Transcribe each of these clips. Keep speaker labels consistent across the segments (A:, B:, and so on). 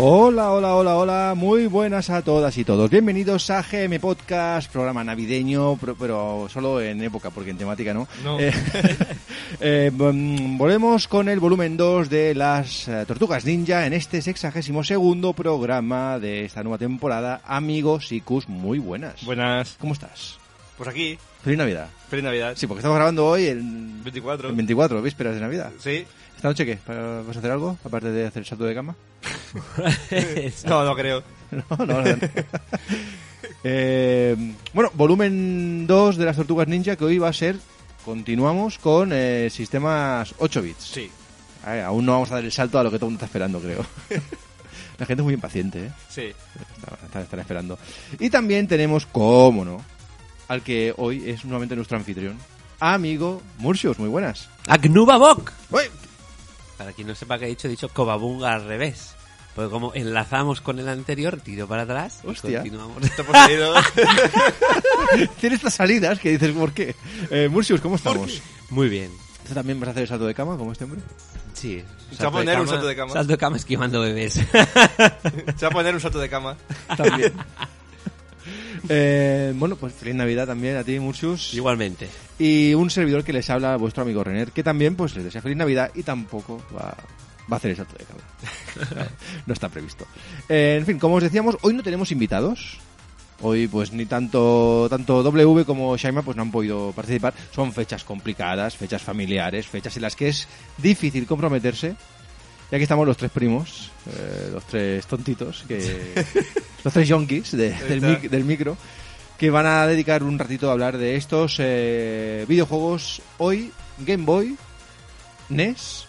A: Hola, hola, hola, hola, muy buenas a todas y todos. Bienvenidos a GM Podcast, programa navideño, pro- pero, solo en época, porque en temática no.
B: No.
A: Eh, eh, mm, volvemos con el volumen 2 de las eh, Tortugas Ninja en este sexagésimo segundo programa de esta nueva temporada. Amigos y cus, muy buenas.
B: Buenas.
A: ¿Cómo estás?
B: Pues aquí,
A: Feliz Navidad.
B: feliz Navidad.
A: Sí, porque estamos grabando hoy el
B: 24.
A: el 24, vísperas de Navidad.
B: Sí.
A: ¿Esta noche qué? ¿Para- ¿Vas a hacer algo? Aparte de hacer el salto de cama.
B: No, no creo.
A: No, no, no. Eh, bueno, volumen 2 de las Tortugas Ninja que hoy va a ser, continuamos con eh, sistemas 8 bits.
B: Sí,
A: Ay, aún no vamos a dar el salto a lo que todo el mundo está esperando, creo. La gente es muy impaciente, ¿eh?
B: sí.
A: Está- está- Están esperando. Y también tenemos, cómo no, al que hoy es nuevamente nuestro anfitrión, amigo Murcios, muy buenas.
C: Agnubabok.
A: ¡Uy!
C: Para quien no sepa que he dicho, he dicho Cobabung al revés. Porque como enlazamos con el anterior, tiro para atrás y
A: Hostia.
C: continuamos.
B: Te hemos leído.
A: Tiene estas salidas que dices, ¿por qué? Eh, Murcius, ¿cómo estamos?
C: Muy bien.
A: ¿Tú también vas a hacer el salto de cama como este hombre?
C: Sí.
B: Se va a poner un salto de cama.
C: Salto de cama esquivando bebés.
B: Se va a poner un salto de cama.
A: También. Eh, bueno, pues feliz Navidad también a ti, Murcius.
C: Igualmente.
A: Y un servidor que les habla, vuestro amigo René, que también pues les desea feliz Navidad y tampoco va, va a hacer el salto de cabra. no está previsto. Eh, en fin, como os decíamos, hoy no tenemos invitados. Hoy pues ni tanto tanto W como Shaima pues no han podido participar. Son fechas complicadas, fechas familiares, fechas en las que es difícil comprometerse. Y aquí estamos los tres primos, eh, los tres tontitos, que, los tres yonkis de- del, mic- del micro, que van a dedicar un ratito a hablar de estos eh, videojuegos hoy, Game Boy, NES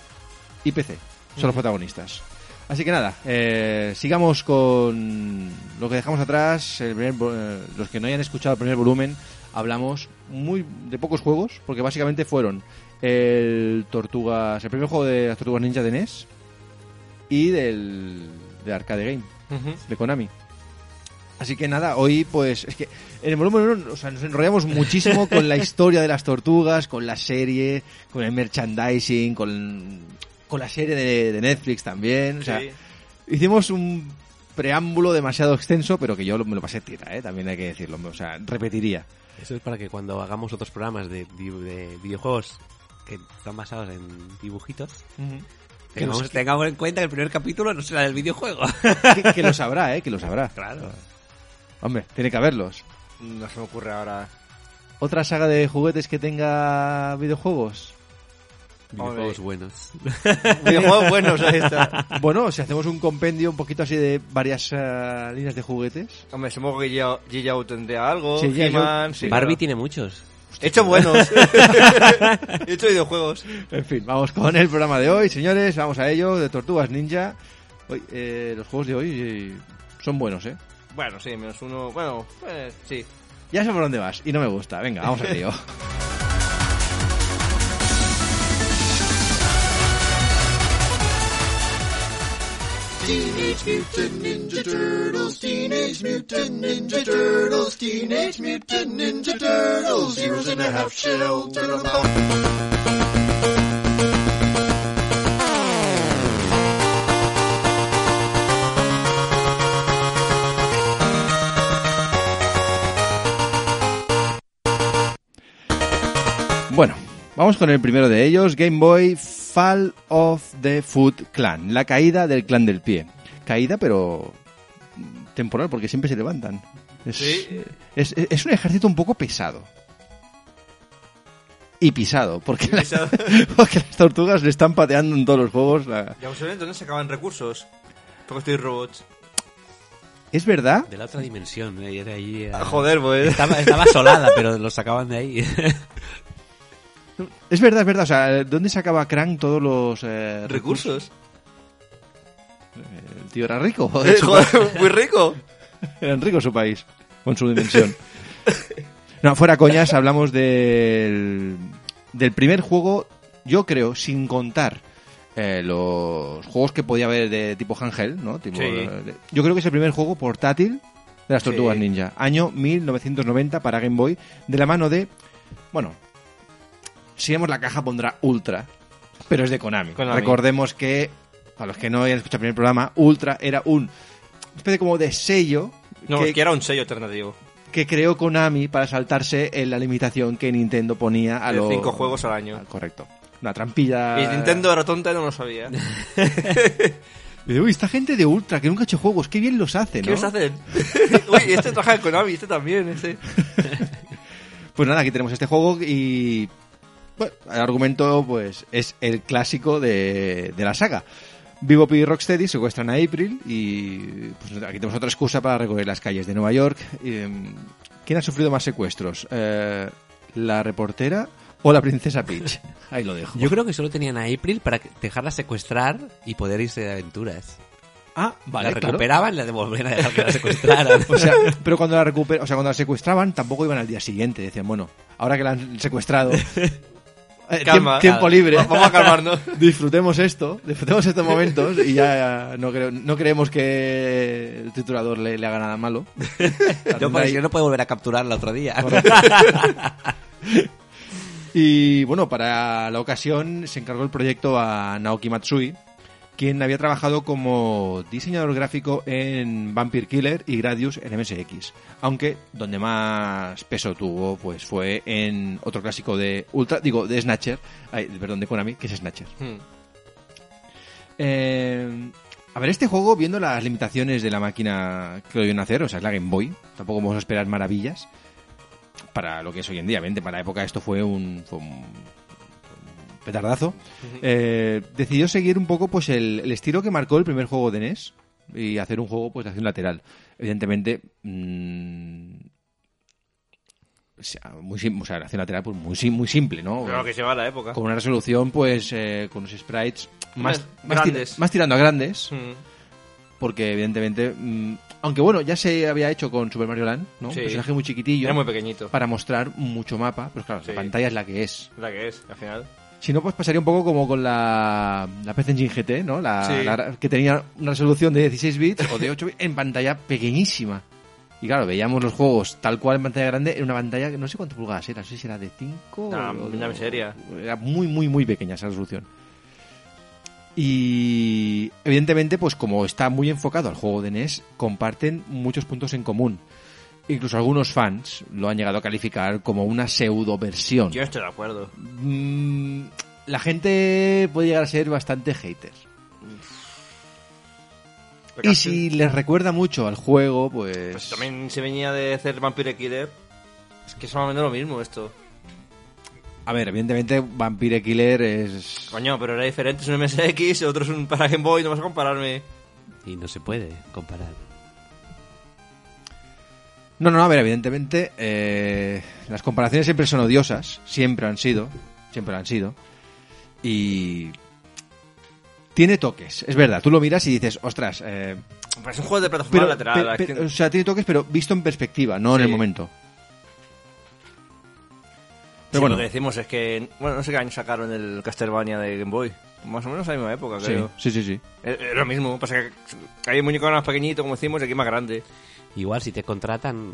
A: y PC. Son los protagonistas. Así que nada, eh, sigamos con lo que dejamos atrás. el primer vo- eh, los que no hayan escuchado el primer volumen, hablamos muy de pocos juegos, porque básicamente fueron el Tortugas, el primer juego de las Tortugas Ninja de NES y del, del Arcade Game de Konami. Así que nada, hoy pues es que en el volumen 1 o sea, nos enrollamos muchísimo con la historia de las tortugas, con la serie, con el merchandising, con, con la serie de, de Netflix también. O sea,
B: Sí.
A: hicimos un preámbulo demasiado extenso, pero que yo lo- me lo pasé tira, ¿eh? también hay que decirlo. O sea, repetiría.
C: Eso es para que cuando hagamos otros programas de, di- de videojuegos que están basados en dibujitos,
A: Que nos-
C: tengamos, tengamos en cuenta que el primer capítulo no será del videojuego.
A: que, que lo sabrá, ¿eh? Que lo sabrá.
C: claro.
A: Hombre, tiene que haberlos.
B: No se me ocurre ahora.
A: ¿Otra saga de juguetes que tenga videojuegos?
C: Videojuegos buenos.
B: Videojuegos buenos, ahí está.
A: Bueno, si hacemos un compendio un poquito así de varias eh, líneas de juguetes.
B: Hombre, supongo que G.I.O. G.I.O. tendría algo.
A: Sí, G.I. Joe.
B: He-Man, sí,
C: Barbie
B: claro.
C: tiene muchos.
B: He hecho buenos. He hecho videojuegos.
A: En fin, vamos con el programa de hoy, señores. Vamos a ello, de Tortugas Ninja. Hoy, eh, los juegos de hoy eh, son buenos, ¿eh?
B: Bueno, sí, menos uno. Bueno, eh, sí.
A: Ya sé por dónde vas y no me gusta. Venga, vamos al lío. Vamos con el primero de ellos, Game Boy Fall of the Foot Clan, la caída del clan del pie. Caída, pero temporal, porque siempre se levantan. Es, eh,
B: Sí.
A: es, es- es un ejército un poco pesado. Y pisado, porque, la-
B: Pisado.
A: porque las tortugas le están pateando en todos los juegos. la-
B: Y Ausonet, ¿dónde se acaban recursos? Porque estoy robots.
A: Es verdad
C: De la otra dimensión, eh, era ahí. eh,
B: Ah, joder, pues.
C: Estaba, estaba solada, pero lo sacaban de ahí.
A: Es verdad, es verdad. O sea, ¿dónde sacaba Crank todos los eh,
B: ¿Recursos?
A: El tío era rico.
B: Eh, joder, muy rico.
A: Era rico su país, con su dimensión. No, fuera coñas, hablamos del, del primer juego, yo creo, sin contar eh, los juegos que podía haber de tipo handheld, ¿no? Tipo,
B: Sí.
A: eh, yo creo que es el primer juego portátil de las Tortugas
B: Sí.
A: Ninja, año 1990 para Game Boy, de la mano de, bueno, si vemos la caja pondrá Ultra, pero es de Konami.
B: Konami.
A: Recordemos que, para los que no hayan escuchado el primer programa, Ultra era un especie como de sello
B: No,
A: que,
B: es que era un sello alternativo.
A: que creó Konami para saltarse en la limitación que Nintendo ponía a Ah.
B: De
A: los...
B: cinco juegos al año.
A: Ah, correcto. Una trampilla...
B: Y Nintendo era tonta y no lo sabía.
A: Y digo, Uy, esta gente de Ultra que nunca ha hecho juegos, qué bien los hace, ¿no?
B: ¿Qué os hacen? Uy, este trabaja en Konami, este también, este.
A: Pues nada, aquí tenemos este juego y... Bueno, el argumento pues es el clásico de, de la saga. Bebop y Rocksteady secuestran a April y pues, aquí tenemos otra excusa para recorrer las calles de Nueva York. Em, ¿Quién ha sufrido más secuestros? Eh, ¿La reportera o la princesa Peach? Ahí lo dejo.
C: Yo creo que solo tenían a April para que- dejarla secuestrar y poder irse de aventuras.
A: Ah,
C: la
A: vale, claro.
C: recuperaban y la devolvían a dejar que la secuestraran.
A: O sea, pero cuando la recuper- o sea, cuando la secuestraban tampoco iban al día siguiente. Decían, bueno, ahora que la han secuestrado, eh, tiemp-
B: Calma.
A: tiempo
B: Calma.
A: libre,
B: Va- Vamos a calmarnos.
A: disfrutemos esto, disfrutemos estos momentos y ya no, creo, no creemos que el titulador le, le haga nada malo.
C: no, porque si no, no puedo volver a capturarla otro día.
A: Y bueno, para la ocasión se encargó el proyecto a Naoki Matsui, quien había trabajado como diseñador gráfico en Vampire Killer y Gradius en MSX. Aunque donde más peso tuvo pues fue en otro clásico de Ultra, digo, de Snatcher, ay, perdón, de Konami, que es Snatcher. Eh, a ver, este juego, viendo las limitaciones de la máquina que lo vio nacer, o sea, es la Game Boy, tampoco vamos a esperar maravillas para lo que es hoy en día. Obviamente, para la época esto fue un, fue un- un petardazo. Eh, decidió seguir un poco pues el, el estilo que marcó el primer juego de NES y hacer un juego pues de acción lateral. Evidentemente, mm, o sea, muy, sim- o sea, la acción lateral pues muy, sim- muy simple, ¿no?
B: Claro que lleva la época.
A: con una resolución, pues, eh, con unos sprites más,
B: Más
A: más tira-
B: grandes.
A: más tirando a grandes,
B: Mm.
A: porque evidentemente, mm, aunque bueno, ya se había hecho con Super Mario Land, ¿no?
B: Sí.
A: Un personaje muy chiquitillo
B: Era muy pequeñito.
A: para mostrar mucho mapa, pero claro,
B: Sí.
A: la pantalla es la que es.
B: La que es, al final.
A: Si no, pues pasaría un poco como con la, la PC Engine GT, ¿no? La,
B: Sí.
A: la- que tenía una resolución de 16 bits o de 8 bits en pantalla pequeñísima. Y claro, veíamos los juegos tal cual en pantalla grande, en una pantalla que no sé cuántas pulgadas era, no sé si era de 5
B: Nah,
A: o-
B: una miseria.
A: Era muy, muy, muy pequeña esa resolución. Y evidentemente, pues como está muy enfocado al juego de NES, comparten muchos puntos en común. Incluso algunos fans lo han llegado a calificar como una pseudo versión.
B: Yo estoy de acuerdo.
A: Mm, la gente puede llegar a ser bastante hater.
B: Porque
A: Y si les recuerda mucho al juego, pues...
B: Pues también se venía de hacer Vampire Killer. Es que es más o menos lo mismo esto.
A: A ver, evidentemente Vampire Killer es...
B: Coño, pero era diferente. Es un MSX, otro es un para Game Boy. No vas a compararme.
C: y no se puede comparar.
A: No, no, a ver, evidentemente eh, las comparaciones siempre son odiosas, siempre han sido, siempre han sido. Y... Tiene toques, es verdad. Tú lo miras y dices, ostras, eh,
B: Pero Pues es un juego de plataforma
A: pero,
B: lateral.
A: pe- pe-
B: acción-
A: o sea, tiene toques, pero visto en perspectiva, no en
B: Sí.
A: el momento.
B: Sí,
A: Pero bueno,
B: Lo que decimos es que, bueno, no sé qué año sacaron el Castlevania de Game Boy. Más o menos a la misma época,
A: sí,
B: creo.
A: sí, sí, sí.
B: Es, es lo mismo, pasa que hay un muñeco más pequeñito, como decimos, y aquí más grande.
C: Igual si te contratan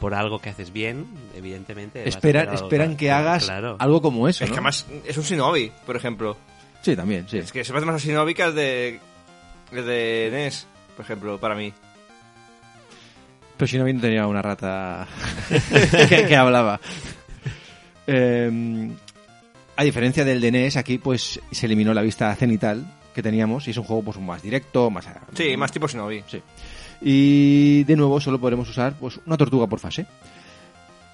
C: por algo que haces bien, evidentemente... vas a
A: Esperan,
C: hacer algo-
A: esperan que hagas
C: Claro.
A: algo como eso.
B: Es que
A: ¿no?
B: además es un Shinobi, por ejemplo.
A: Sí, también, sí.
B: Es que se parece más a Shinobi que al de, el de NES, por ejemplo, para mí.
A: Pero si no bien tenía una rata que, que hablaba. Eh, A diferencia del DNS, aquí pues se eliminó la vista cenital que teníamos y es un juego pues más directo, más...
B: Sí, más tipo Shinobi.
A: Sí. Y de nuevo solo podremos usar pues una tortuga por fase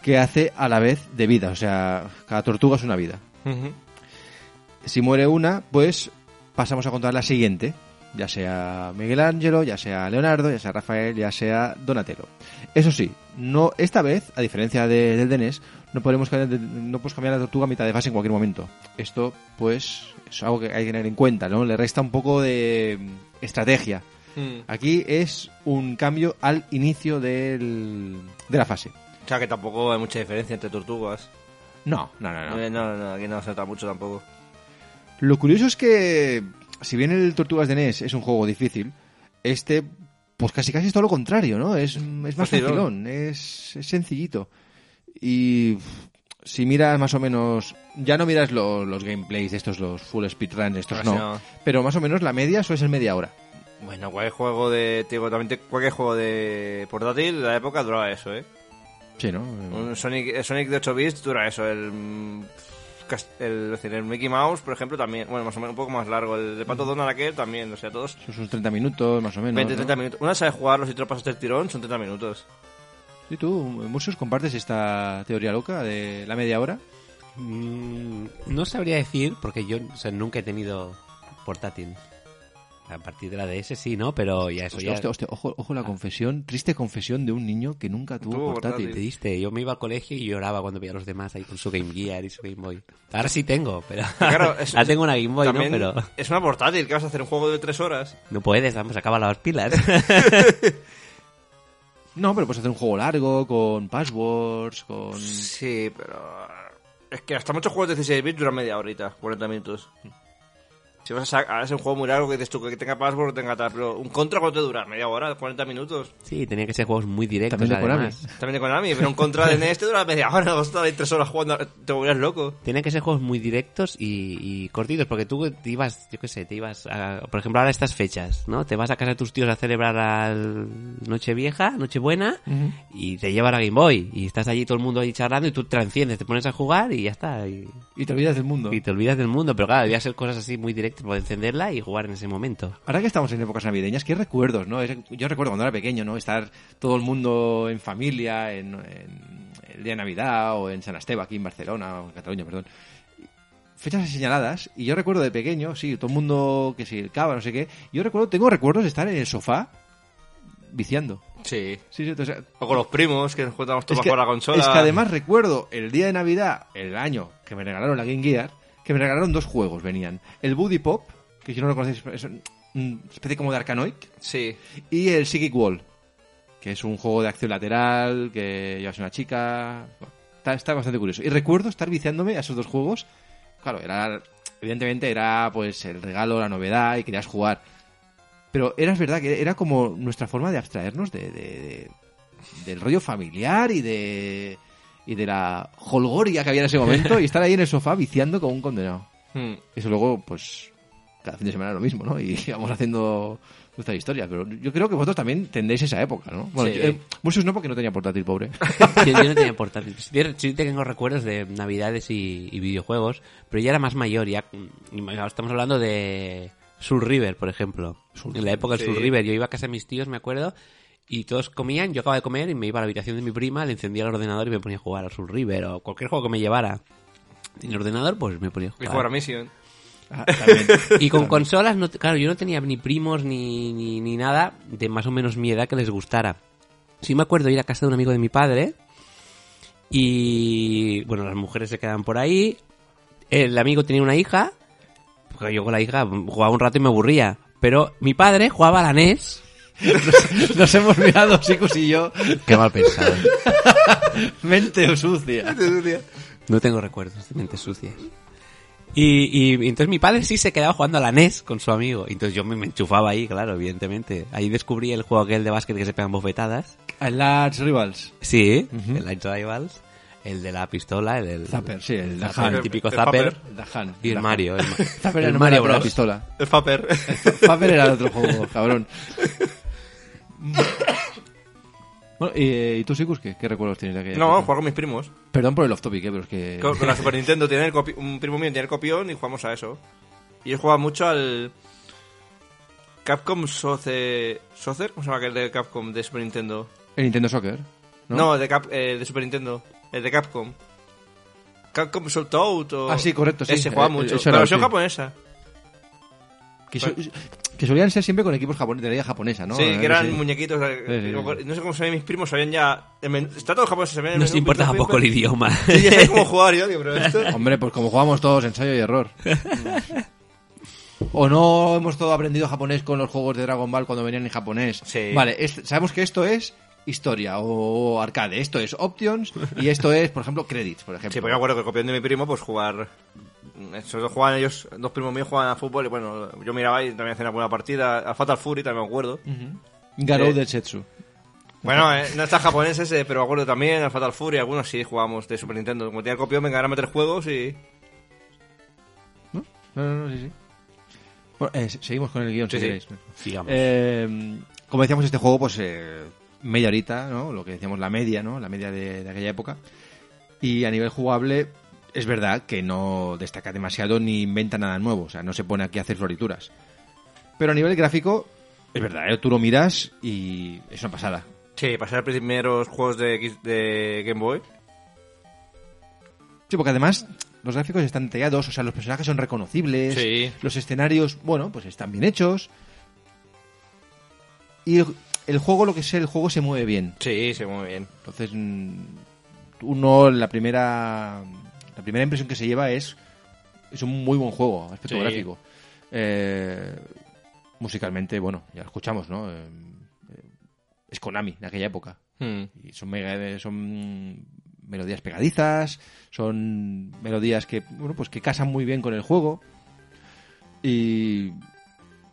A: que hace a la vez de vida, o sea, cada tortuga es una vida.
B: Ujú.
A: Si muere una, pues pasamos a contar la siguiente, ya sea Miguel Ángelo, ya sea Leonardo, ya sea Rafael, ya sea Donatello. Eso sí, no esta vez, a diferencia de- del DNS, no podemos cambiar de- no podemos cambiar la tortuga a mitad de fase en cualquier momento. Esto pues es algo que hay que tener en cuenta, ¿no? Le resta un poco de mm, estrategia.
B: Mm.
A: Aquí es un cambio al inicio del- de la fase.
B: O sea que tampoco hay mucha diferencia entre tortugas.
A: No, no, no, no.
B: Eh, no, no, aquí no se nota mucho tampoco.
A: Lo curioso es que, si bien el Tortugas de NES es un juego difícil, este, pues casi casi es todo lo contrario, Pues ¿no? Es, es más
B: Facilón.
A: facilón, es, es sencillito. Y uf, si miras más o menos, ya no miras lo- los gameplays de estos, los full speedruns, estos
B: Ah,
A: no,
B: sí, no.
A: pero más o menos la media suele ser media hora.
B: Bueno, cualquier juego de. te digo, también te- cualquier juego de portátil de la época duraba eso, ¿eh?
A: Sí, ¿no?
B: Un Sonic, eh, Sonic de 8 bits dura eso. El, mm, cas- el, es decir, el Mickey Mouse, por ejemplo, también. Bueno, más o menos un poco más largo. El de Pato Donald aquel también. O sea, todos
A: Son unos 30 minutos, más o menos.
B: 20, 30
A: ¿no?
B: minutos. Una sabe jugarlos y te lo pasas del tirón, son 30 minutos.
A: ¿Y tú, Murcius, compartes esta teoría loca de la media hora?
C: Mm, no sabría decir, porque yo o sea, nunca he tenido portátil. A partir de la DS sí, ¿no? Pero ya eso
A: Hostia,
C: ya
A: Pues hostia, hostia, ojo, ojo la confesión, triste confesión de un niño que nunca Ah. tuvo,
B: Tuvo
A: portátil.
B: portátil.
C: te diste. Yo me iba al colegio y lloraba cuando veía a los demás ahí con su Game Gear y su Game Boy. Ahora sí tengo, pero...
B: Claro, es-
C: ahora tengo una Game Boy,
B: también
C: ¿no? Pero
B: es una portátil. ¿Qué vas a hacer? ¿Un juego de 3 horas?
C: no puedes, vamos, acaba las pilas.
A: No, pero puedes hacer un juego largo, con passwords, con...
B: Sí, pero. Es que hasta muchos juegos de 16 bits duran media horita, 40 minutos. Si vas a hacer un juego muy largo que dices tú que tenga password, que tenga tal, pero un contra cuánto te dura, media hora, 40 minutos.
C: Sí, tenía que ser juegos muy directos,
A: También de Konami.
C: además.
B: También de Konami, pero un contra de NES te dura media hora, vas a estar ahí tres horas jugando, te volvías loco.
C: Tenían que ser juegos muy directos y, y cortitos, porque tú te ibas, yo qué sé, te ibas a, por ejemplo, ahora estas fechas, ¿no? Te vas a casa de tus tíos a celebrar la Nochevieja, Nochebuena, y te llevan a Game Boy, y estás allí todo el mundo ahí charlando, y tú te enciendes, te pones a jugar y ya está, y,
A: Y te olvidas del mundo.
C: y te olvidas del mundo, pero claro, debía ser cosas así muy directas, poder encenderla y jugar en ese momento.
A: Ahora que estamos en épocas navideñas, qué recuerdos, ¿no? Es- Yo recuerdo cuando era pequeño, ¿no? Estar todo el mundo en familia, en, en el día de Navidad, o en San Esteban, aquí en Barcelona, o en Cataluña, perdón. Fechas así señaladas, y yo recuerdo de pequeño, sí, todo el mundo que se cava, no sé qué. Yo recuerdo, tengo recuerdos de estar en el sofá viciando.
B: Sí.
A: Sí, sí, o sea,
B: O con los primos, que nos juntamos todos
A: Es
B: para
A: que-
B: jugar a la consola.
A: Es que además recuerdo el día de Navidad, el año que me regalaron la Game Gear, que me regalaron dos juegos, venían. El Buddy Pop, que si no lo conocéis es un- una especie como de Arcanoid,
B: Sí.
A: y el Psychic Wall, que es un juego de acción lateral, que llevas una chica... bueno, está, está bastante curioso. Y recuerdo estar viciándome a esos dos juegos. Claro, era evidentemente era pues el regalo, la novedad, y querías jugar. Pero era es verdad que era como nuestra forma de abstraernos de, de- de- del rollo familiar y de y de la holgoria que había en ese momento y estar ahí en el sofá viciando como un condenado.
B: Hmm.
A: Eso luego, pues, cada fin de semana lo mismo, ¿no? Y vamos haciendo nuestra historia. Pero yo creo que vosotros también tendréis esa época, ¿no? Bueno,
B: Sí.
A: yo- eh, muchos no porque no tenía portátil, pobre.
C: Yo, yo no tenía portátil. Sí, te- sí tengo recuerdos de navidades y, y videojuegos, pero ya era más mayor. Ya, mm, estamos hablando de Soul River, por ejemplo. en la época del
B: sí.
C: Soul River, yo iba a casa de mis tíos, me acuerdo, y todos comían, yo acababa de comer y me iba a la habitación de mi prima, le encendía el ordenador y me ponía a jugar al Soul River o cualquier juego que me llevara. En el ordenador, pues me ponía a
B: Y jugar a
C: jugar.
B: Mission.
A: Ah, también.
C: Y con consolas, no, claro, yo no tenía ni primos ni, ni, ni nada de más o menos mi edad que les gustara. Sí me acuerdo ir a casa de un amigo de mi padre y, bueno, las mujeres se quedaban por ahí. El amigo tenía una hija, porque yo con la hija jugaba un rato y me aburría. Pero mi padre jugaba E a la NES.
A: Nos hemos mirado, chicos y yo,
C: Qué mal pensado.
A: mente sucia.
C: No tengo recuerdos de mentes sucias. Y, y- y entonces mi padre sí se quedaba jugando a la NES con su amigo. Y Entonces yo me, me enchufaba ahí, claro, evidentemente. Ahí descubrí el juego aquel de básquet que se pegan bofetadas.
A: A Large Rivals.
C: Sí, el Light Rivals. El de la pistola, el del...
A: Zapper, sí, el
C: zapper,
A: Dahan.
C: el típico
B: El
C: Zapper.
B: Zapper.
A: Dahan.
C: Y el
A: Dahan.
C: Mario. El, ma-
A: Zapper
C: el
A: era el
C: Mario
A: Mario La
C: Bros.
A: pistola.
B: El Fapper.
A: Zapper era el otro juego, cabrón. Bueno, eh, ¿y tú, Sikus, qué, qué recuerdos tienes de aquella
B: No,
A: época?
B: jugar con mis primos.
A: Perdón por el off-topic, eh, pero es que...
B: Con, con la Super Nintendo, tenía el copi- un primo mío tenía el copión y jugamos a eso. Y yo jugaba mucho al Capcom Soce... ¿Socer? ¿Cómo se llama aquel de Capcom de Super Nintendo?
A: El Nintendo Soccer.
B: No,
A: ¿No?
B: de, Cap, eh, de Super Nintendo, el de Capcom. Capcom Sold Out o...
A: Ah, sí, correcto, sí.
B: Ese jugaba
A: Eh, eso
B: mucho. Pero
A: era,
B: la versión
A: sí.
B: japonesa.
A: Que, so- que solían ser siempre con equipos japoneses, de la liga japonesa, ¿no?
B: sí,
A: Eh,
B: que eran
A: sí.
B: muñequitos. eh,
A: Sí, sí,
B: no
A: sí.
B: sé cómo se ven mis primos, sabían ya. el menú- Está todo japonés, se ven el
C: Nos
B: menú,
C: importa
B: pim, pim,
C: tampoco el
B: pim.
C: idioma.
B: Sí, ya sabía cómo jugar yo, digo, pero esto.
A: Hombre, pues como jugamos todos, ensayo y error. o no hemos todo aprendido japonés con los juegos de Dragon Ball cuando venían en japonés.
B: Sí.
A: Vale, es- sabemos que esto es historia o arcade, esto es options y esto es, por ejemplo, credits, por ejemplo.
B: Sí, pues yo me acuerdo que el copión de mi primo, pues jugar. mm, Sobre todo jugaban ellos, dos primos míos jugaban a fútbol y bueno, yo miraba y también hacían alguna partida. A Fatal Fury también me acuerdo.
A: Garou
B: Eh,
A: de Setsu.
B: Bueno, eh, no está japonés ese, pero me acuerdo también a Fatal Fury. Algunos sí jugábamos de Super Nintendo. Como tenía el copión, me encargaba a meter juegos y.
A: No, no, no, sí, sí. Bueno, eh, seguimos con el guión,
B: Sí,
A: si
B: sí.
A: queréis.
C: Digamos.
A: Eh, como decíamos, este juego, pues eh, media horita, ¿no? Lo que decíamos, la media, ¿no? La media de, de aquella época. Y a nivel jugable, es verdad que no destaca demasiado ni inventa nada nuevo. O sea, no se pone aquí a hacer florituras. Pero a nivel gráfico, es verdad, ¿eh? tú lo miras y es una pasada.
B: Sí, para ser primeros juegos de, X- de Game Boy.
A: Sí, porque además los gráficos están detallados, o sea, los personajes son reconocibles,
B: Sí.
A: los escenarios, bueno, pues están bien hechos. Y el, el juego, lo que sé, el juego se mueve bien.
B: Sí, sí, muy bien.
A: Entonces, mm, uno, la primera, la primera impresión que se lleva es, es un muy buen juego, aspecto
B: Sí.
A: gráfico. Eh, musicalmente, bueno, ya lo escuchamos, ¿no? Eh, eh, es Konami, en aquella época.
B: Hmm.
A: Y son, mega- eh, son melodías pegadizas, son melodías que, bueno, pues que casan muy bien con el juego. Y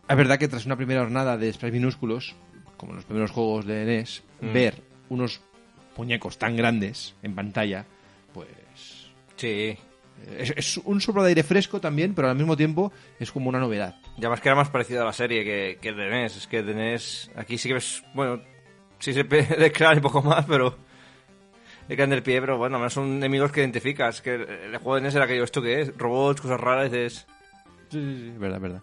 A: es verdad que tras una primera jornada de sprites minúsculos, como en los primeros juegos de NES,
B: Mm.
A: ver unos muñecos tan grandes en pantalla, pues
B: Sí.
A: es, es un soplo de aire fresco también, pero al mismo tiempo es como una novedad.
B: Y además que era más parecido a la serie que, que el de NES. Es que el de NES... Aquí sí que ves... Bueno, sí se pe- declara un poco más, pero... Le caen del pie, pero bueno, al menos son enemigos que identificas. Que el, el juego de NES era aquello, ¿esto qué es? Robots, cosas raras, dices...
A: Sí, sí, sí, es verdad, es verdad.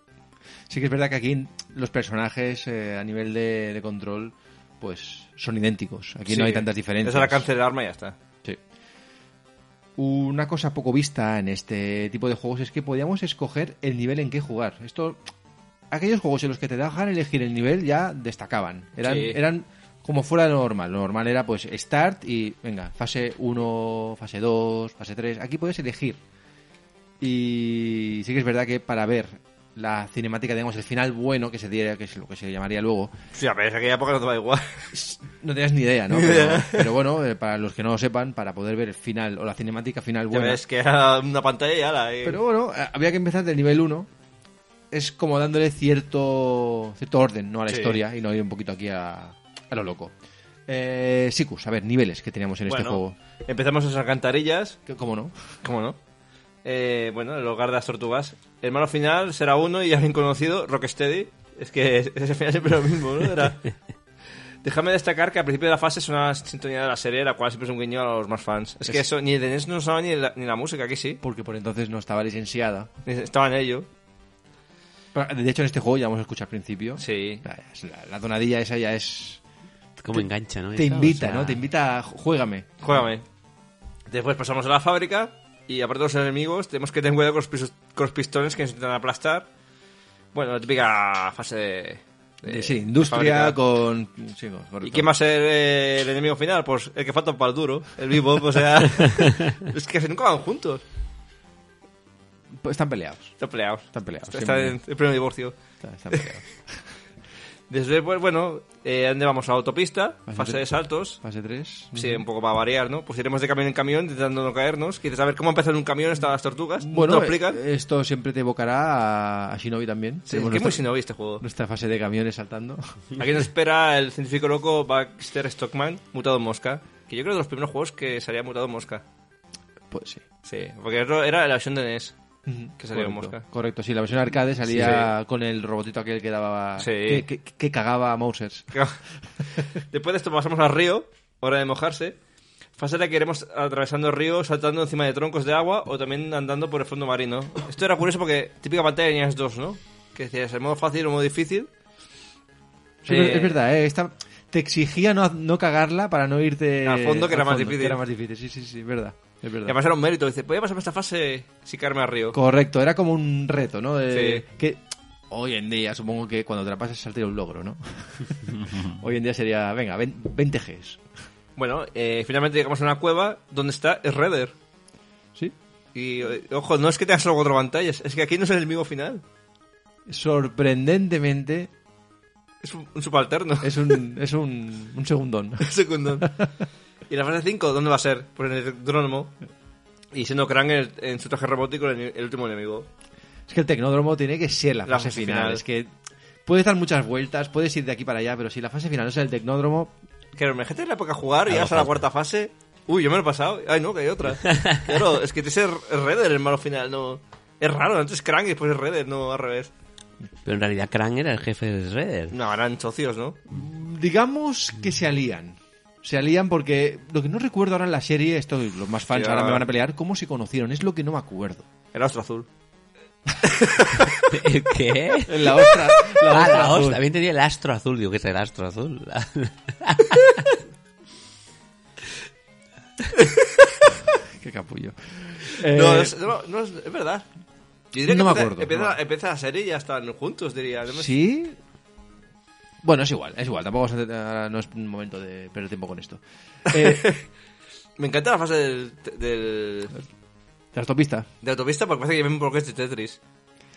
A: Sí que es verdad que aquí los personajes eh, a nivel de, de control pues son idénticos. Aquí no
B: sí,
A: hay tantas diferencias.
B: Es al alcance del arma y ya está.
A: Sí. Una cosa poco vista en este tipo de juegos es que podíamos escoger el nivel en que jugar. Esto aquellos juegos en los que te dejaban elegir el nivel ya destacaban. Eran
B: Sí.
A: eran como fuera de lo normal. Lo normal era pues start y venga, fase 1, fase 2, fase 3. Aquí puedes elegir. Y sí que es verdad que para ver la cinemática, digamos, el final bueno que se diera, que es lo que se llamaría luego,
B: Sí, a ver, en aquella época no te va igual.
A: no tenías ni idea, ¿no? Pero, pero bueno, eh, para los que no lo sepan, para poder ver el final o la cinemática final
B: Ya
A: buena.
B: ves que era una pantalla y ala. y-
A: Pero bueno, eh, había que empezar del nivel 1. Es como dándole cierto cierto orden ¿no? a la
B: Sí.
A: historia y no ir un poquito aquí a, a lo loco. Eh, Sikus, a ver, niveles que teníamos en este
B: Bueno,
A: juego.
B: Empezamos en las alcantarillas.
A: Que- ¿Cómo no?
B: ¿Cómo no? Eh, bueno, el hogar de las tortugas. El malo final será uno y ya bien conocido, Rocksteady. Es que ese final siempre es lo mismo, ¿no? Era- Déjame destacar que al principio de la fase es una sintonía de la serie, la cual siempre es un guiño a los más fans. Es que
A: Es-
B: eso, ni el de NES no usaba ni la, ni la música, aquí sí.
A: Porque por entonces no estaba licenciada.
B: Estaba en ello.
A: Pero, De hecho, en este juego ya vamos a escuchar al principio.
B: Sí.
A: La, la- la tonadilla esa ya es...
C: ¿Cómo engancha, no?
A: Te
C: Eso, o
A: invita,
C: sea,
A: ¿no? Te invita a... Juégame.
B: Juégame. Después pasamos a la fábrica y aparte de los enemigos, tenemos que tener cuidado con los, pisos- con los pistones que nos intentan aplastar. Bueno, la típica fase de... de-
A: sí,
B: de
A: industria
B: fábrica.
A: con... sí, con- correcto.
B: ¿Y quién va a ser eh, el enemigo final? Pues el que falta para el duro, el vivo, o sea... es que nunca van juntos.
A: Pues Están peleados.
B: Están peleados.
A: Están peleados.
B: Está- Está en
A: siempre.
B: el primer divorcio.
A: Están- están peleados.
B: Desde, pues, bueno, eh, ¿dónde vamos? A la autopista,
A: Bastante.
B: fase de saltos.
A: Fase 3.
B: Sí, un poco para variar, ¿no? Pues iremos de camión en camión intentando no caernos. Quizás a ver cómo empezar en un camión estas tortugas. Bueno,
A: Bueno,
B: ¿Te lo explican?
A: eh, esto siempre te evocará a, a Shinobi también.
B: Sí, es que
A: Tenemos
B: es muy
A: nuestra,
B: shinobi este juego.
A: nuestra fase de camiones saltando.
B: Aquí nos espera el científico loco Baxter Stockman, mutado en mosca. Que yo creo que es de los primeros juegos que salía mutado en mosca.
A: Pues sí.
B: Sí, porque otro era la versión de NES. Que salió
A: correcto,
B: mosca.
A: Correcto, sí, la versión arcade salía con el robotito aquel que daba.
B: Sí.
A: Que, que- que cagaba a Mousers.
B: Después de esto pasamos al río, hora de mojarse. Fase en la que iremos atravesando el río, saltando encima de troncos de agua o también andando por el fondo marino. Esto era curioso porque típica pantalla tenías dos, ¿no? Que decías el modo fácil o el modo difícil.
A: Sí,
B: Eh,
A: Es verdad, ¿eh? Esta, te exigía no, no cagarla para no irte.
B: Al fondo, que era
A: al
B: más difícil.
A: era más difícil, sí, sí, sí, es verdad. Es
B: Y
A: verdad.
B: además era un mérito. Dice, "Pues voy a pasarme esta fase si caerme al río.
A: Correcto, era como un reto, ¿no? De-
B: Sí.
A: Que hoy en día, supongo que cuando te la pasas saldría un logro, ¿no? hoy en día sería, venga, ven- 20 Gs.
B: Bueno, eh, finalmente llegamos a una cueva donde está Redder.
A: ¿Sí?
B: Y eh, ojo, no es que tengas solo cuatro pantallas, es que aquí no es el enemigo final.
A: Sorprendentemente,
B: Es un, un subalterno.
A: es un, es un, un segundón.
B: Segundo. ¿Y la fase 5 dónde va a ser? Pues en el drónomo. Y siendo Krang en, en su traje robótico el, el último enemigo.
A: Es que el tecnódromo tiene que ser la,
B: La
A: fase
B: fase
A: final.
B: final.
A: Es que puedes dar muchas vueltas, puedes ir de aquí para allá, pero si la fase final no es el tecnódromo,
B: Claro, imagínate en la época jugar y llegas a la cuarta fase. Uy, yo me lo he pasado. Ay, no, que hay otra. Claro, es que te ser Redder el malo final, no. Es raro, antes Krang y después es Redder, no al revés.
C: Pero en realidad Krang era el jefe de Shredder.
B: No, eran socios, ¿no?
A: digamos que se alían. Se alían porque lo que no recuerdo ahora en la serie, esto los más fans
B: Ya.
A: ahora me van a pelear, cómo se conocieron, es lo que no me acuerdo.
B: Era Ostro Azul.
C: ¿El qué?
A: En la ostra, la
C: ah,
A: ostra
C: la
A: azul.
C: os, también tenía el astro azul. Digo, ¿qué es el astro azul?
A: Qué capullo.
B: No,
A: Eh,
B: es, no, no, es, es verdad. Yo diría
A: No
B: que
A: me
B: empieza-
A: acuerdo,
B: Empieza,
A: no.
B: empieza la serie y ya están juntos, diría. No me-
A: ¿Sí? Bueno, es igual, es igual. Tampoco es- ahora no es un momento de perder tiempo con esto. Eh,
B: Me encanta la fase del, del,
A: la autopista.
B: de autopista porque parece que ven porque es de Tetris.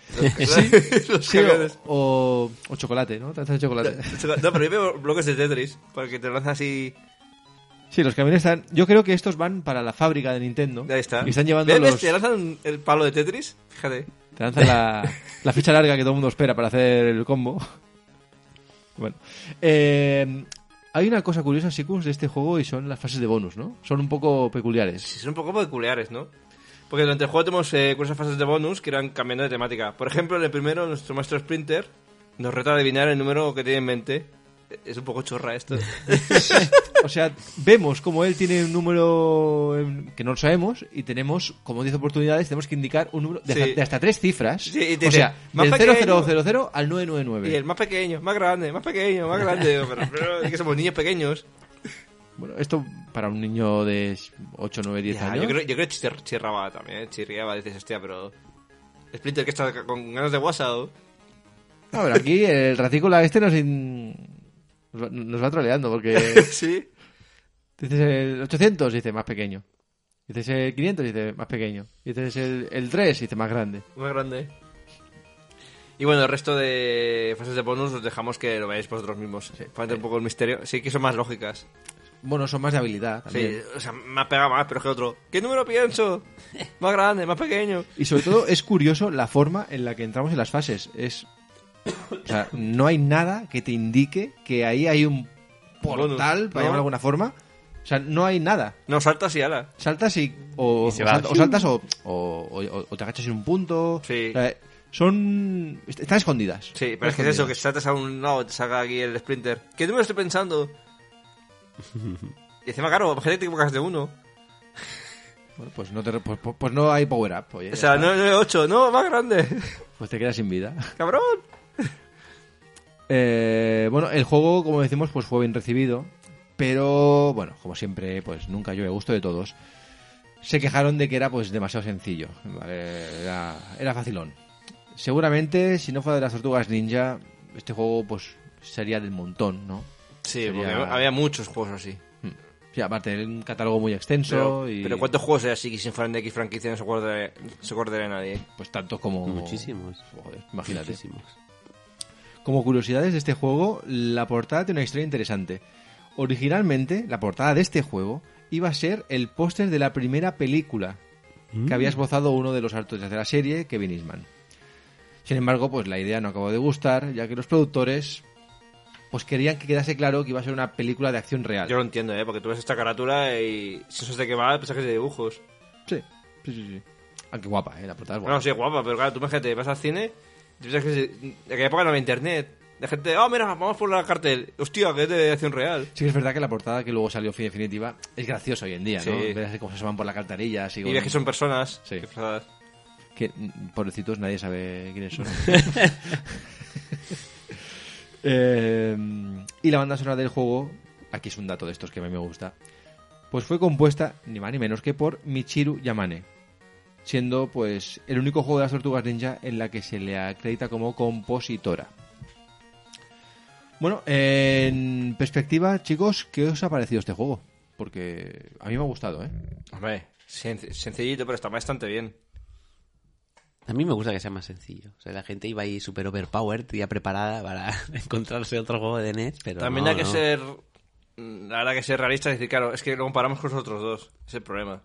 B: Los
A: Sí, o,
B: camiones.
A: o- o chocolate, ¿no? Taza de chocolate.
B: No, pero yo veo bloques de Tetris, porque te lanzas así...
A: Sí, los camiones están. Yo creo que estos van para la fábrica de Nintendo.
B: Ahí está.
A: Y están llevando
B: ¿Ves? ¿Ves?
A: los.
B: Te lanzan el palo de Tetris, fíjate.
A: Te lanzan la, la ficha larga que todo el mundo espera para hacer el combo. Bueno. Eh, hay una cosa curiosa, Sikus, de este juego y son las fases de bonus, ¿no? Son un poco peculiares.
B: Sí, son un poco peculiares, ¿no? Porque durante el juego tenemos eh, curiosas fases de bonus que eran cambiando de temática. Por ejemplo, en el primero, nuestro maestro Sprinter nos reta a adivinar el número que tiene en mente. Es un poco chorra esto.
A: O sea, vemos como él tiene un número em, que no lo sabemos y tenemos como 10 oportunidades, tenemos que indicar un número de,
B: Sí.
A: hasta, de hasta tres cifras.
B: Sí, y te
A: o sea,
B: dice,
A: del
B: más pequeño.
A: 0000 al
B: Y
A: 999.
B: el más pequeño, más grande, más pequeño, más grande. Yo, Pero, pero es que somos niños pequeños.
A: Bueno, esto para un niño de 8, 9, 10
B: Ya,
A: años.
B: yo creo, yo creo que chir- chirraba también, ¿eh? chirriaba, dices, hostia, pero... Splinter que está con ganas de WhatsApp.
A: No, pero aquí el racícula este nos, in- nos va- nos va troleando porque
B: Sí.
A: dices el 800 y dice más pequeño. Dices el 500 y dice más pequeño. Dices el, el 3 y dice más grande.
B: Más grande. Y bueno, el resto de fases de bonus os dejamos que lo veáis vosotros mismos. Falta un poco el misterio. Sí que son más lógicas.
A: Bueno, son más de habilidad también.
B: Sí, o sea, me ha pegado más, pero es que otro. ¿Qué número pienso? Más grande, más pequeño.
A: Y sobre todo es curioso la forma en la que entramos en las fases. Es. O sea, no hay nada que te indique que ahí hay un portal,
B: Bonus,
A: para
B: ¿no?
A: llamarlo de alguna forma. O sea, no hay nada.
B: No, saltas y ala.
A: saltas y o,
C: Y se
A: o
C: va.
A: salta- o saltas o, o- o- o te agachas en un punto
B: Sí.
A: O sea, son est- están escondidas
B: Sí,
A: Están
B: pero es que es eso, que
A: escondidas.
B: saltas a un lado, te saca aquí el sprinter. ¿Qué número estoy pensando? Y encima, claro, imagínate que te equivocas de uno.
A: Bueno, pues no te re- pues, pues- pues no hay power up oye,
B: O
A: ya
B: sea,
A: está.
B: 998, no, más grande.
A: pues te quedas sin vida
B: Cabrón.
A: Eh, bueno el juego como decimos pues fue bien recibido pero bueno como siempre pues nunca llueve a gusto de todos se quejaron de que era pues demasiado sencillo ¿vale? era, era facilón seguramente si no fuera de las tortugas ninja este juego pues sería del montón no
B: Sí,
A: Sería-
B: porque había muchos juegos así.
A: Sí, aparte de un catálogo muy extenso
B: Pero,
A: y
B: pero ¿cuántos juegos hay así que sin fueran de X franquicia no se acordaría, no se acordaría nadie?
A: pues tantos como
C: Muchísimos.
A: Joder, imagínate.
C: Muchísimos.
A: Como curiosidades de este juego, la portada tiene una historia interesante. Originalmente, la portada de este juego iba a ser el póster de la primera película que había esbozado uno de los artistas de la serie, Kevin Eastman. Sin embargo, pues la idea no acabó de gustar, ya que los productores pues querían que quedase claro que iba a ser una película de acción real.
B: Yo lo entiendo, ¿eh? Porque tú ves esta carátula y si eso es de qué va, piensas que es de dibujos.
A: Sí, sí, sí, sí. Aunque guapa, ¿eh? La portada es guapa.
B: Bueno, sí, guapa, pero claro, tú imagínate, vas al cine, y piensas que se- en aquella época no había internet. La gente, oh, mira, vamos por la cartel. Hostia, que es de acción real.
A: Sí que es verdad que la portada que luego salió definitiva es graciosa hoy en día, ¿no?
B: Sí.
A: Ves cómo se van por la cantarilla, así
B: Y
A: con-
B: ves que son personas.
A: Sí.
B: disfrazadas.
A: que, mm, pobrecitos, nadie sabe quiénes son. Eh, y la banda sonora del juego, aquí es un dato de estos que a mí me gusta, pues fue compuesta ni más ni menos que por Michiru Yamane, siendo pues el único juego de las tortugas ninja en la que se le acredita como compositora. Bueno, en perspectiva, chicos, ¿qué os ha parecido este juego? Porque a mí me ha gustado, ¿eh?
B: Hombre, sen- sencillito, pero está bastante bien.
C: A mí me gusta que sea más sencillo. O sea, la gente iba ahí super overpowered, ya preparada para encontrarse otro juego de NES, pero
B: También
C: no,
B: hay que
C: no.
B: ser. mm, La verdad que ser realista y decir, claro, es que lo comparamos con los otros dos. Es el problema.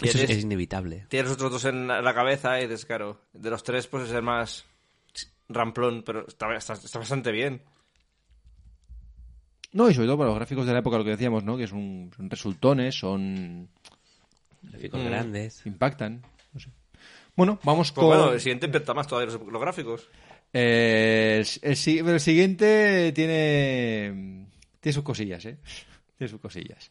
B: Y
C: Eso es,
B: eres-
C: es inevitable.
B: Tienes los otros dos en la la cabeza y dices, claro, de los tres, pues es el más ramplón, pero está, está- está bastante bien. Pues,
A: No, y sobre todo para los gráficos de la época, lo que decíamos, ¿no? Que son, son resultones, son...
C: Gráficos
B: Mm.
C: grandes.
A: impactan. No sé. Bueno, vamos
B: Pues
A: con...
B: bueno, el siguiente impacta más todavía los, los gráficos.
A: Eh, el, si- pero el siguiente tiene... Tiene sus cosillas, ¿eh? Tiene sus cosillas.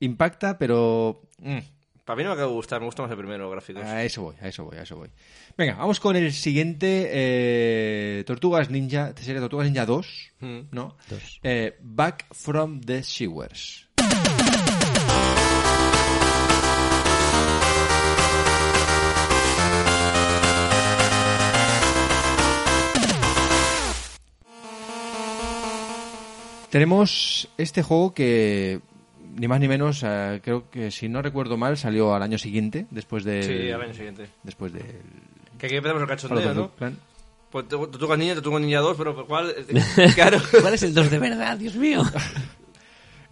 A: Impacta, pero... mm,
B: Para mí no me acaba de gustar, me gusta más el primero, los gráficos.
A: a eso voy, a eso voy, a eso voy. Venga, vamos con el siguiente eh, Tortugas Ninja, sería Tortugas Ninja 2,
B: Mm.
A: ¿no?
C: Dos.
A: Eh, Back from the Sewers. Tenemos este juego que ni más ni menos, eh, creo que si no recuerdo mal, salió al año siguiente, después de
B: Sí, al año siguiente.
A: después del
B: Que aquí empezamos el cachondeo, ¿no?
A: Plan.
B: Pues te- Tortuga Ninja, Tortuga Ninja 2, pero pues, ¿cuál? Claro.
C: ¿Cuál es el 2 de verdad, Dios mío?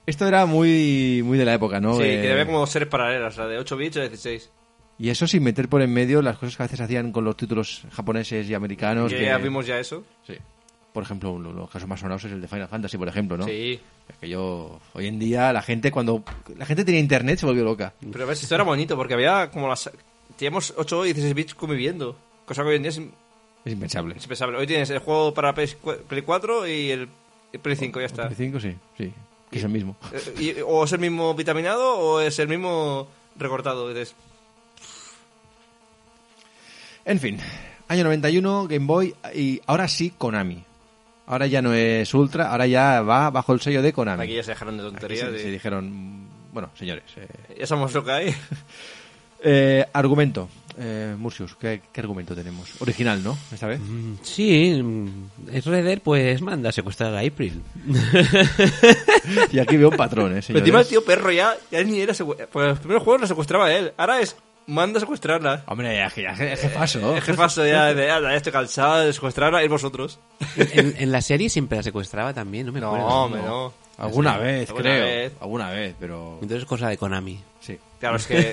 A: Esto era muy muy de la época, ¿no?
B: Sí,
A: Eh,
B: que había como series paralelas, la de 8 bits y la de 16.
A: Y eso sin meter por en medio las cosas que a veces hacían con los títulos japoneses y americanos.
B: Que
A: que-
B: ya vimos ya eso.
A: Sí. Por ejemplo, uno de los casos más sonados es el de Final Fantasy, por ejemplo, ¿no?
B: Sí.
A: Es que yo, hoy en día, la gente cuando... La gente tenía internet se volvió loca.
B: Pero a ver, esto era bonito, porque había como las... Teníamos 8 y 16 bits conviviendo. Cosa que hoy en día es
A: Es impensable.
B: impensable. Hoy tienes el juego para PS cua- Play 4 y el el Play 5, ya está.
A: El 5 sí, sí. Que es el mismo.
B: Eh, y- o es el mismo vitaminado o es el mismo recortado. Y dices,
A: En fin. Año 91, Game Boy y ahora sí Konami. Ahora ya no es Ultra, ahora ya va bajo el sello de Konami.
B: Aquí ya se dejaron de
A: Aquí
B: tonterías.
A: se,
B: y-
A: se dijeron... Bueno, señores... eh,
B: Ya sabemos lo que hay.
A: eh, argumento. Eh, Murcius, ¿qué, ¿qué argumento tenemos? Original, ¿no? Esta vez.
C: Mm, Sí, mm, es Redder, pues manda a secuestrar a April.
A: Y aquí veo un patrón, ¿eh,
B: Pero
A: señores?
B: encima el tío perro ya, ya ni era... secue- Pues los primeros juegos la secuestraba él. Ahora es... Manda a secuestrarla.
A: Hombre, ya, ya, ya, jefazo.
B: El jefazo ya de... "Ah, Ya estoy cansado de secuestrarla. Ir vosotros.
C: En, en la serie siempre la secuestraba también, no me
B: No,
C: acuerdo.
B: hombre, no.
A: Alguna vez,
B: Alguna
A: creo.
B: vez.
A: Alguna vez, pero...
C: Entonces es cosa de Konami.
A: Sí.
B: Claro, es que.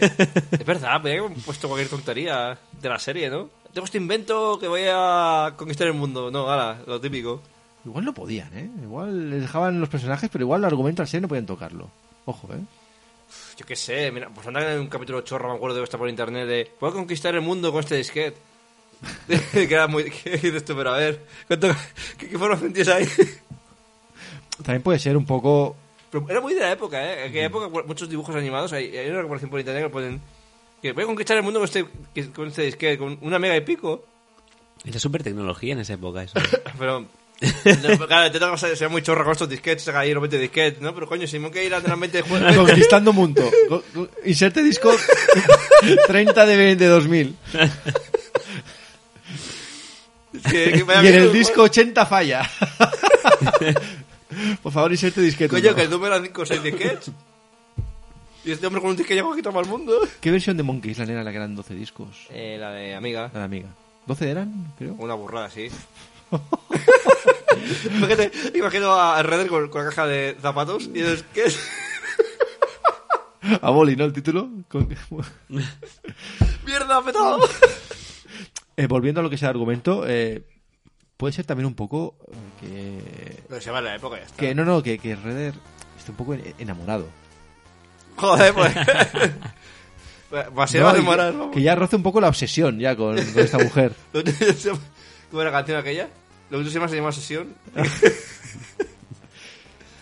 B: es verdad, me han puesto cualquier tontería de la serie, ¿no? Tengo este invento que voy a conquistar el mundo. No, ahora, lo típico.
A: Igual no podían, ¿eh? Igual les dejaban los personajes, pero igual el argumento al ser no podían tocarlo. Ojo, ¿eh?
B: Yo qué sé, mira, pues andan en un capítulo chorro, me acuerdo de estar por internet, de. Voy a conquistar el mundo con este disquete. que era muy. ¿Qué dices tú? Pero a ver, ¿cuánto- ¿qué, qué formación tienes ahí?
A: También puede ser un poco...
B: Pero era muy de la época, ¿eh? En aquella época, bueno, muchos dibujos animados, hay, hay una comparación por internet que ponen. Que voy a conquistar el mundo con este, que- con este disquete, con una mega y pico.
C: Era super tecnología en esa época eso.
B: Pero. no, claro, te tengo que ser muy chorro con estos disquetes, saca ahí 90 disquetes, ¿no? Pero coño, si me que ir a tener 20 juegos.
A: Conquistando mundo. Go- go- Inserte disco 30 de, de 2000.
B: que- que vaya
A: Y en
B: bien,
A: el
B: ¿no?
A: disco 80 falla. Por favor, inserte disquete.
B: Coño, que el número era 5 o 6 disquetes. Y este hombre con un disquete llegó aquí toma el mundo.
A: ¿Qué versión de Monkey Island era la que eran 12 discos?
B: Eh, la de amiga.
A: La de amiga. ¿12 eran? Creo.
B: Una burrada, sí. Imagínate, imagino a Redder con, con la caja de zapatos y dices, ¿qué es?
A: A Boli, ¿no? El título. Con-
B: ¡Mierda, petado!
A: Eh, volviendo a lo que sea el argumento, eh, puede ser también un poco eh, que...
B: Pero se va en la época, ya está.
A: Que no, no, que, que Redder está un poco en- enamorado.
B: Joder, pues. Va a ser va a
A: No, y-
B: demorar, vamos.
A: que ya roce un poco la obsesión ya con, con esta mujer.
B: Lo único que se llama- ¿Cómo era la canción aquella? Lo único que se llama se llama Sesión.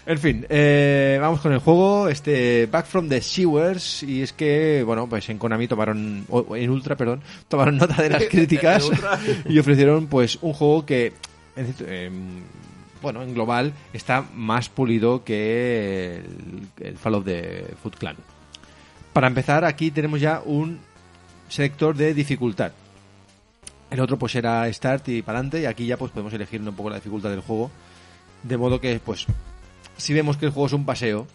A: En fin, eh, vamos con el juego, este Back from the Sewers, y es que, bueno, pues en Konami tomaron, o- o en Ultra, perdón, tomaron nota de las críticas
B: En Ultra.
A: y ofrecieron pues un juego que, en cierto- em, bueno, en global está más pulido que el, el Fallout de Foot Clan. Para empezar, aquí tenemos ya un selector de dificultad. El otro pues era Start y para adelante, y aquí ya pues podemos elegir un poco la dificultad del juego. De modo que, pues, si vemos que el juego es un paseo,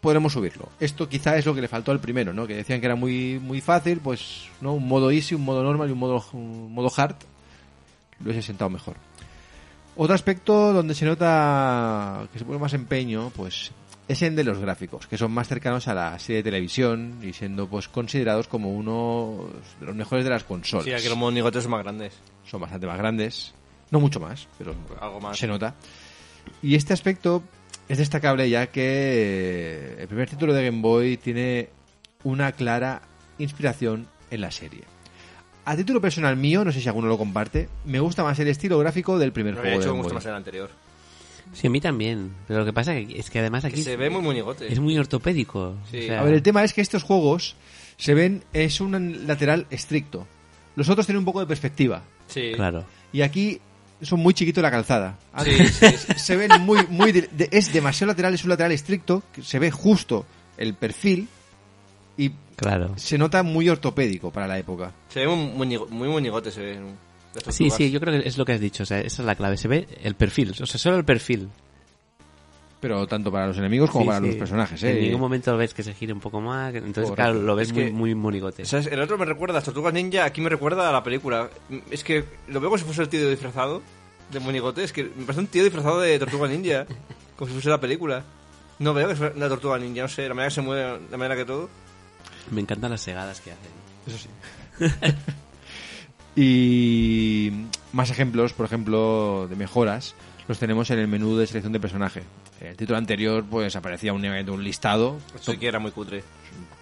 A: podremos subirlo. Esto quizá es lo que le faltó al primero, ¿no? Que decían que era muy, muy fácil, pues, ¿no? Un modo easy, un modo normal y un modo, un modo hard. Lo he sentado mejor. Otro aspecto donde se nota que se pone más empeño, pues, es en de los gráficos, que son más cercanos a la serie de televisión y siendo, pues, considerados como uno de los mejores de las consolas.
B: Sí, aquí los monigotes son más grandes.
A: Son bastante más grandes, no mucho más, pero
B: Algo más.
A: se nota. Y este aspecto es destacable ya que el primer título de Game Boy tiene una clara inspiración en la serie. A título personal mío, no sé si alguno lo comparte, me gusta más el estilo gráfico del primer
B: Lo había
A: juego de
B: hecho
A: Game
B: mucho
A: Boy.
B: más el anterior.
C: Sí, a mí también. Pero lo que pasa que- es que además
B: Que
C: aquí
B: se ve muy monigote.
C: es muy ortopédico.
B: Sí.
C: O sea,
A: A ver, el tema es que estos juegos se ven es un lateral estricto. Los otros tienen un poco de perspectiva
B: Sí.
C: Claro.
A: y aquí son muy chiquitos la calzada.
B: Sí, sí, sí.
A: se ven muy, muy de- de- es demasiado lateral, es un lateral estricto, que se ve justo el perfil y
C: Claro.
A: se nota muy ortopédico para la época.
B: Se ve muy, monigo- muy monigote, se ve. las tortugas.
C: Sí, sí, yo creo que es lo que has dicho. O sea, esa es la clave. Se ve el perfil. O sea, solo el perfil.
A: Pero tanto para los enemigos como
C: Sí,
A: para
C: sí.
A: los personajes,
C: En
A: ¿eh?
C: ningún momento lo ves que se gire un poco más. que- Entonces,
A: Correcto.
C: claro, lo ves
B: Es
C: muy,
B: que-
C: muy monigote.
B: ¿Sabes? El otro me recuerda, las Tortugas Ninja, aquí me recuerda a la película. Es que lo veo como si fuese el tío disfrazado de monigote. Es que me parece un tío disfrazado de Tortuga Ninja. como si fuese la película. No veo que fuera la Tortuga Ninja, no sé, la manera que se mueve, la manera que todo.
C: Me encantan las segadas que hacen.
A: Y más ejemplos, por ejemplo, de mejoras, los tenemos en el menú de selección de personaje. En el título anterior, pues aparecía un, un listado,
B: Esto Pues sí que era muy cutre.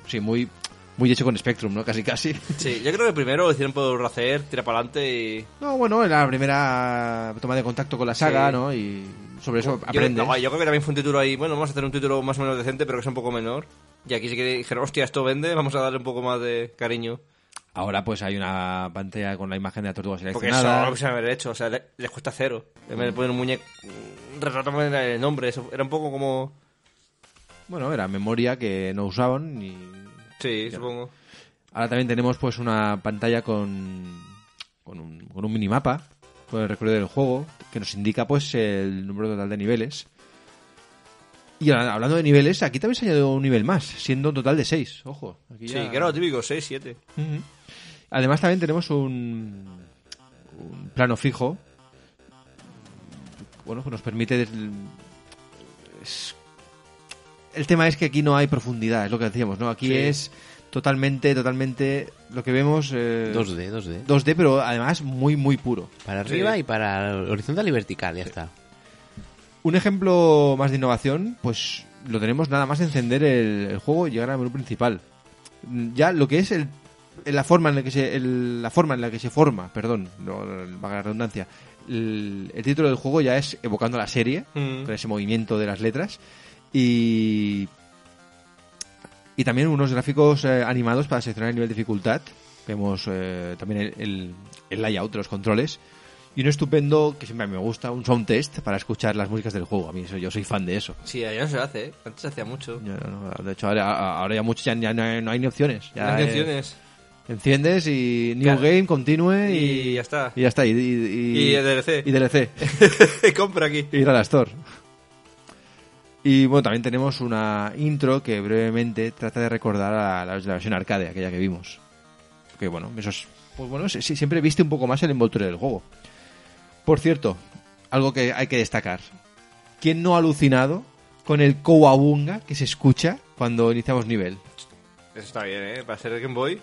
A: sí, muy, muy hecho con Spectrum, ¿no? Casi, casi.
B: Sí, yo creo que primero lo hicieron por hacer, tira para adelante y.
A: No, bueno, era la primera toma de contacto con la saga,
B: Sí.
A: ¿no? Y sobre eso
B: Yo,
A: aprendes.
B: no, yo creo que también fue un título ahí. Bueno, vamos a hacer un título más o menos decente, pero que sea un poco menor. Y aquí sí que dijeron, hostia, esto vende, vamos a darle un poco más de cariño.
A: Ahora pues hay una pantalla con la imagen de la tortuga
B: Porque eso era
A: seleccionada.
B: lo que se me había hecho, o sea, le- les cuesta cero. En vez de poner un muñeco, mm, retratame el nombre, eso era un poco como...
A: Bueno, era memoria que no usaban y
B: Sí, supongo.
A: ahora también tenemos pues una pantalla con con un, con un minimapa con el recorrido del juego que nos indica pues el número total de niveles. Y ahora, hablando de niveles, aquí también se añadió un nivel más, siendo un total de 6, ojo. Aquí
B: Sí,
A: ya-
B: que era lo típico, 6, 7.
A: Ujú. Además también tenemos un, un plano fijo, bueno, que nos permite... des- es- el tema es que aquí no hay profundidad, es lo que decíamos, ¿no? Aquí
B: Sí.
A: es totalmente, totalmente lo que vemos... eh,
C: 2D, 2D.
A: 2D, pero además muy, muy puro.
C: Para
B: Sí.
C: arriba y para horizontal y vertical, ya está.
A: Un ejemplo más de innovación, pues lo tenemos nada más encender el, el juego y llegar al menú principal. Mm, Ya lo que es el, el- la forma en la que se el- la forma en la que se forma, perdón, no, no, valga la redundancia. El, el título del juego ya es evocando a la serie
B: Mm.
A: con ese movimiento de las letras y y también unos gráficos eh, animados para seleccionar el nivel de dificultad. Vemos eh, también el, el- el layout de los controles. Y un estupendo, que siempre a mí me gusta, un sound test para escuchar las músicas del juego. A mí eso, yo soy fan de eso.
B: Sí, allá no se hace, ¿eh? antes se hacía mucho.
A: Yo no- no, de hecho, ahora, ahora ya, mucho, ya, ya no, hay, no hay ni opciones. Ya,
B: Las
A: eh,
B: canciones.
A: enciendes y New
B: Claro.
A: Game, Continue y,
B: Y ya está.
A: Y ya está. Y, y-
B: Y el DLC.
A: Y DLC.
B: Compra aquí.
A: ir a la Store. Y bueno, también tenemos una intro que brevemente trata de recordar a la, la versión arcade, aquella que vimos. Que bueno, eso es- Pues bueno, sí- sí, siempre viste un poco más el envoltorio del juego. Por cierto, algo que hay que destacar. ¿Quién no ha alucinado con el Kowabunga que se escucha cuando iniciamos nivel?
B: Eso está bien, ¿eh? Para ser el Game Boy.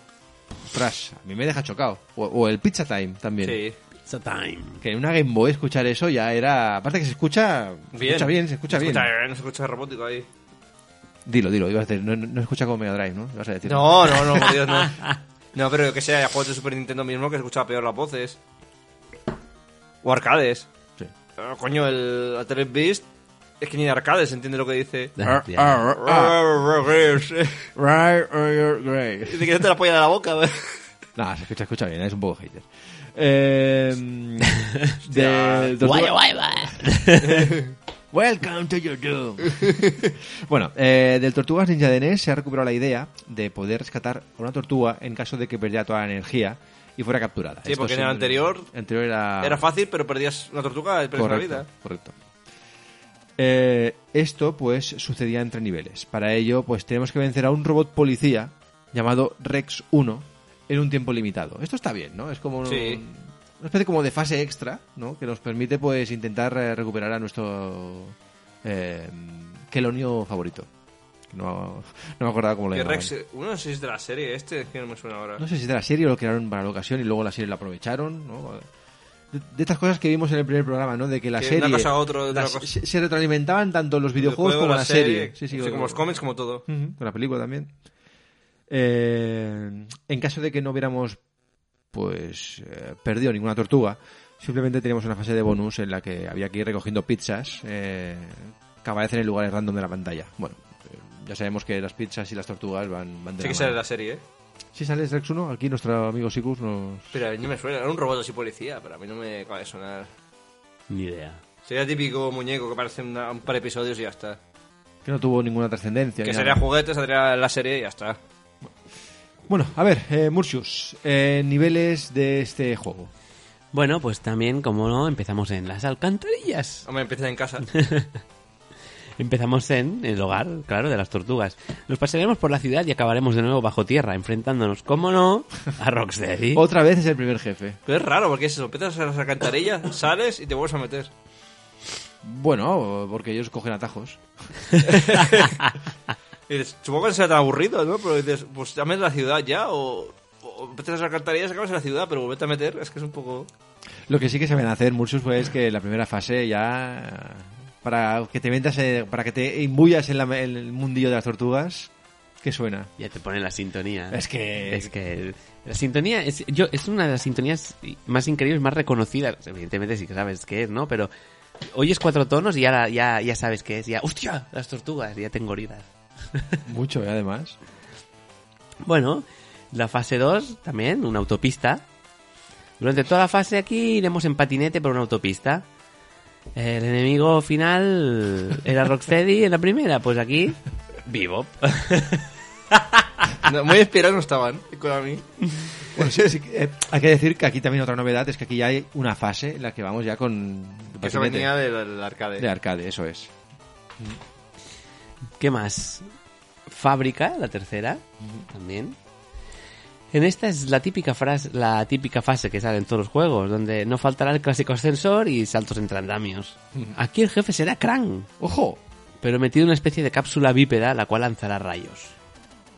A: Tras, a mí me deja chocado. O, o el Pizza Time también.
B: Sí.
C: Pizza time.
A: Que en una Game Boy escuchar eso ya era... Aparte que se escucha... se escucha bien, se escucha bien.
B: No se escucha robótico ahí.
A: Dilo, dilo. Ibas a decir, no, no, no escucha como Mega Drive, ¿no? Ibas a decir,
B: No, no, no, por Dios, no. No, pero yo que sé, hay juegos de Super Nintendo mismo que se escuchaba peor las voces. O arcades.
A: Sí.
B: Ah, coño, el Altered Beast es que ni de arcades entiende lo que dice. Ah.
A: Ar-
C: Ya.
A: ar- ar-
B: Dice
A: right or your grave.
B: que no te la polla a la boca. ¿ver?
A: Nah, se escucha, escucha bien, es un poco hater. Eh,
B: eh.
A: del dos-
C: Guay, guay, guay.
A: Welcome to your doom. bueno, eh, del Tortugas Ninja de NES se ha recuperado la idea de poder rescatar a una tortuga en caso de que perdiera toda la energía y fuera capturada.
B: Sí, porque en el anterior
A: anterior era,
B: Era fácil, pero perdías una tortuga y perdías la
A: Ah. correcto,
B: vida.
A: Correcto. Eh, esto, pues, sucedía entre niveles. Para ello, pues, tenemos que vencer a un robot policía llamado Rex 1 en un tiempo limitado. Esto está bien, ¿no? Es como un-
B: Sí.
A: una especie como de fase extra, ¿no? Que nos permite, pues, intentar eh, recuperar a nuestro eh, quelonio favorito. No, no me acordaba cómo lo
B: Y
A: llamaban.
B: Rex, uno no sé si es de la serie este, es que no me suena ahora.
A: No sé si es de la serie o lo crearon para la ocasión y luego la serie la aprovecharon, ¿no? De, de estas cosas que vimos en el primer programa, ¿no? De que la
B: Que de
A: serie.
B: una cosa a otra, de otra
A: las-
B: cosa.
A: Se, se retroalimentaban tanto los videojuegos
B: Videojuego,
A: como la serie. Sí, sí,
B: o sea, como los cómics, como todo.
A: Ujú, Con la película también. Eh, en caso de que no hubiéramos, pues, eh, perdido ninguna tortuga, simplemente teníamos una fase de bonus en la que había que ir recogiendo pizzas eh, que aparecen en lugares random de la pantalla. Bueno, eh, ya sabemos que las pizzas y las tortugas van, van de
B: Sí
A: la
B: que sale de
A: mano.
B: la serie, ¿eh?
A: Si sales Rex 1, aquí nuestro amigo Sikus nos...
B: Pero a mí no me suena, era un robot así policía, pero a mí no me acaba de sonar.
C: Ni idea.
B: Sería típico muñeco que parece una- un par de episodios y ya está.
A: que no tuvo ninguna trascendencia.
B: Que
A: ni
B: sería
A: nada.
B: juguetes, saldría la serie y ya está.
A: Bueno, a ver, eh, Murcius, eh, niveles de este juego.
C: Bueno, pues también, como no, empezamos en las alcantarillas.
B: Hombre, empieza en casa.
C: Empezamos en el hogar, claro, de las tortugas. Nos pasearemos por la ciudad y acabaremos de nuevo bajo tierra, enfrentándonos, como no, a Rocksteady.
A: Otra vez es el primer jefe.
B: Pero es raro, porque es eso, empiezas a las alcantarillas, sales y te vuelves a meter.
A: Bueno, porque ellos cogen atajos.
B: Y dices, supongo que será tan aburrido, ¿no? Pero dices, pues llame a la ciudad ya, o, o empiezas a las alcantarillas, acabas en la ciudad, pero volvete a meter, es que es un poco...
A: Lo que sí que saben hacer, Murcius, pues es que la primera fase ya... Para que te metas, eh, para que te imbuyas en, la- en el mundillo de las tortugas, ¿qué suena?
C: Ya te ponen la sintonía.
A: Es que-
C: Es que. La sintonía es, yo, es una de las sintonías más increíbles, más reconocidas. Evidentemente sí que sabes qué es, ¿no? Pero oyes cuatro tonos y ya, la- ya, ya sabes qué es. Ya, ¡hostia! Las tortugas, ya tengo heridas.
A: Mucho, eh, además.
C: Bueno, la fase 2 también, una autopista. Durante toda la fase aquí iremos en patinete por una autopista. El enemigo final era Rocksteady en la primera, pues aquí, Bebop.
B: No, muy inspirados no estaban, con a mí.
A: Bueno, sí, sí que, eh, hay que decir que aquí también otra novedad es que aquí ya hay una fase en la que vamos ya con...
B: Que eso
A: patinete.
B: venía del, del arcade.
A: De arcade, eso es.
C: ¿Qué más? Fábrica, la tercera, también. En esta es la típica frase, la típica fase que sale en todos los juegos, donde no faltará el clásico ascensor y saltos entre andamios. Aquí el jefe será Krang,
A: ¡Ojo!
C: pero metido en una especie de cápsula bípeda la cual lanzará rayos.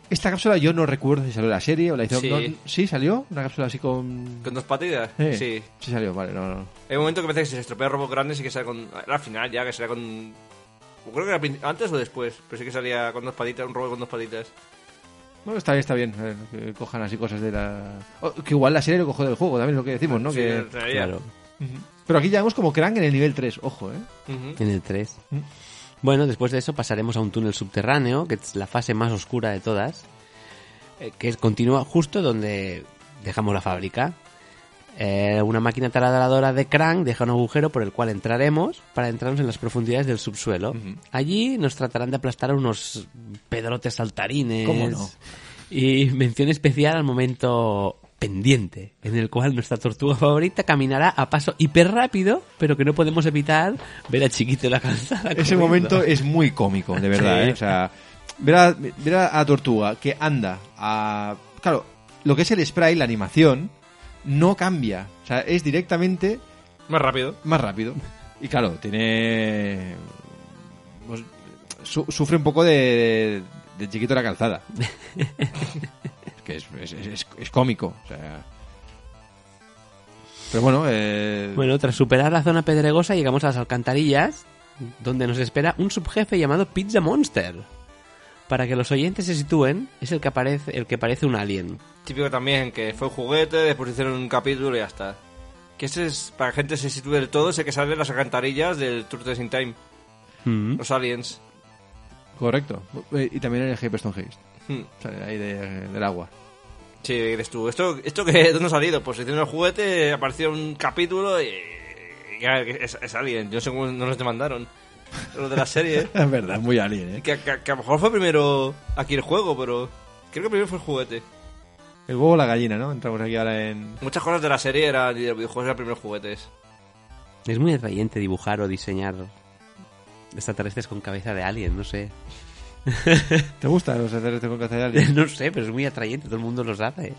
A: Esta cápsula yo no recuerdo si salió en la serie o la hizo.
B: Sí.
A: no- ¿Sí salió? Una cápsula así con.
B: ¿Con dos patitas?
A: Eh,
B: Sí.
A: Sí salió, vale, no, no.
B: Hay un momento que parece que se estropea Robot Grande y que sale con... Era al final ya, que será con... Creo que era prin- antes o después, pero sí que salía con dos patitas, un robot con dos patitas.
A: Bueno, está bien, está bien. a ver, que cojan así cosas de la. o que igual la serie lo cogió del juego, también es lo que decimos, ¿no?
B: Sí,
A: que...
B: traía.
C: Claro.
A: Pero aquí ya vemos como Krang en el nivel 3, ojo, ¿eh?
B: Ujú.
C: En el 3.
A: Mm.
C: Bueno, después de eso pasaremos a un túnel subterráneo, que es la fase más oscura de todas, eh, que es- continúa justo donde dejamos la fábrica. Eh, una máquina taladradora de Krang deja un agujero por el cual entraremos para entrarnos en las profundidades del subsuelo. Allí nos tratarán de aplastar a unos pedrotes saltarines.
A: ¿Cómo no?
C: Y mención especial al momento pendiente, en el cual nuestra tortuga favorita caminará a paso hiper rápido, pero que no podemos evitar ver a Chiquito en la calzada.
A: Ese
C: corriendo.
A: momento es muy cómico, de verdad,
C: Sí.
A: ¿eh? O sea, ver a, ver a la Tortuga que anda a... Claro, lo que es el spray, la animación, no cambia. O sea, es directamente
B: Más rápido.
A: más rápido. Y claro, tiene. pues, su- sufre un poco de, de chiquito la calzada. Es que es, es- es- es cómico. o sea. Pero bueno, eh,
C: Bueno, tras superar la zona pedregosa llegamos a las alcantarillas, donde nos espera un subjefe llamado Pizza Monster. para que los oyentes se sitúen, es el que aparece, el que parece un alien.
B: Típico también, que fue un juguete, después hicieron un capítulo y ya está. Que ese es, para gente se sitúe del todo, es el que sale de las alcantarillas del Turtles in Time.
A: Hmm.
C: Mm.
B: Los aliens.
A: Correcto. Eh, Y también en el Hyperstone Haste.
B: Hmm.
A: Sale ahí de- del agua.
B: Sí, dices tú, ¿esto, esto que de dónde ha salido? Pues hicieron el juguete, apareció un capítulo y... y ya, que es, es alien, yo no sé cómo no los demandaron. Los de la serie.
A: Es verdad, muy alien, ¿eh?
B: que, que- que a lo mejor fue primero aquí el juego, pero... Creo que primero fue el juguete.
A: El huevo o la gallina, ¿no? Entramos aquí ahora en...
B: Muchas cosas de la serie eran, y de los videojuegos eran primeros juguetes.
C: Es muy atrayente dibujar o diseñar extraterrestres con cabeza de alien, no sé.
A: ¿Te gustan los extraterrestres con caza de alien?
C: No sé, pero es muy atrayente, todo el mundo los hace.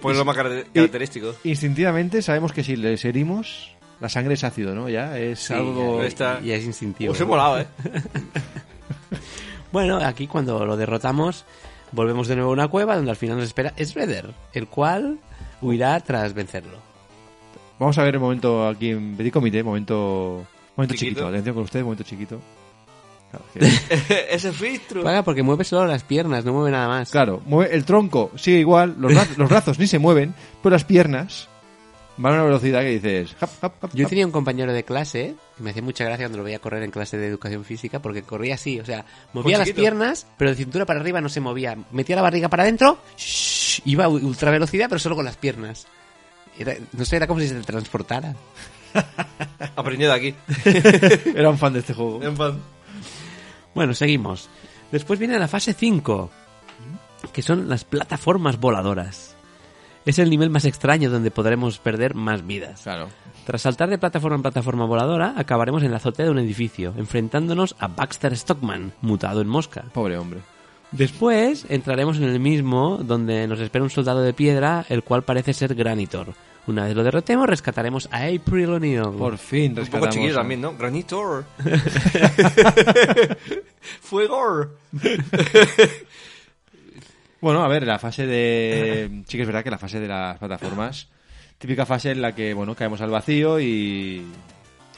B: Pues lo más caracter- característico.
A: Instintivamente sabemos que si les herimos, la sangre es ácido, ¿no? Ya es
C: Sí,
A: algo...
C: ya,
B: Está-
C: ya es instintivo.
B: Os he molado, ¿eh?
C: Bueno, aquí cuando lo derrotamos, volvemos de nuevo a una cueva donde al final nos espera Shredder, el cual huirá tras vencerlo.
A: Vamos a ver el momento aquí en Petit Comité, momento... Momento chiquito.
B: Chiquito.
A: Atención con ustedes, momento chiquito. Claro, que-
B: Ese filtro.
C: Paga porque mueve solo las piernas, no mueve nada más.
A: claro, mueve el tronco sigue igual, los, bra- los brazos ni se mueven, pero las piernas van a una velocidad que dices... "Jap, jap, jap,
C: Yo
A: jap".
C: tenía un compañero de clase que me hacía mucha gracia cuando lo veía correr en clase de educación física porque corría así, o sea, movía las
B: chiquito.
C: piernas, pero de cintura para arriba no se movía. Metía la barriga para adentro, shhh, iba a ultra velocidad, pero solo con las piernas. Era- no sé, era como si se transportara.
B: Aprendió de aquí.
A: Era un fan de este juego.
B: En plan,
C: Bueno, seguimos. Después viene la fase 5, que son las plataformas voladoras. Es el nivel más extraño donde podremos perder más vidas.
A: Claro.
C: Tras saltar de plataforma en plataforma voladora, acabaremos en la azotea de un edificio, enfrentándonos a Baxter Stockman, mutado en mosca.
A: Pobre hombre.
C: Después entraremos en el mismo, donde nos espera un soldado de piedra, el cual parece ser Granitor. Una vez lo derrotemos, rescataremos a April O'Neil.
A: Por fin
B: un poco
A: rescatamos...
B: chiquillo también, ¿no? Granitor. Fuego.
A: Bueno, a ver, la fase de... Sí que es verdad que la fase de las plataformas... Típica fase en la que, bueno, caemos al vacío y...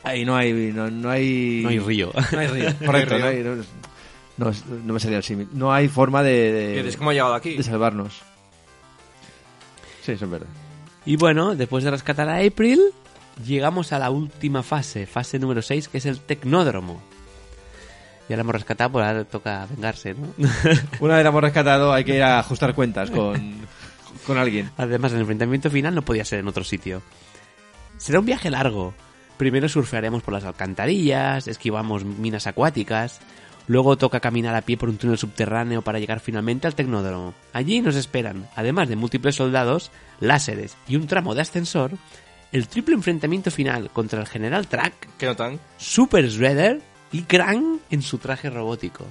A: Ahí no hay... No, no hay...
C: No hay río.
A: No hay río. Correcto,
B: No
A: no,
B: hay
A: hay- no- no es- no me salía el símil. No hay forma de...
B: Y
A: de,
B: dices, ¿Cómo ha llegado aquí?
A: de salvarnos. Sí, eso es verdad.
C: Y bueno, después de rescatar a April, llegamos a la última fase, fase número 6, que es el tecnódromo. Ya la hemos rescatado, pues ahora toca vengarse, ¿no?
A: Una vez la hemos rescatado, hay que ir a ajustar cuentas con, con alguien.
C: Además, el enfrentamiento final no podía ser en otro sitio. Será un viaje largo. Primero surfearemos por las alcantarillas, esquivamos minas acuáticas, luego toca caminar a pie por un túnel subterráneo para llegar finalmente al tecnódromo. Allí nos esperan, además de múltiples soldados, láseres y un tramo de ascensor, el triple enfrentamiento final contra el general Track,
B: Que no tan.
C: Super Shredder y Krang en su traje robótico.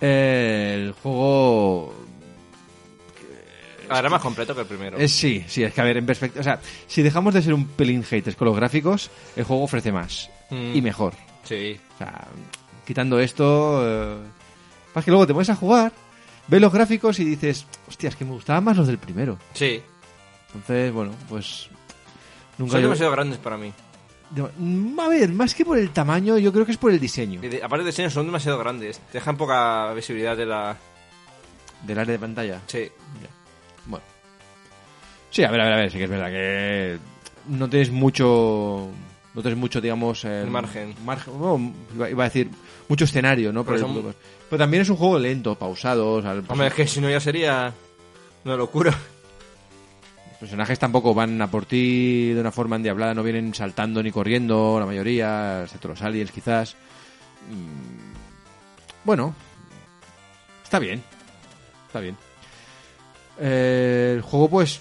A: Eh, el juego...
B: Ahora Ah, era más completo que el primero.
A: Es, sí, sí, es que a ver, en perspectiva... O sea, si dejamos de ser un pelín haters con los gráficos, el juego ofrece más
B: Mm.
A: y mejor.
B: Sí.
A: O sea, quitando esto. eh, Más que luego te pones a jugar, ves los gráficos y dices, hostia, es que me gustaban más los del primero.
B: Sí.
A: Entonces, bueno, pues. Nunca
B: Son
A: yo-
B: demasiado grandes para mí.
A: Mm, A ver, más que por el tamaño, yo creo que es por el diseño
B: Y de- aparte de diseño, son demasiado grandes. Te dejan poca visibilidad de la.
A: del área de pantalla.
B: Sí.
A: Bueno. Sí, a ver, a ver, a ver, sí que es verdad que no tienes mucho, no tienes mucho, digamos, eh,
B: Margen.
A: margen- bueno, iba, iba a decir mucho escenario, ¿no?
B: Pero
A: Pero,
B: son-
A: pero también es un juego lento, pausado, o sea, el-
B: Hombre, es que si no ya sería. Una locura.
A: Los personajes tampoco van a por ti de una forma endiablada, no vienen saltando ni corriendo, la mayoría, excepto los aliens quizás. Mm, Bueno, está bien, está bien. Eh, el juego, pues,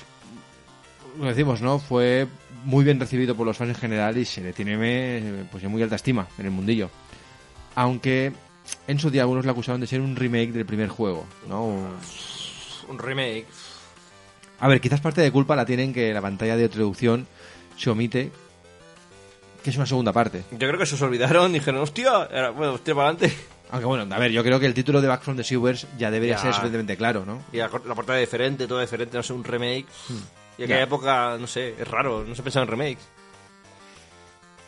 A: lo decimos, ¿no? Fue muy bien recibido por los fans en general y se le tiene eh, pues, en muy alta estima en el mundillo. Aunque en su día algunos le acusaron de ser un remake del primer juego, ¿no? Un-
B: Un remake.
A: a ver, quizás parte de culpa la tienen que la pantalla de traducción se omite, que es una segunda parte.
B: Yo creo que se os olvidaron. Dijeron, hostia. Era- bueno, hostia, para adelante.
A: Aunque bueno, a ver, yo creo que el título de Back from the Sewers ya debería
B: Ya.
A: ser suficientemente claro, ¿no?
B: Y la, cor- la portada diferente, todo diferente, no sé, un remake. Y aquella
A: Ya.
B: época, no sé, es raro, no se pensaba en remakes.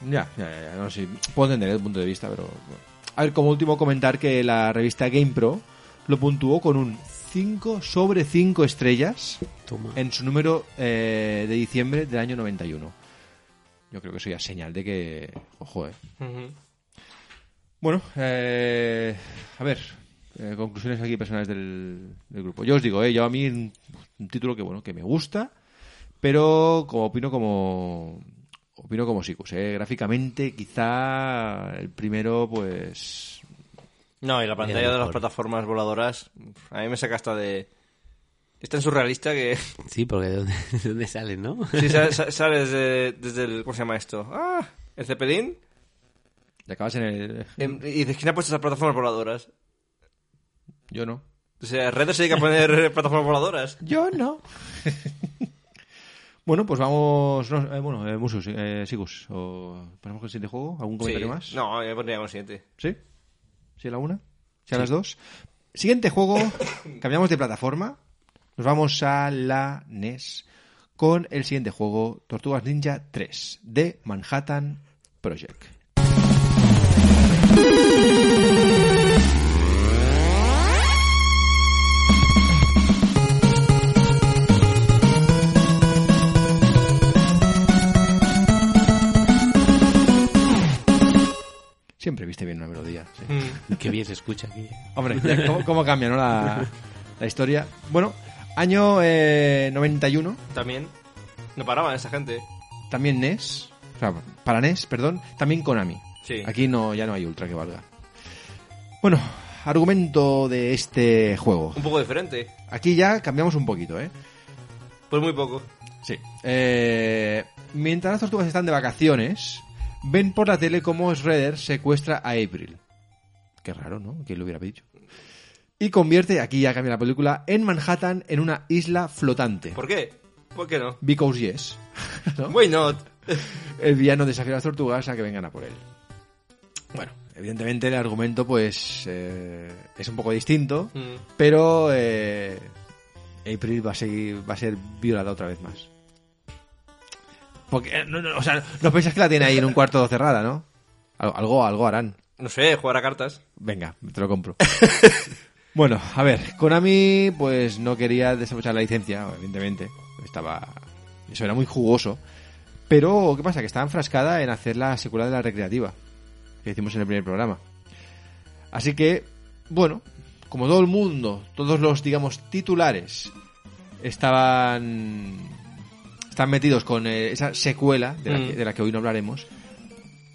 A: Ya, ya, ya, ya, no sé, puedo entender el punto de vista, pero bueno. A ver, como último comentar que la revista GamePro lo puntuó con un 5 sobre 5 estrellas
C: Toma.
A: en su número eh, de diciembre del año 91. Yo creo que eso ya es señal de que... Ojo, eh. Bueno, eh, a ver, eh, conclusiones aquí personales del, del grupo. Yo os digo, eh, yo a mí un, un título que bueno, que me gusta, pero como opino como opino como Sikus, eh. gráficamente quizá el primero pues
B: No, y la pantalla
C: Era
B: de las
C: mejor.
B: plataformas voladoras, uf, a mí me saca hasta de... Es tan surrealista que...
C: Sí, porque de dónde, de dónde sale, ¿no?
B: Sí, sa- sa- sales de- desde el... ¿Cómo se llama esto? Ah, el cepelín.
A: te acabas en el
B: em, Y dices, ¿quién ha puesto esas plataformas voladoras?
A: yo no.
B: O sea, Red se dedica a poner plataformas voladoras.
A: Yo no. bueno, pues vamos no, eh, bueno, eh, Musus, eh, Sigus, o pasamos con el siguiente juego, algún comentario
B: Sí.
A: más?
B: No, yo pondría con 7.
A: ¿Sí? ¿Sí a la una? ¿Sí a las dos? Siguiente juego, cambiamos de plataforma. Nos vamos a la NES con el siguiente juego, Tortugas Ninja 3, de Manhattan Project. Siempre viste bien una melodía. sí.
B: Mm,
C: Qué bien se escucha aquí.
A: Hombre, ya, ¿cómo, cómo cambia ¿no? la, la historia? Bueno, año eh, 91,
B: También. No paraban esa gente.
A: también NES, o sea, para NES, perdón, también Konami.
B: Sí.
A: Aquí no, ya no hay ultra que valga. Bueno, argumento de este juego.
B: Un poco diferente.
A: Aquí ya cambiamos un poquito, ¿eh?
B: Pues muy poco.
A: Sí. Eh, mientras las tortugas están de vacaciones, ven por la tele cómo Shredder secuestra a April. Qué raro, ¿no? ¿Quién lo hubiera dicho? Y convierte, aquí ya cambia la película, en Manhattan en una isla flotante.
B: ¿Por qué? ¿Por qué no?
A: Because yes. ¿No?
B: Why not?
A: El villano desafía a las tortugas a que vengan a por él. Bueno, evidentemente el argumento pues eh, es un poco distinto,
B: Mm.
A: pero eh, April va a seguir, va a ser violada otra vez más. Porque, eh, no, no, o sea, no pensás que la tiene ahí en un cuarto cerrada, ¿no? Al- Algo, algo harán.
B: No sé, jugar a cartas.
A: Venga, te lo compro. bueno, a ver, Konami pues no quería desaprovechar la licencia, evidentemente. Estaba... Eso era muy jugoso. Pero, ¿qué pasa? Que estaba enfrascada en hacer la secuela de la recreativa, que hicimos en el primer programa. Así que, bueno, como todo el mundo, todos los, digamos, titulares estaban, están metidos con eh, esa secuela de la,
B: Mm.
A: que, de la que hoy no hablaremos,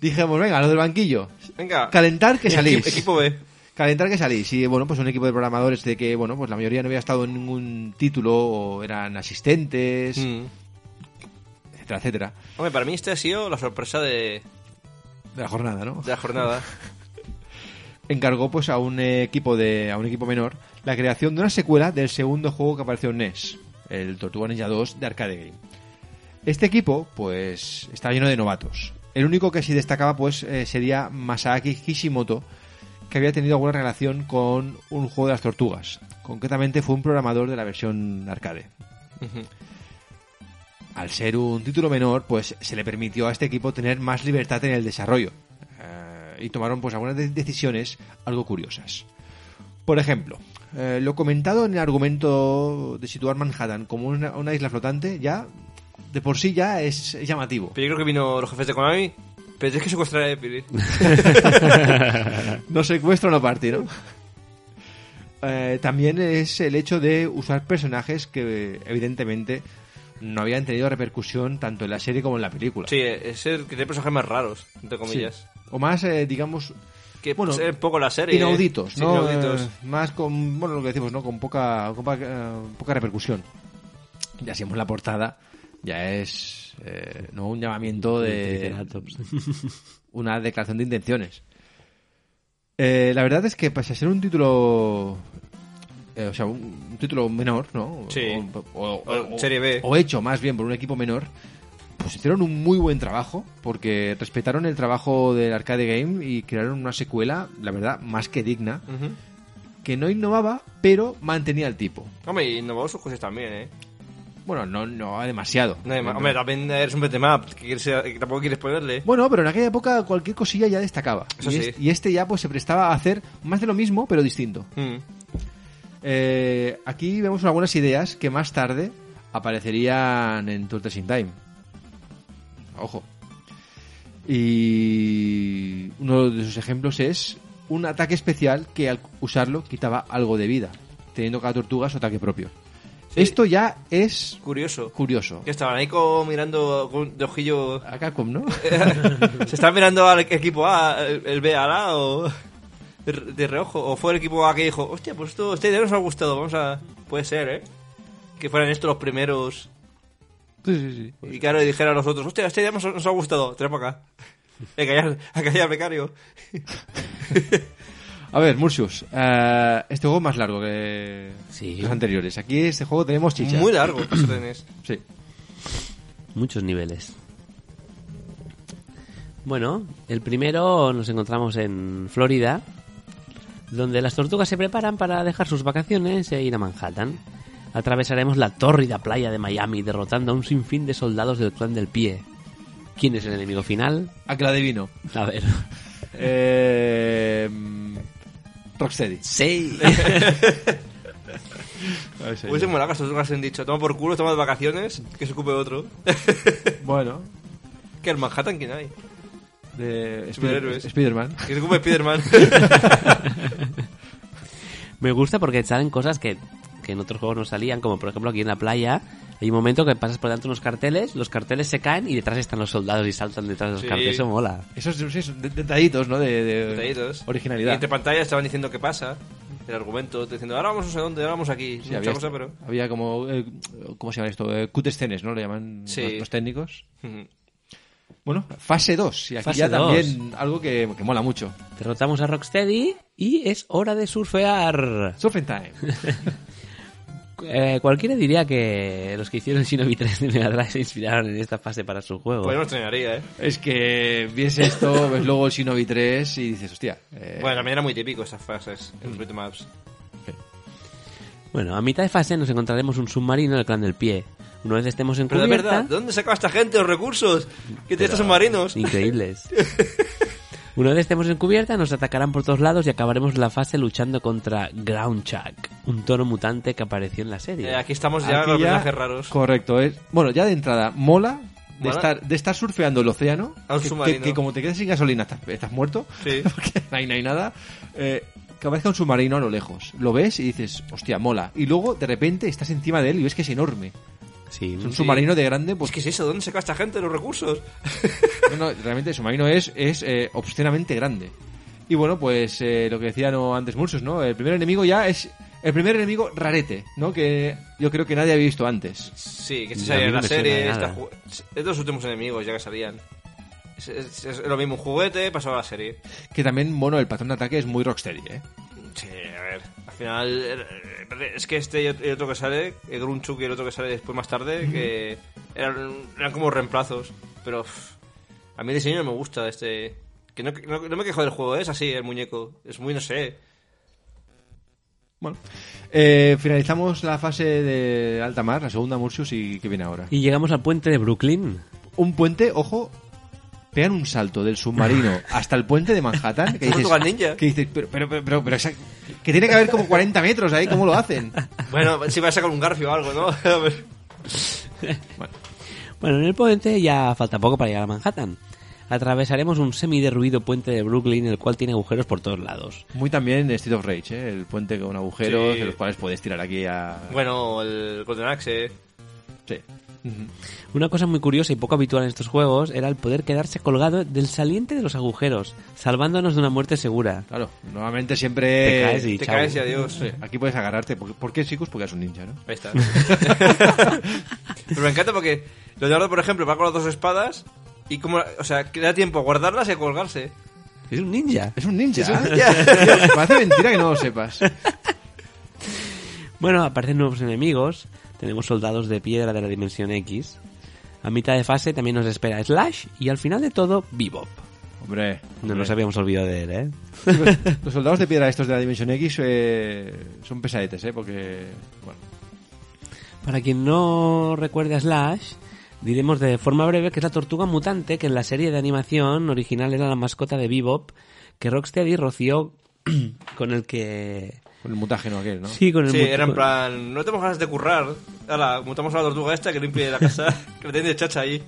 A: dijimos, venga, lo del banquillo,
B: Venga.
A: calentar que salís.
B: Equipo, equipo B.
A: Calentar que salís. Y bueno, pues un equipo de programadores de que, bueno, pues la mayoría no había estado en ningún título o eran asistentes,
B: Mm.
A: etcétera, etcétera.
B: Hombre, para mí este ha sido la sorpresa de,
A: De la jornada, ¿no?
B: de la jornada.
A: Encargó pues a un eh, equipo de a un equipo menor la creación de una secuela del segundo juego que apareció en NES, el Tortuga Ninja 2 de Arcade Game. Este equipo, pues, está lleno de novatos. El único que sí destacaba, pues, eh, sería Masaaki Kishimoto, que había tenido alguna relación con un juego de las tortugas. Concretamente fue un programador de la versión arcade.
B: Ujú.
A: Al ser un título menor, pues se le permitió a este equipo tener más libertad en el desarrollo. eh, y tomaron pues algunas de- decisiones algo curiosas. Por ejemplo, eh, lo comentado en el argumento de situar Manhattan como una, una isla flotante, ya de por sí ya es, es llamativo.
B: Pero yo creo que vino los jefes de Konami. Pero es que secuestrar a Epili.
A: No secuestro no party, ¿no? Eh, también es el hecho de usar personajes que evidentemente no habían tenido repercusión tanto en la serie como en la película.
B: Sí, es el que tiene personajes más raros, entre comillas.
A: O más, eh, digamos,
B: Que
A: Bueno,
B: bueno, es un poco la serie. ¿eh?
A: inauditos,
B: Sí,
A: ¿no?
B: inauditos.
A: Eh, más con, bueno, lo que decimos, ¿no? Con poca, con poca, eh, poca repercusión. Ya hacemos la portada, ya es, eh, ¿no? Un llamamiento de
C: Triceratops.
A: una declaración de intenciones. Eh, la verdad es que pese a ser un título, eh, o sea, un, un título menor, ¿no?
B: Sí.
A: O, o-
B: O
A: o-
B: Serie B.
A: o hecho más bien por un equipo menor, pues hicieron un muy buen trabajo porque respetaron el trabajo del arcade game y crearon una secuela, la verdad, más que digna,
B: Ujú.
A: que no innovaba, pero mantenía el tipo.
B: Hombre, y innovó sus cosas también, ¿eh?
A: Bueno, no, no demasiado.
B: No hay más. Hombre, también eres un betemap, que, quieres- que tampoco quieres ponerle.
A: Bueno, pero en aquella época cualquier cosilla ya destacaba.
B: Eso
A: y,
B: sí.
A: es- y este ya pues se prestaba a hacer más de lo mismo, pero distinto.
B: Mm.
A: Eh, aquí vemos algunas ideas que más tarde aparecerían en Turtles in Time. Ojo. Y uno de sus ejemplos es un ataque especial que al usarlo quitaba algo de vida, teniendo cada tortuga su ataque propio.
B: Sí.
A: Esto ya es
B: Curioso.
A: curioso.
B: Que estaban ahí como mirando con- de ojillo.
A: A Capcom, ¿no?
B: ¿Se están mirando al equipo A, el el B ala o de, de reojo? ¿O fue el equipo A que dijo, hostia, pues esto, esta idea nos ha gustado, vamos a... Puede ser, ¿eh? Que fueran estos los primeros.
A: Sí, sí, sí.
B: Y claro, le dijeron a los otros, hostia, esta idea nos, nos ha gustado, trae para acá. Eh, A callar, a callar, becario.
A: A ver, Mursius, eh, este juego es más largo que
C: Sí.
A: los anteriores. Aquí este juego tenemos chicha.
B: Muy largo, eso tenés.
A: Sí.
C: Muchos niveles. Bueno, el primero nos encontramos en Florida, donde las tortugas se preparan para dejar sus vacaciones e ir a Manhattan. Atravesaremos la tórrida playa de Miami derrotando a un sinfín de soldados del clan del pie. ¿Quién es el enemigo final?
A: A que la adivino.
C: A ver.
A: Eh, mm, Rocksteady.
C: Sí.
B: Hubiese molado que estos se han dicho, toma por culo, toma de vacaciones, que se ocupe otro.
A: Bueno,
B: que el Manhattan, ¿quién hay?
A: de
B: Superhéroes.
A: Spider- Spider-Man.
B: Que se ocupe Spiderman.
C: Me gusta porque salen cosas que, que en otros juegos no salían, como por ejemplo aquí en la playa. Hay un momento que pasas por delante de unos carteles, los carteles se caen y detrás están los soldados y saltan detrás de los
B: Sí.
C: carteles. Eso mola.
A: Esos, esos de- detallitos, ¿no? De, de
B: Detallitos. Y
A: originalidad.
B: entre pantallas estaban diciendo qué pasa, el argumento, diciendo, ahora vamos no sé dónde, ahora vamos aquí.
A: Sí,
B: Mucha
A: había,
B: cosa, pero...
A: había como... eh, ¿Cómo se llama esto? Eh, cut escenes, ¿no? Le llaman
B: Sí.
A: los, los técnicos.
B: Ujú.
A: Bueno, fase 2. Y aquí
C: Fase
A: ya
C: dos.
A: también algo que, que mola mucho.
C: Derrotamos a Rocksteady y es hora de surfear.
A: Surfing Time.
C: Eh, cualquiera diría que los que hicieron Shinobi 3 de Mega Drive se inspiraron en esta fase para su juego.
B: Pues yo me extrañaría, ¿eh?
A: es que ves esto, ves luego el Shinobi 3 y dices, hostia. eh,
B: Bueno, también era muy típico estas frases en los beatmaps.
C: Bueno, a mitad de fase nos encontraremos un submarino del clan del pie. Una vez estemos en
B: Pero de
C: cubierta-
B: verdad, ¿de dónde sacaba esta gente los recursos? Que tiene
C: Pero-
B: estos submarinos. Eh,
C: Increíbles. Una vez estemos en cubierta, nos atacarán por todos lados y acabaremos la fase luchando contra Ground Chuck, un tono mutante que apareció en la serie.
B: Eh, aquí estamos ya
A: Aquí
B: con los
A: ya-
B: personajes raros.
A: Correcto, es. Bueno, ya de entrada, mola de
B: Mola.
A: estar, de estar surfeando el océano.
B: A un
A: que,
B: submarino.
A: que- que como te quedas sin gasolina, estás, estás muerto.
B: Sí.
A: Porque no hay, no hay nada. Eh, que aparezca un submarino a lo lejos. Lo ves y dices, hostia, mola. Y luego, de repente, estás encima de él y ves que es enorme.
C: Sí.
A: Es un submarino de grande, pues
B: Pues que es eso, ¿de dónde sacaba esta gente los recursos?
A: no, no, realmente el submarino es, es eh, obscenamente grande. Y bueno, pues eh, lo que decía no, antes Mursus, ¿no? El primer enemigo ya es. El primer enemigo rarete, ¿no? Que yo creo que nadie había visto antes.
B: Sí, que
C: A
B: se
C: mí
B: salía en
C: no
B: la
C: me suena de
B: serie.
C: nada.
B: esta ju- Es los últimos enemigos ya que salían. Es, es- es lo mismo, un juguete pasaba a la serie.
A: Que también, bueno, el patrón de ataque es muy rocksteady, ¿eh?
B: Sí, a ver. Al final, eh, es que este y ot- y otro que sale, el Grunchuk y el otro que sale después más tarde, que eran, eran como reemplazos. Pero uff, a mí el diseño no me gusta de este. Que no, no- no me quejo del juego, es así el muñeco. Es muy, no sé.
A: Bueno, eh, finalizamos la fase de alta mar, la segunda Mursius y que viene ahora.
C: Y llegamos al puente de Brooklyn.
A: Un puente, ojo, pegan un salto del submarino hasta el puente de Manhattan. Que dices,
B: Tortuga Ninja.
A: que dices, pero, pero, pero, pero, pero esa- que tiene que haber como 40 metros ahí, ¿cómo lo hacen?
B: Bueno, si va a sacar un garfio o algo, ¿no? A ver.
C: Bueno, en el puente ya falta poco para llegar a Manhattan. Atravesaremos un semiderruido puente de Brooklyn, el cual tiene agujeros por todos lados.
A: Muy también Street of Rage, ¿eh? el puente con agujeros
B: Sí.
A: de los cuales puedes tirar aquí a...
B: Bueno, el Golden Axe.
A: Sí. Ujú.
C: Una cosa muy curiosa y poco habitual en estos juegos era el poder quedarse colgado del saliente de los agujeros, salvándonos de una muerte segura.
A: Claro, nuevamente
C: Te
A: siempre...
C: caes y
B: te
C: chao.
B: caes y adiós.
A: Sí, Aquí puedes agarrarte. ¿Por, por qué, chicos? Porque eres un ninja, ¿no?
B: Ahí está. Pero me encanta porque Leonardo, por ejemplo, va con las dos espadas y como, o sea, que le da tiempo a guardarlas y a colgarse.
C: Es un ninja.
A: Es un ninja. Parece mentira que no lo sepas.
C: Bueno, aparecen nuevos enemigos. Tenemos soldados de piedra de la dimensión X. A mitad de fase también nos espera Slash y al final de todo Bebop.
A: Hombre,
C: No nos habíamos olvidado de él, ¿eh?
A: los, los soldados de piedra estos de la Dimensión X eh, son pesadetes, ¿eh? Porque, bueno,
C: para quien no recuerde a Slash, diremos de forma breve que es la tortuga mutante que en la serie de animación original era la mascota de Bebop, que Rocksteady roció con el que...
A: Con el mutágeno aquel, ¿no?
C: Sí, con el
B: Sí,
C: mut-
B: era en
C: con-
B: plan, no tenemos ganas de currar. Ahora, mutamos a la tortuga esta que limpie la casa, que le den de chacha ahí.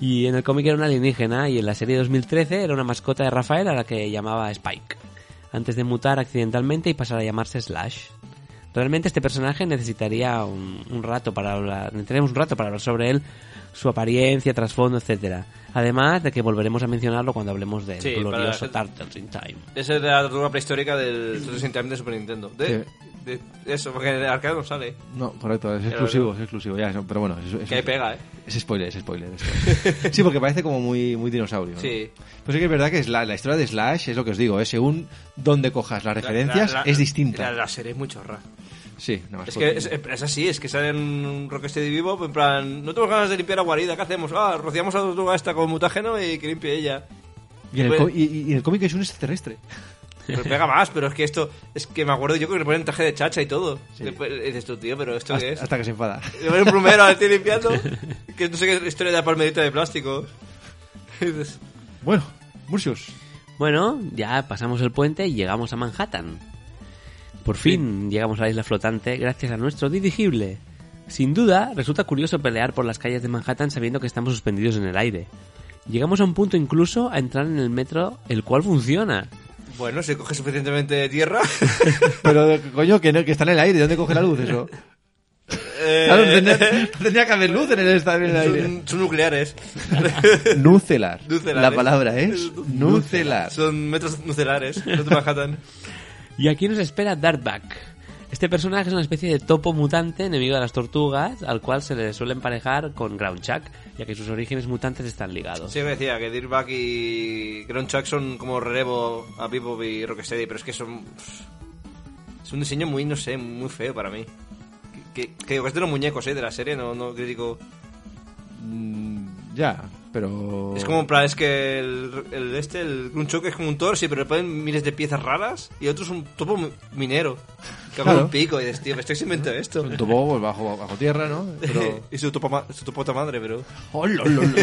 C: Y en el cómic era un alienígena y en la serie 2013 era una mascota de Rafael a la que llamaba Spike, antes de mutar accidentalmente y pasar a llamarse Slash. Realmente este personaje necesitaría un, un rato para hablar, necesitaremos un rato para hablar sobre él, su apariencia, trasfondo, etcétera. Además de que volveremos a mencionarlo cuando hablemos del
B: Sí, para la
C: glorioso
B: gente-
C: Turtles in Time.
B: Esa es de la tortuga prehistórica del Turtles in Time de Super Nintendo.
A: Sí.
B: De, de- eso, porque de arcade no sale.
A: No, correcto, es exclusivo, es exclusivo, ya, eso, pero bueno, es, es-
B: Que ahí pega, ¿eh?
A: Es spoiler, es spoiler. es spoiler. sí, porque parece como muy, muy dinosaurio. ¿no?
B: Sí.
A: Pues sí que es verdad que es la, la historia de Slash es lo que os digo, ¿eh? según dónde cojas las referencias
B: La- la-
A: es distinta.
B: La, la serie es muy chorra.
A: sí, nada más.
B: Es
A: porque-
B: que es, es así, es que salen un Rocksteady vivo, en plan, no tenemos ganas de limpiar la guarida, ¿qué hacemos? Ah, rociamos a la tortuga esta con mutágeno y que limpie ella.
A: y, en el
B: pues-
A: co- y- y- y el cómic es un extraterrestre.
B: Pero pega más, pero es que esto, es que me acuerdo yo que le ponen traje de chacha y todo.
A: Sí.
B: Después, dices tú, tío, pero ¿esto
A: Hasta,
B: qué es?
A: hasta que se enfada.
B: Le ponen un plumero al tío limpiando, que no sé qué historia de la palmerita de plástico. Y dices,
A: Bueno, Murcius.
C: Bueno, ya pasamos el puente y llegamos a Manhattan. Por fin llegamos a la isla flotante gracias a nuestro dirigible. Sin duda, resulta curioso pelear por las calles de Manhattan sabiendo que estamos suspendidos en el aire. Llegamos a un punto incluso a entrar en el metro, el cual funciona.
B: bueno, si coge suficientemente tierra.
A: Pero coño, que, no- que está en el aire, ¿de dónde coge la luz eso?
B: eh,
A: Claro, tendría, tendría que haber luz en el, está en el aire.
B: son, son nucleares.
A: Nucelar.
B: Nucelares.
A: La palabra es nucelar.
B: Son metros nucelares, no te Manhattan.
C: Y aquí nos espera Darkback. Este personaje es una especie de topo mutante, enemigo de las tortugas, al cual se le suele emparejar con Groundchuck, ya que sus orígenes mutantes están ligados.
B: Sí, me decía que Dirkback y Gronchak son como relevo a Bebop y Rocksteady, pero es que son. Es un diseño muy, no sé, muy feo para mí. Que, que- que digo, es de los muñecos, ¿eh? De la serie, no, no critico.
A: Mm, Ya, pero...
B: Es como en plan, es que el, el este, el Grunchak es como un toro, sí, pero le ponen miles de piezas raras y otro es un topo mi- minero. Que hago
A: Claro.
B: un pico y dices, tío, ¿esto que se inventó esto?
A: Un topo pues, bajo, bajo tierra, ¿no? Pero...
B: y su, topo ma- su topota madre, pero.
A: Oh, lo, lo, lo.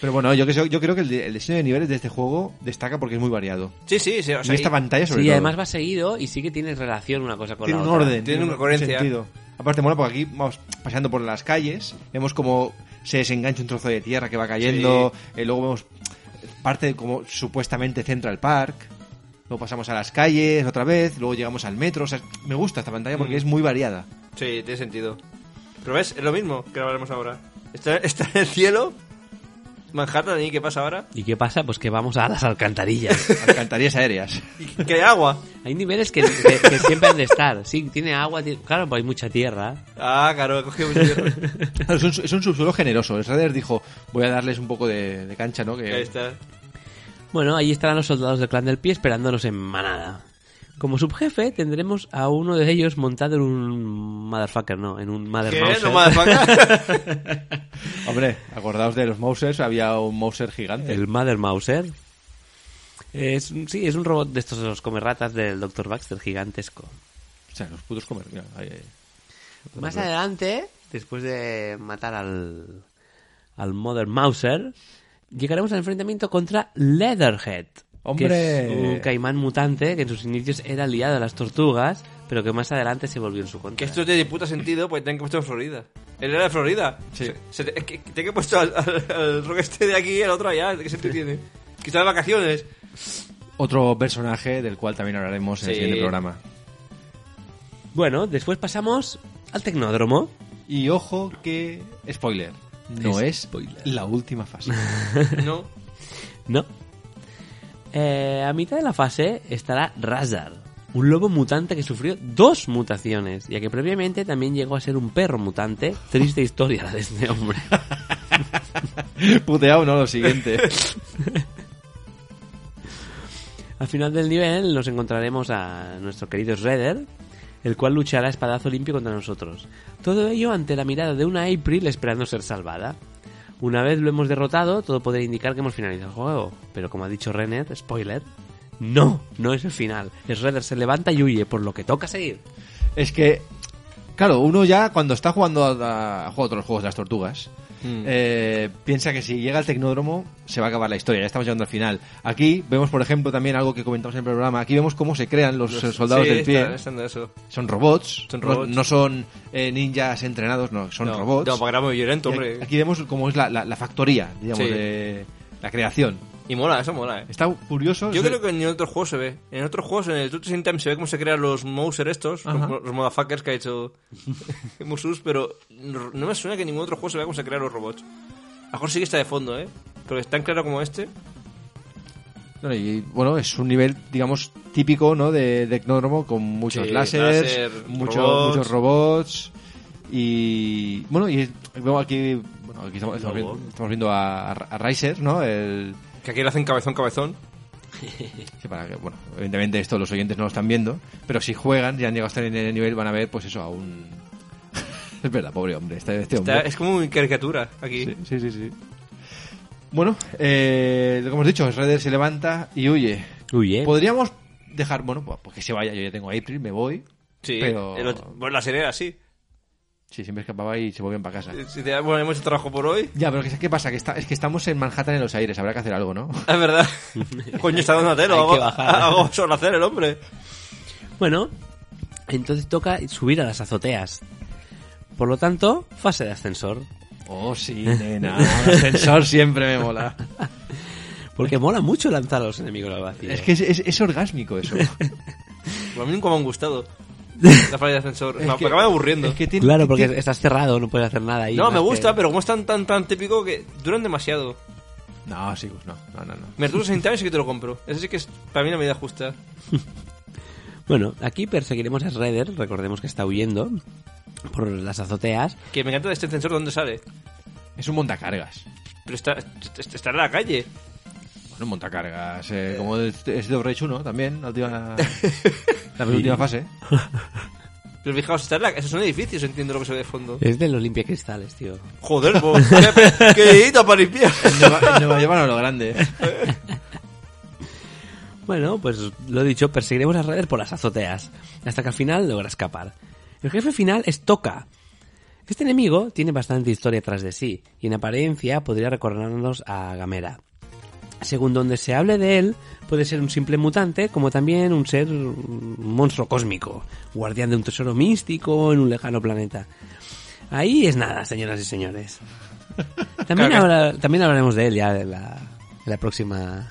A: Pero bueno, yo, que sé- yo creo que el, de- el diseño de niveles de este juego destaca porque es muy variado.
B: Sí, sí, sí. O sea,
A: y esta
B: y-
A: pantalla sobre
C: Sí,
A: todo.
C: además va seguido y sí que tiene relación una cosa con
A: tiene
C: la
A: un
C: otra.
A: orden,
B: tiene una
A: un
B: coherencia.
A: sentido. Aparte mola porque aquí vamos paseando por las calles, vemos como se desengancha un trozo de tierra que va cayendo, eh, luego vemos parte de como supuestamente Central Park, luego pasamos a las calles otra vez, luego llegamos al metro, o sea, me gusta esta pantalla
B: Mm.
A: porque es muy variada.
B: Sí, tiene sentido. Pero ves, es lo mismo que hablaremos ahora. Está, está en el cielo, Manhattan, ¿y qué pasa ahora?
C: ¿Y qué pasa? Pues que vamos a las alcantarillas.
A: Alcantarillas aéreas.
B: Y Que hay agua.
C: Hay niveles que, que- que siempre han de estar. Sí, tiene agua, tiene- claro, pues hay mucha tierra.
B: Ah, claro, he cogido un hierro.
A: Claro, es, un, su- es un subsuelo generoso. El Shredder dijo, voy a darles un poco de, de cancha, ¿no?
B: Ahí
A: Que
B: está.
C: Bueno, ahí estarán los soldados del clan del pie esperándonos en manada. Como subjefe tendremos a uno de ellos montado en un motherfucker, no, en un mother
B: ¿Qué?
C: mouser.
B: ¿No motherfucker?
A: Hombre, acordaos de los Mousers, había un Mouser gigante.
C: El mother mouser. Es, un- sí, es un robot de estos los comerratas del Dr. Baxter gigantesco.
A: O sea, los putos comer. mira, ahí, ahí.
C: Más adelante, después de matar al, al Mother Mouser, llegaremos al enfrentamiento contra Leatherhead. Que
A: ¡Hombre!
C: es un caimán mutante que en sus inicios era aliado a las tortugas, pero que más adelante se volvió en su
B: que
C: contra.
B: esto tiene puta sentido porque te han puesto en Florida. Él era de Florida.
A: Sí.
B: Se- se te, es que, que te han puesto al, al, al rock este de aquí y al otro allá. ¿Qué sentido tiene? Que está de vacaciones.
A: Otro personaje del cual también hablaremos en el
B: Sí.
A: siguiente programa.
C: Bueno, después pasamos al tecnódromo.
A: Y ojo que... Spoiler. No es la última fase.
B: ¿No?
C: No. Eh, a mitad de la fase estará Razar, un lobo mutante que sufrió dos mutaciones, ya que previamente también llegó a ser un perro mutante. Triste historia la de este hombre.
A: Puteado, ¿no? Lo siguiente.
C: Al final del nivel nos encontraremos a nuestro querido Shredder, el cual luchará a espadazo limpio contra nosotros. Todo ello ante la mirada de una April esperando ser salvada. Una vez lo hemos derrotado, todo podría indicar que hemos finalizado el juego. Pero como ha dicho Renner, spoiler, no, no es el final. Shredder se levanta y huye, por lo que toca seguir.
A: es que... Claro, uno ya cuando está jugando a, a- juega otros juegos de las tortugas, eh, piensa que si llega al tecnódromo se va a acabar la historia, ya estamos llegando al final. Aquí vemos, por ejemplo, también algo que comentamos en el programa, aquí vemos cómo se crean los, eh, soldados
B: Sí,
A: del pie.
B: están- están de eso.
A: Son robots,
B: Son
A: no-
B: robots.
A: No, son eh, ninjas entrenados, no, son
B: No,
A: robots.
B: No, porque era muy violento,
A: Y
B: hombre.
A: aquí, aquí vemos cómo es la, la- la factoría, digamos,
B: Sí.
A: de la creación.
B: Y mola, eso mola, eh.
A: Está curioso.
B: Yo
A: se-
B: creo que en otros juegos se ve. En otros juegos, en el Tutus in Time, se ve cómo se crean los Mouser estos,
A: Ajá.
B: los, los motherfuckers que ha hecho Musus, pero no no me suena que en ningún otro juego se vea cómo se crean los robots. A lo mejor sí que está de fondo, ¿eh? Pero es tan claro como este.
A: Bueno, y bueno, es un nivel, digamos, típico, ¿no? De de Tecnódromo con muchos
B: Sí,
A: láseres,
B: láser,
A: muchos,
B: robots.
A: muchos robots. Y bueno, y es- luego aquí, bueno, aquí estamos, estamos viendo, estamos viendo a, a Riser, ¿no? El,
B: Que aquí le hacen cabezón, cabezón.
A: que para que, bueno, evidentemente esto los oyentes no lo están viendo, pero si juegan, ya han llegado hasta el nivel, van a ver, pues eso, a un. es verdad, pobre hombre, este, este
B: Está-
A: hombre.
B: es como una caricatura aquí.
A: Sí, sí, sí. sí. Bueno, eh, como hemos dicho, Shredder se levanta y huye.
C: Uy, eh.
A: Podríamos dejar, bueno, pues pues que se vaya, yo ya tengo a April, me voy.
B: Sí,
A: Pero-
B: el otro- bueno, la serie era así.
A: Sí, siempre escapaba y se volvían para casa.
B: Si te- Bueno, hemos hecho trabajo por hoy.
A: Ya, pero que- ¿qué pasa? Que está, es que estamos en Manhattan en los aires, habrá que hacer algo, ¿no?
B: Es verdad. Coño, está dando tela.
C: Hay que
B: Hago,
C: bajar.
B: hago solo hacer el hombre.
C: Bueno, entonces toca subir a las azoteas. Por lo tanto, fase de ascensor.
A: Oh, sí, nena. El ascensor siempre me mola.
C: Porque mola mucho lanzar a los enemigos al vacío.
A: Es que es, es- es orgásmico eso. Es
B: A mí nunca me han gustado. La falla de ascensor. me
A: que-
B: acaba aburriendo.
A: es que tiene-
C: Claro, porque
A: tiene-
C: estás cerrado, no puedes hacer nada ahí.
B: No,
C: más
B: me
C: que-
B: gusta, pero como es tan, tan, tan típico que duran demasiado.
A: No, sí, pues no, no, no. no.
B: Mertus en Time sí que te lo compro. Eso sí que es para mí la medida justa.
C: Bueno, aquí perseguiremos a Shredder, recordemos que está huyendo por las azoteas.
B: Que me encanta de este ascensor dónde sale.
A: Es un montacargas.
B: Pero está, est- está en la calle.
A: Bueno, un montacargas. eh, como es es de Rage 1 también, la última, la penúltima fase.
B: Pero fijaos, está en la Esos son edificios, entiendo lo que se ve de fondo.
C: Es del Olimpia Cristales, tío.
B: Joder, vos. qué- qué dedito para limpiar.
A: En Nueva, en Nueva York van a lo grande.
C: Bueno, pues lo dicho, perseguiremos a Shredder por las azoteas, hasta que al final logra escapar. El jefe final es Toca. Este enemigo tiene bastante historia tras de sí, y en apariencia podría recordarnos a Gamera. Según donde se hable de él, puede ser un simple mutante, como también un ser un monstruo cósmico, guardián de un tesoro místico en un lejano planeta. Ahí es nada, señoras y señores. También,
B: Claro que-
C: habla- también hablaremos de él ya en la, en la próxima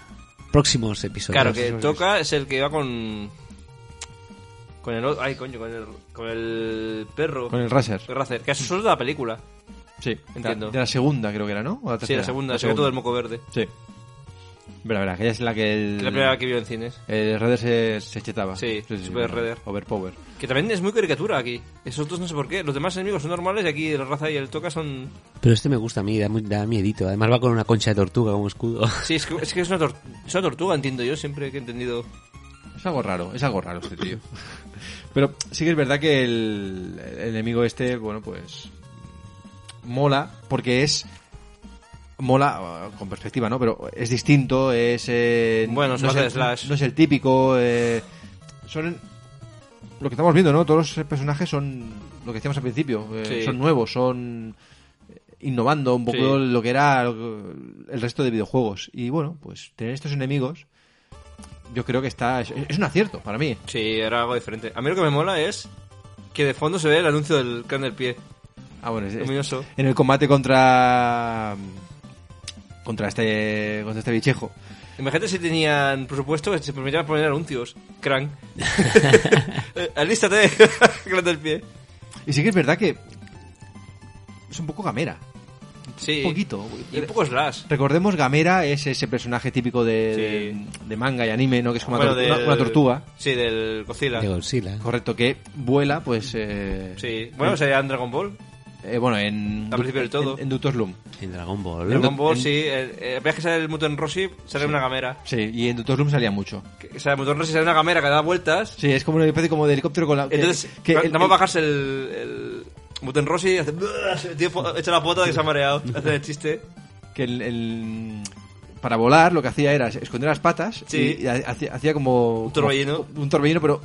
C: próximos episodios.
B: Claro, que toca es el que va con. Con el. o- Ay, coño, con el, con el perro.
A: Con el Razer.
B: el Razer. Que es solo de la película.
A: Sí,
B: Entiendo.
A: De la segunda creo que era, ¿no? ¿O
B: Sí, la
A: tercera?
B: segunda, sobre todo el moco verde.
A: Sí. Verá, verá, que ella es la que el.
B: Que es la primera que vio en cines.
A: El Redder se, se chetaba.
B: Sí, Super Redder.
A: Overpower.
B: Que también es muy caricatura aquí. Esos dos no sé por qué. Los demás enemigos son normales y aquí el raza y el toca son.
C: Pero este me gusta a mí, da, mu- da miedito. Además va con una concha de tortuga como escudo.
B: Sí, es que es, que es una, tor- es una tortuga, entiendo yo, siempre que he entendido.
A: Es algo raro, es algo raro este tío. Pero sí que es verdad que el, el enemigo este, bueno, pues. Mola, porque es. Mola, eh, con perspectiva, ¿no? Pero es distinto, es. eh,
B: Bueno, se
A: no es,
B: hace
A: el,
B: slash.
A: no es el típico. eh, son. Lo que estamos viendo, ¿no? Todos los personajes son. Lo que decíamos al principio. eh,
B: Sí.
A: Son nuevos, son. eh, Innovando un poco
B: Sí.
A: lo que era lo que- el resto de videojuegos. Y bueno, pues tener estos enemigos yo creo que está. Es, es un acierto para mí.
B: Sí, era algo diferente. A mí lo que me mola es que de fondo se ve el anuncio del can del pie.
A: Ah, bueno, es- es-
B: Luminoso.
A: en el combate contra. contra este. contra este bichejo.
B: Imagínate si tenían presupuesto que se permitieran poner anuncios. Crank. Eh, Alístate, Crank del pie.
A: Y sí que es verdad que. es un poco gamera.
B: Sí.
A: Un poquito.
B: Y un poco slash.
A: Recordemos, Gamera es ese personaje típico de,
B: Sí.
A: de- de manga y anime, ¿no? Que es como
B: Bueno,
A: una, tor-
B: del-
A: una- una tortuga,
B: Sí, del Godzilla.
C: De Godzilla.
A: correcto, que vuela, pues. eh,
B: Sí. Bueno, sería en Dragon Ball.
A: eh, bueno, en.
B: Al principio del todo.
A: En, en Doctor Slump.
C: En Dragon Ball.
B: Dragon Ball,
A: en-
B: sí. El, eh, ves que sale el Mutant Roshi, sale una gamera.
A: Sí, y en Doctor Slump salía mucho.
B: Que- O sea, el Mutant Roshi sale una gamera que da vueltas.
A: Sí, es como una especie como de helicóptero con la. que-
B: Entonces,
A: que
B: nada
A: el-
B: más bajarse el, el Mutant Roshi, hace, el tío po- echa la pota que se ha mareado. Hace el chiste.
A: que el, el- para volar lo que hacía era esconder las patas
B: Sí.
A: y, y hacía, hacía como
B: Un torbellino.
A: como un torbellino pero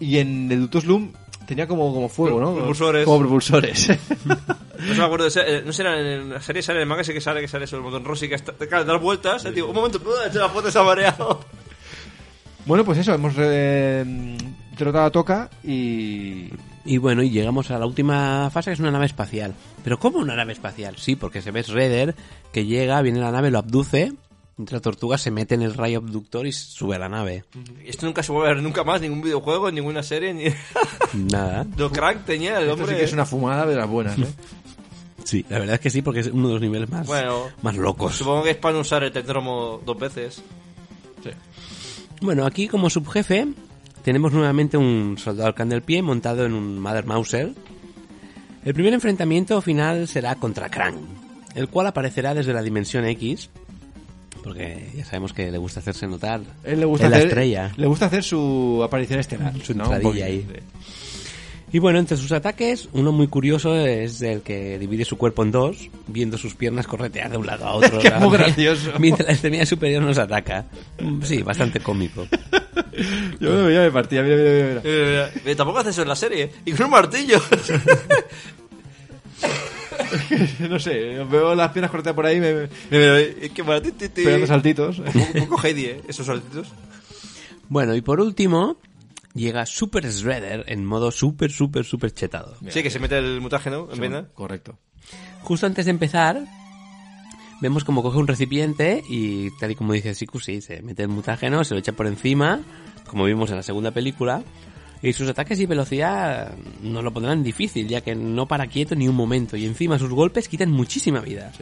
A: y en el Dutus Loom Tenía como, como fuego, ¿no?
B: Propulsores.
A: Como propulsores.
B: No se me acuerdo, de ese- eh, no será en la serie, sale en el manga ese que sale, que sale sobre el botón Rossi, que hasta, claro, dar vueltas, el tío, un momento, ¡ah! la foto se ha mareado.
A: bueno, pues eso, hemos eh, derrotado a Toca y...
C: Y bueno, y llegamos a la última fase, que es una nave espacial. ¿Pero cómo una nave espacial? Sí, porque se ve Shredder que llega, viene la nave, lo abduce, entra la tortuga, se mete en el rayo abductor y sube a la nave.
B: Esto nunca se vuelve a ver nunca más, ningún videojuego, ninguna serie, ni... Mm.
C: Nada.
B: Lo crank tenía el
A: Esto sí
B: hombre.
A: que es una fumada de las buenas, ¿eh?
C: Sí, la verdad es que sí, porque es uno de los niveles más,
B: Bueno.
C: más locos.
B: Supongo que es para no usar el tecdromo dos veces.
C: Bueno, aquí como subjefe tenemos nuevamente un soldado al del pie montado en un Mother Mauser. El primer enfrentamiento final será contra Krang, el cual aparecerá desde la dimensión X, porque ya sabemos que le gusta hacerse notar.
A: Él le gusta
C: Es la
A: hacer,
C: estrella.
A: Le gusta hacer su aparición estelar.
C: Su
A: ¿no?
C: entradilla
A: Un poquito,
C: ahí.
A: sí.
C: Y bueno, entre sus ataques, uno muy curioso es el que divide su cuerpo en dos, viendo sus piernas corretear de un lado a otro.
A: Que es muy gracioso.
C: Mientras la extremidad superior nos ataca. Sí, bastante cómico.
A: Yo me veía de partida, mira, mira, mira, mira.
B: Eh, eh, tampoco hace eso en la serie. Y con un martillo. Eh,
A: No sé, veo las piernas cortadas por ahí, me, me,
B: Es que para ti, eh, ti, ti.
A: pegando saltitos.
B: Un poco- un poco Heidi, ¿eh? Esos saltitos.
C: Bueno, y por último, llega Super Shredder en modo super, super, super chetado.
B: Sí, que se mete el mutágeno en vena.
A: Correcto.
C: Justo antes de empezar, vemos como coge un recipiente y tal y como dice Siku, sí, se mete el mutágeno, se lo echa por encima, como vimos en la segunda película. Y sus ataques y velocidad nos lo pondrán difícil, ya que no para quieto ni un momento. Y encima sus golpes quitan muchísima vida.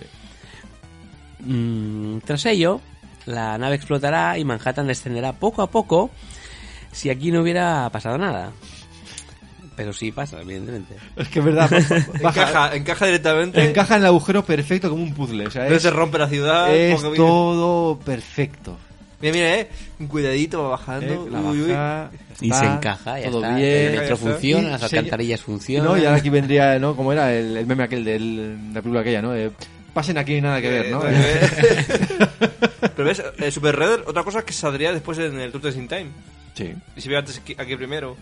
C: Mm, tras ello, la nave explotará y Manhattan descenderá poco a poco si aquí no hubiera pasado nada. Pero sí pasa, evidentemente.
A: Es que es verdad. Baja,
B: Encaja, encaja directamente.
A: encaja en el agujero perfecto como un puzzle. O sea,
B: No
A: es,
B: se rompe la ciudad.
A: es
B: porque-
A: todo perfecto.
B: Mira, mira, eh. Un cuidadito va bajando.
A: Eh, la
B: uy, uy.
A: baja,
C: Y
A: está,
C: se encaja, ya
A: todo
C: está.
A: bien.
C: el metro
B: ya está.
C: funciona,
A: Y
C: las
A: se-
C: alcantarillas funcionan.
A: No, y ahora aquí vendría, ¿no? Como era el, el meme aquel de la película aquella, ¿no? Eh, pasen aquí y nada que ver, ¿no?
B: Eh, Pero ves, el Super Redder, otra cosa que saldría después en el Tour de Sin Time.
A: Sí.
B: Y se ve antes aquí, aquí primero.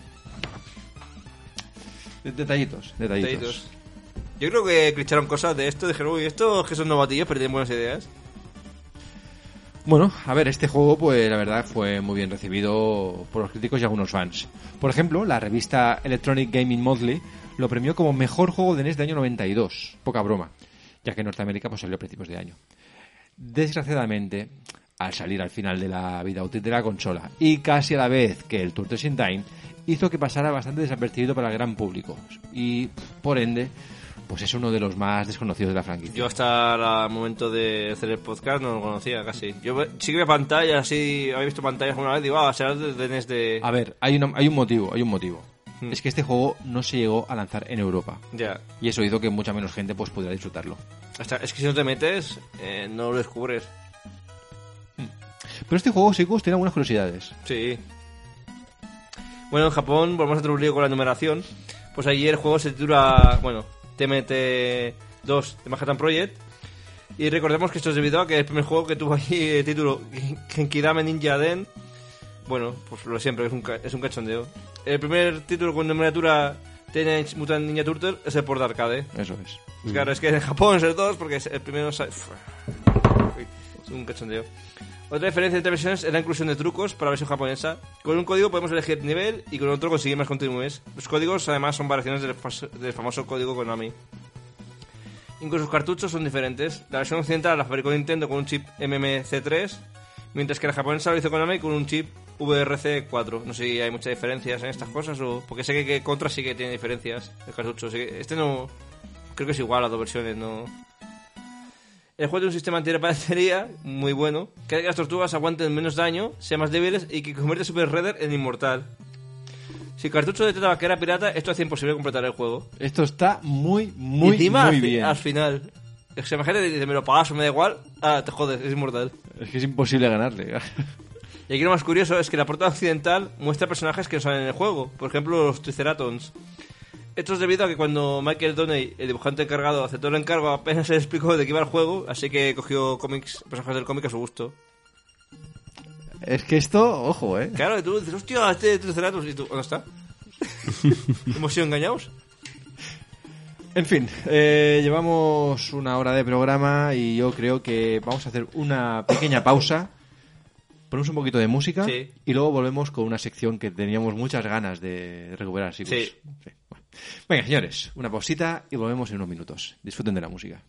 A: De- Detallitos, detallitos.
B: Detallitos. Yo creo que clicharon cosas de esto. Dijeron, uy, estos que son novatillos, pero tienen buenas ideas.
A: Bueno, a ver, este juego, pues la verdad fue muy bien recibido por los críticos y algunos fans. Por ejemplo, la revista Electronic Gaming Monthly lo premió como mejor juego de NES de año 92. Poca broma, ya que en Norteamérica pues, salió a principios de año. Desgraciadamente, al salir al final de la vida útil de la consola y casi a la vez que el Tour in Time, hizo que pasara bastante desapercibido para el gran público. Y, por ende, pues es uno de los más desconocidos de la franquicia.
B: Yo hasta la- el momento de hacer el podcast no lo conocía casi. Yo ve- sí que veo pantallas, sí, había visto pantallas alguna vez, digo, ah, será de, de NES de...
A: A ver, hay, una- hay un motivo, hay un motivo.
B: Hmm.
A: Es que este juego no se llegó a lanzar en Europa.
B: Ya.
A: Y eso hizo que mucha menos gente pues pudiera disfrutarlo.
B: Hasta, es que si no te metes, eh, no lo descubres.
A: Pero este juego, Sikus, tiene algunas curiosidades.
B: Sí. Bueno, en Japón, volvemos a tener un lío con la numeración. Pues allí el juego se titula, bueno, TMT2 de Manhattan Project. Y recordemos que esto es debido a que el primer juego que tuvo allí el título Genkidame Ninja Den. Bueno, pues lo siempre, es un, ca- es un cachondeo. El primer título con numeratura Teenage Mutant Ninja Turtle es el por de arcade.
A: Eso es.
B: Pues Claro, es que en Japón es el 2 porque es el primero sa- Uf. Uy, Es un cachondeo. Otra diferencia entre versiones es la inclusión de trucos para la versión japonesa. Con un código podemos elegir nivel y con otro conseguir más continues. Los códigos además son variaciones del, fas- del famoso código Konami. Incluso sus cartuchos son diferentes. La versión occidental la fabricó Nintendo con un chip MMC3, mientras que la japonesa lo hizo Konami con un chip VRC4. No sé si hay muchas diferencias en estas cosas o... Porque sé que, que Contra sí que tiene diferencias el cartucho. así que este no... Creo que es igual las dos versiones, no... El juego tiene un sistema antirepatería muy bueno, que hace que las tortugas aguanten menos daño, sean más débiles y que convierte a Super Redder en inmortal. Si el cartucho de Teta Vaquera pirata, esto hace imposible completar el juego.
A: Esto está muy,
B: Y
A: muy,
B: encima,
A: muy
B: al, fi-
A: bien.
B: al final. Es que imagínate, dice, me lo pagas o me da igual. Ah, te jodes, es inmortal.
A: Es que es imposible ganarle.
B: Y aquí lo más curioso es que la portada occidental muestra personajes que no salen en el juego. Por ejemplo, los Triceratons. Esto es debido a que cuando Michael Doney, el dibujante encargado, aceptó el encargo, apenas se le explicó de qué iba el juego, así que cogió cómics, personajes del cómic a su gusto.
A: es que esto, ojo, ¿eh?
B: Claro, y tú dices, hostia, este Triceratops, y tú, ¿dónde está? ¿Hemos sido engañados?
A: En fin, eh, llevamos una hora de programa y yo creo que vamos a hacer una pequeña pausa. Ponemos un poquito de música
B: Sí.
A: y luego volvemos con una sección que teníamos muchas ganas de recuperar. así pues,
B: Sí.
A: sí, bueno. Venga, señores, una pausita y volvemos en unos minutos. Disfruten de la música.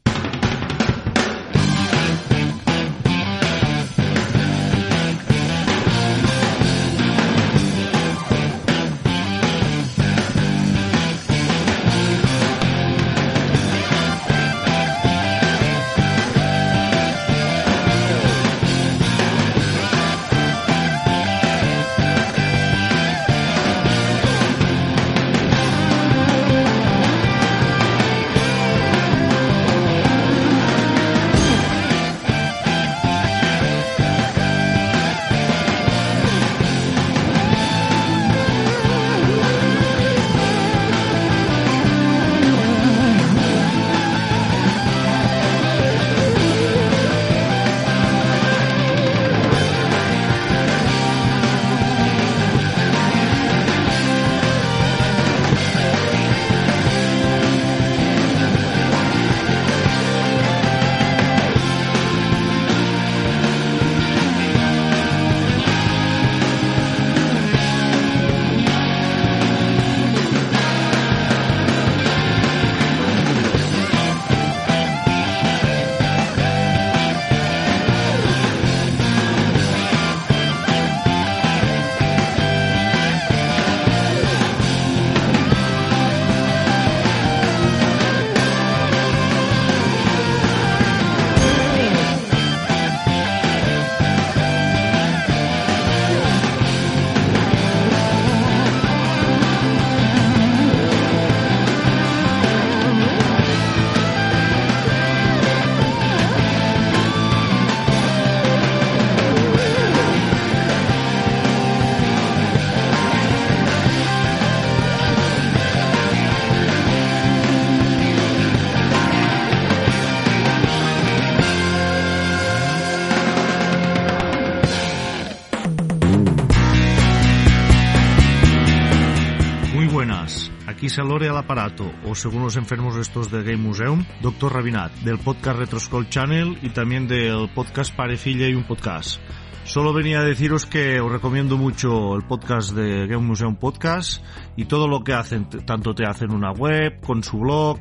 D: Muy buenas, aquí se Lore al aparato, o según los enfermos estos de Game Museum, Doctor Rabinat, del podcast Retroscroll Channel y también del podcast Parecilla y un podcast. Solo venía a deciros que os recomiendo mucho el podcast de Game Museum Podcast y todo lo que hacen. T- Tanto te hacen una web con su blog,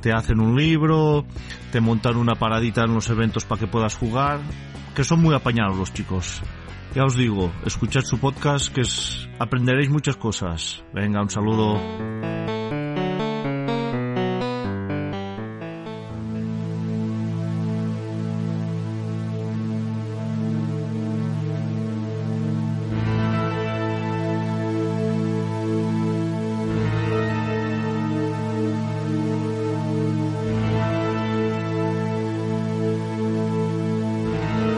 D: te hacen un libro, te montan una paradita en los eventos para que puedas jugar, que son muy apañados los chicos. Ya os digo, escuchad su podcast que es, aprenderéis muchas cosas. Venga, un saludo.
E: Thank you.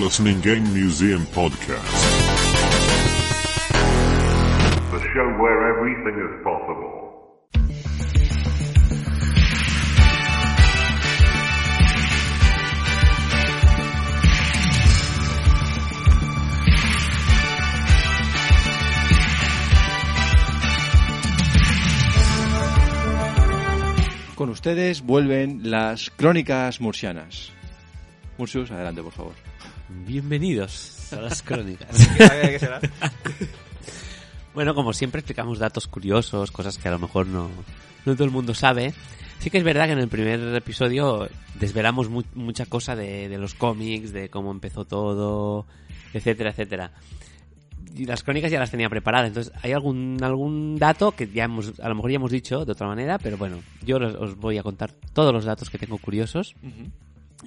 E: listening Game Museum Podcast.
F: The show where everything is possible.
A: Con ustedes vuelven las crónicas murcianas. Murcius, adelante, por favor.
C: Bienvenidos a las crónicas.
B: ¿Qué será?
C: Bueno, como siempre explicamos datos curiosos, cosas que a lo mejor no, no todo el mundo sabe. Sí que es verdad que en el primer episodio desvelamos mu- mucha cosa de, de los cómics, de cómo empezó todo, etcétera, etcétera. Y las crónicas ya las tenía preparadas, entonces hay algún algún dato que ya hemos, a lo mejor ya hemos dicho de otra manera, pero bueno, yo los- os voy a contar todos los datos que tengo curiosos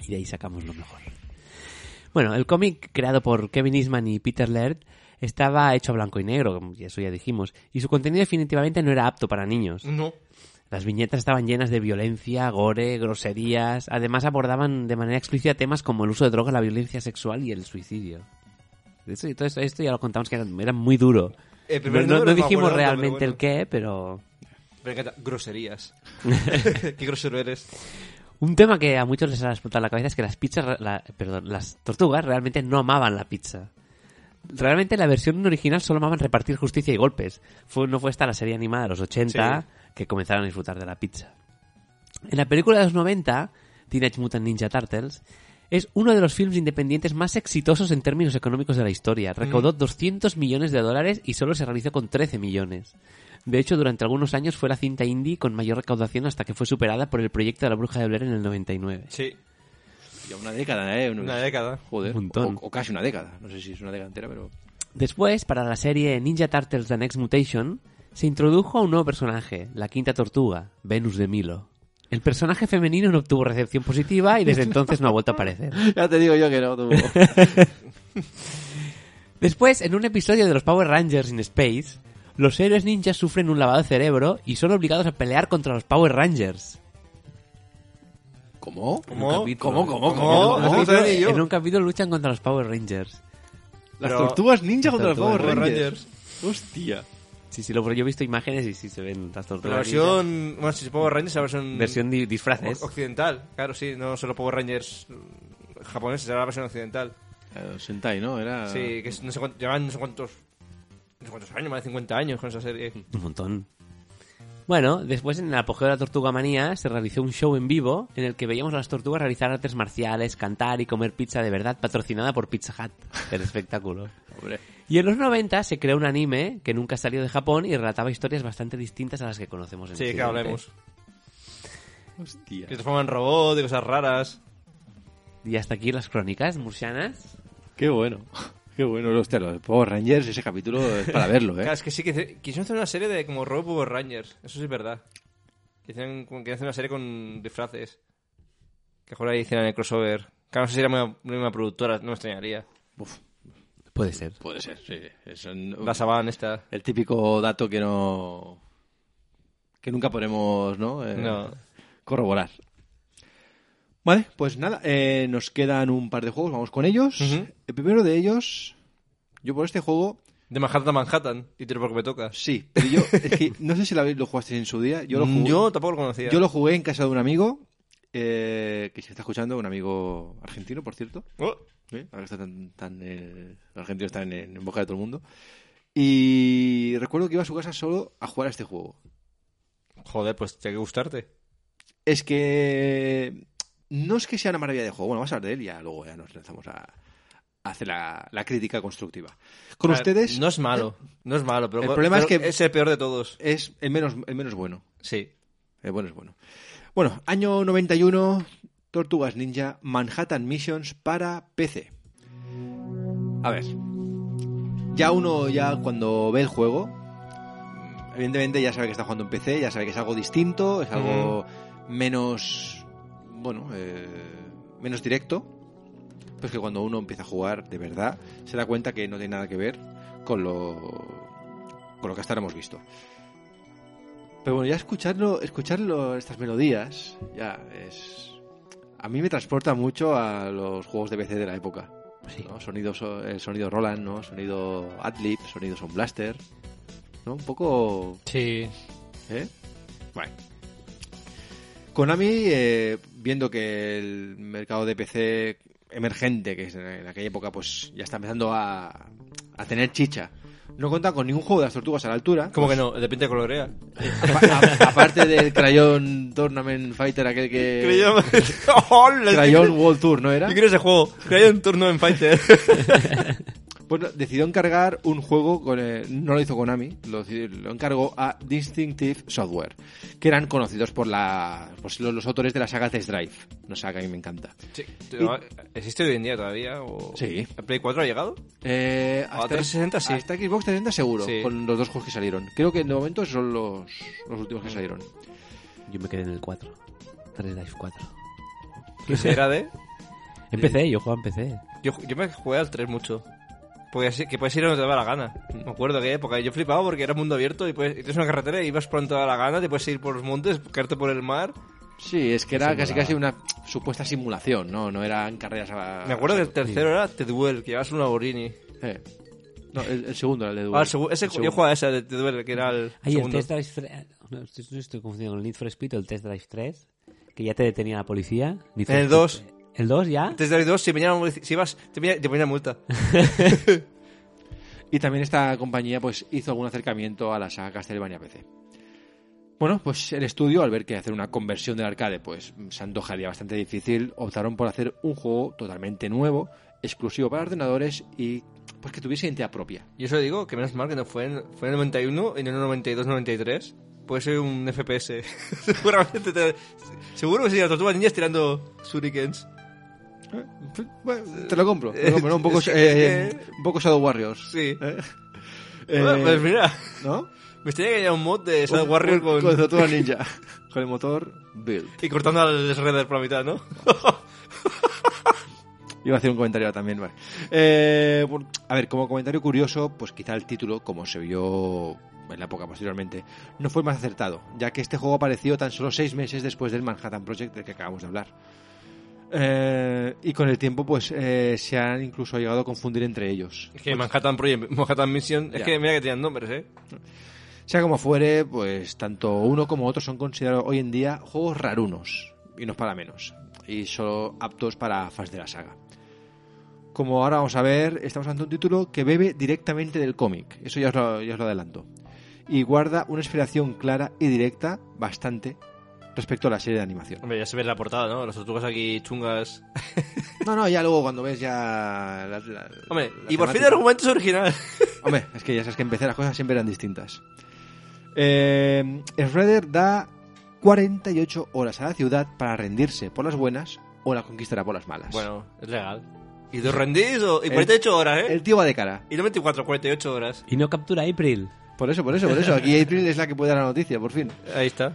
C: y de ahí sacamos lo mejor. Bueno, el cómic creado por Kevin Eastman y Peter Laird estaba hecho a blanco y negro, como ya- eso ya dijimos, y su contenido definitivamente no era apto para niños.
B: No.
C: Las viñetas estaban llenas de violencia, gore, groserías, además abordaban de manera explícita temas como el uso de drogas, la violencia sexual y el suicidio. Eso, y todo esto, esto ya lo contamos que era, era muy duro.
B: El primer
C: No, no- no
B: número me
C: dijimos
B: acuerdo,
C: realmente
B: pero
C: el qué, pero...
B: Me encanta. Groserías. Qué grosero eres.
C: Un tema que a muchos les ha explotado la cabeza es que las pizzas, re- la- perdón, las tortugas realmente no amaban la pizza. Realmente en la versión original solo amaban repartir justicia y golpes. Fue, no fue hasta la serie animada de los 80 que comenzaron a disfrutar de la pizza. En la película de los 90, Teenage Mutant Ninja Turtles, es uno de los films independientes más exitosos en términos económicos de la historia. Recaudó 200 millones de dólares y solo se realizó con 13 millones. De hecho, durante algunos años fue la cinta indie con mayor recaudación hasta que fue superada por el proyecto de la Bruja de Blair en el 99.
B: Sí.
A: Ya una década, ¿eh?
B: Una década.
A: Joder,
C: Un montón.
A: O, o casi una década. No sé si es una década entera, pero...
C: Después, para la serie Ninja Turtles The Next Mutation, se introdujo a un nuevo personaje, la quinta tortuga, Venus de Milo. El personaje femenino no obtuvo recepción positiva y desde entonces no ha vuelto a aparecer.
A: Ya te digo yo que no, tú.
C: Después, en un episodio de los Power Rangers in Space, los héroes ninjas sufren un lavado de cerebro y son obligados a pelear contra los Power Rangers.
A: ¿Cómo?
B: ¿Cómo?
A: ¿Cómo, cómo,
B: ¿Cómo?
A: cómo?
B: No sé, no sé ni yo.
C: En un capítulo luchan contra los Power Rangers.
A: Las
B: Pero-
A: tortugas ninja contra los
C: Tortugas
A: Power Rangers. Hostia.
C: Sí, sí, lo, yo he visto imágenes y sí se ven las
B: Pero La
C: tortugas. ninja.
B: versión. Bueno, si se Power Rangers, la versión.
C: Versión di- disfraces.
B: o- occidental. Claro, sí, no solo Power Rangers mm, japoneses, era la versión occidental.
A: Claro, Sentai, ¿no? Era...
B: Sí, que es- no sé cuánto- llevan no sé cuántos. No sé cuántos años, más de 50 años con esa serie.
C: Un montón. Bueno, después en el apogeo de la Tortuga Manía se realizó un show en vivo en el que veíamos a las tortugas realizar artes marciales, cantar y comer pizza de verdad patrocinada por Pizza Hut, el espectáculo.
A: Hombre.
C: Y en los 90 se creó un anime que nunca salió de Japón y relataba historias bastante distintas a las que conocemos en este
B: Sí, que
C: Occidente.
B: hablemos.
A: Hostia.
B: Que se transforman en robot, de cosas raras.
A: ¿Eh?
C: Y hasta aquí las crónicas murcianas.
A: Qué bueno. Qué bueno. Hostia, los Power Rangers, ese capítulo es para verlo,
B: Claro,
A: ¿eh?
B: es que sí, que hice- quisieron hacer una serie de como robot Power Rangers. Eso sí es verdad. Quisieron, como querían hacer una serie con disfraces. Que ahora hicieron el crossover. Claro, no sé si era una misma productora, no me extrañaría.
A: Uf,
C: Puede ser.
A: puede ser, sí. Es un-
B: La Saban esta.
A: El típico dato que no... Que nunca podremos, ¿no? Eh,
B: No.
A: Corroborar. Vale, pues nada. eh, nos quedan un par de juegos. Vamos con ellos.
B: Ujú.
A: El primero de ellos... Yo por este juego
B: De Manhattan a Manhattan. Y tiro porque me toca.
A: Sí, pero yo es que no sé si lo, habéis- lo jugasteis en su día. Yo lo
B: Mm,
A: jugué,
B: yo tampoco lo conocía.
A: yo lo jugué en casa de un amigo eh, que se está escuchando, un amigo argentino, por cierto.
B: Oh,
A: ¿eh? Ahora está tan, tan, eh, los argentinos están en, en boca de todo el mundo. Y recuerdo que iba a su casa solo a jugar a este juego.
B: Joder, pues tiene que gustarte.
A: Es que no es que sea una maravilla de juego. Bueno, vamos a hablar de él y ya luego ya nos lanzamos a, a hacer la, la crítica constructiva. Con
B: A ver,
A: ustedes
B: No es malo. No es malo, pero.
A: El problema es
B: pero
A: que-
B: Es el peor de todos.
A: es el menos, el menos bueno.
B: Sí.
A: Eh, bueno, es bueno. Bueno, año 91, Tortugas Ninja, Manhattan Missions para PC. A ver, ya uno ya cuando ve el juego, evidentemente ya sabe que está jugando en PC, ya sabe que es algo distinto, es algo menos, bueno, eh, menos directo. Pues que cuando uno empieza a jugar de verdad, se da cuenta que no tiene nada que ver con lo, con lo que hasta ahora hemos visto. Pero bueno, ya escucharlo, escucharlo estas melodías, ya es. A mí me transporta mucho a los juegos de PC de la época.
C: Sí.
A: ¿no? Sonido, so- eh, sonido Roland, ¿no? Sonido Adlib, sonido Sound Blaster, ¿no? Un poco...
G: Sí.
A: ¿eh? Bueno. Konami, eh, viendo que el mercado de PC emergente, que es en, en aquella época, pues ya está empezando a, a tener chicha, no cuenta con ningún juego de las tortugas a la altura.
B: ¿Cómo que no? El de pinta colorea.
A: Apa- a- aparte del Crayon Tournament Fighter, aquel que...
B: Crayon. ¡Hola!
A: Crayon World Tour, ¿no era?
B: Yo quiero ese juego. Crayon turno en Fighter.
A: Bueno, Pues decidió encargar un juego, con, eh, no lo hizo Konami, lo, deci- lo encargó a Distinctive Software, que eran conocidos por la, pues, los, los autores de la saga Test Drive, una saga que me encanta.
B: ¿Existe hoy en día todavía? O...
A: Sí.
B: ¿El Play 4 ha llegado?
A: Eh, hasta,
B: A 360 sí.
A: Hasta Xbox 360 seguro,
B: Sí.
A: con los dos juegos que salieron. Creo que de momento son los, los últimos que salieron.
C: Yo me quedé en el 4. 3 Life 4.
B: Que se era de...
C: Empecé, yo jugaba en PC.
B: Yo, yo me jugué al 3 mucho. Porque así, que puedes ir donde te da la gana. Me acuerdo que época. Yo flipaba porque era mundo abierto y puedes, y tienes una carretera y vas por donde te da la gana, te puedes ir por los montes, caerte por el mar.
A: Sí, es que era
C: Eso
A: casi
C: molaba.
A: casi una supuesta simulación, no, no eran carreras a...
B: Me acuerdo que el tercero era Te Duel, que llevas un Lamborghini.
A: Eh. No, el, el segundo era el de Duel.
B: Ah, el segu- ese,
A: El
B: yo
A: segundo.
B: jugaba ese de Te Duel, que era el
C: Ahí el
B: segundo.
C: Test Drive 3. No, estoy, no estoy confundiendo con el Need for Speed o el Test Drive 3. Que ya te detenía la policía. Need for
B: El
C: Speed-
B: dos.
C: ¿El 2 ya?
B: Test Drive 2, si, venía la policía- si ibas, te venía- te ponían multa.
A: Y también esta compañía pues hizo algún acercamiento a la saga Castlevania PC. Bueno, pues el estudio, al ver que hacer una conversión del arcade pues se antojaría bastante difícil, optaron por hacer un juego totalmente nuevo, exclusivo para ordenadores y pues que tuviese identidad propia.
B: Y eso digo, que menos mal que no fue en, fue en el 91 y no en el 92, 93. Puede ser un FPS. Seguramente te- Seguro que serían tortugas niñas tirando shurikens.
A: Te lo compro, te lo compro, ¿no? un, poco,
B: Eh, Es que-
A: eh, un poco Shadow Warriors.
B: Sí.
A: Eh,
B: Bueno, pues mira,
A: ¿No?
B: me estaría que haya un mod de Shadow
A: Un-
B: Warrior
A: un-
B: con,
A: Con Tortuga Ninja. con el motor Build.
B: y cortando al Shredder por la mitad, ¿no?
A: Iba a hacer un comentario ahora también, vale. Eh, bueno, a ver, como comentario curioso, pues quizá el título, como se vio en la época posteriormente, no fue más acertado, ya que este juego apareció tan solo seis meses después del Manhattan Project del que acabamos de hablar. Eh, y con el tiempo, pues eh, se han incluso llegado a confundir entre ellos.
B: Es que Manhattan Project, Manhattan Mission, es
A: Ya.
B: que mira que tenían nombres, ¿eh?
A: Sea como fuere, pues tanto uno como otro son considerados hoy en día juegos rarunos, y no es para menos, y solo aptos para fans de la saga. Como ahora vamos a ver, estamos ante un título que bebe directamente del cómic, eso ya os, lo, ya os lo adelanto, y guarda una inspiración clara y directa, bastante, respecto a la serie de animación.
B: Hombre, ya se ve en la portada, ¿no? Las tortugas aquí chungas.
A: No, no, ya luego cuando ves ya... la- la-
B: Hombre,
A: la
B: y por
A: temática-
B: fin el argumento es original.
A: Hombre, es que ya sabes que empecé las cosas siempre eran distintas. Eh, Shredder da 48 horas a la ciudad para rendirse por las buenas o la conquistará por las malas.
B: Bueno, es legal. ¿Y te rendís? O... Y
A: El-
B: 48 horas, ¿eh?
A: El tío va de cara.
B: Y no 24, 48 horas.
C: ¿Y no captura April?
A: Por eso, por eso, por eso. Aquí April es la que puede dar la noticia, por fin.
B: Ahí está.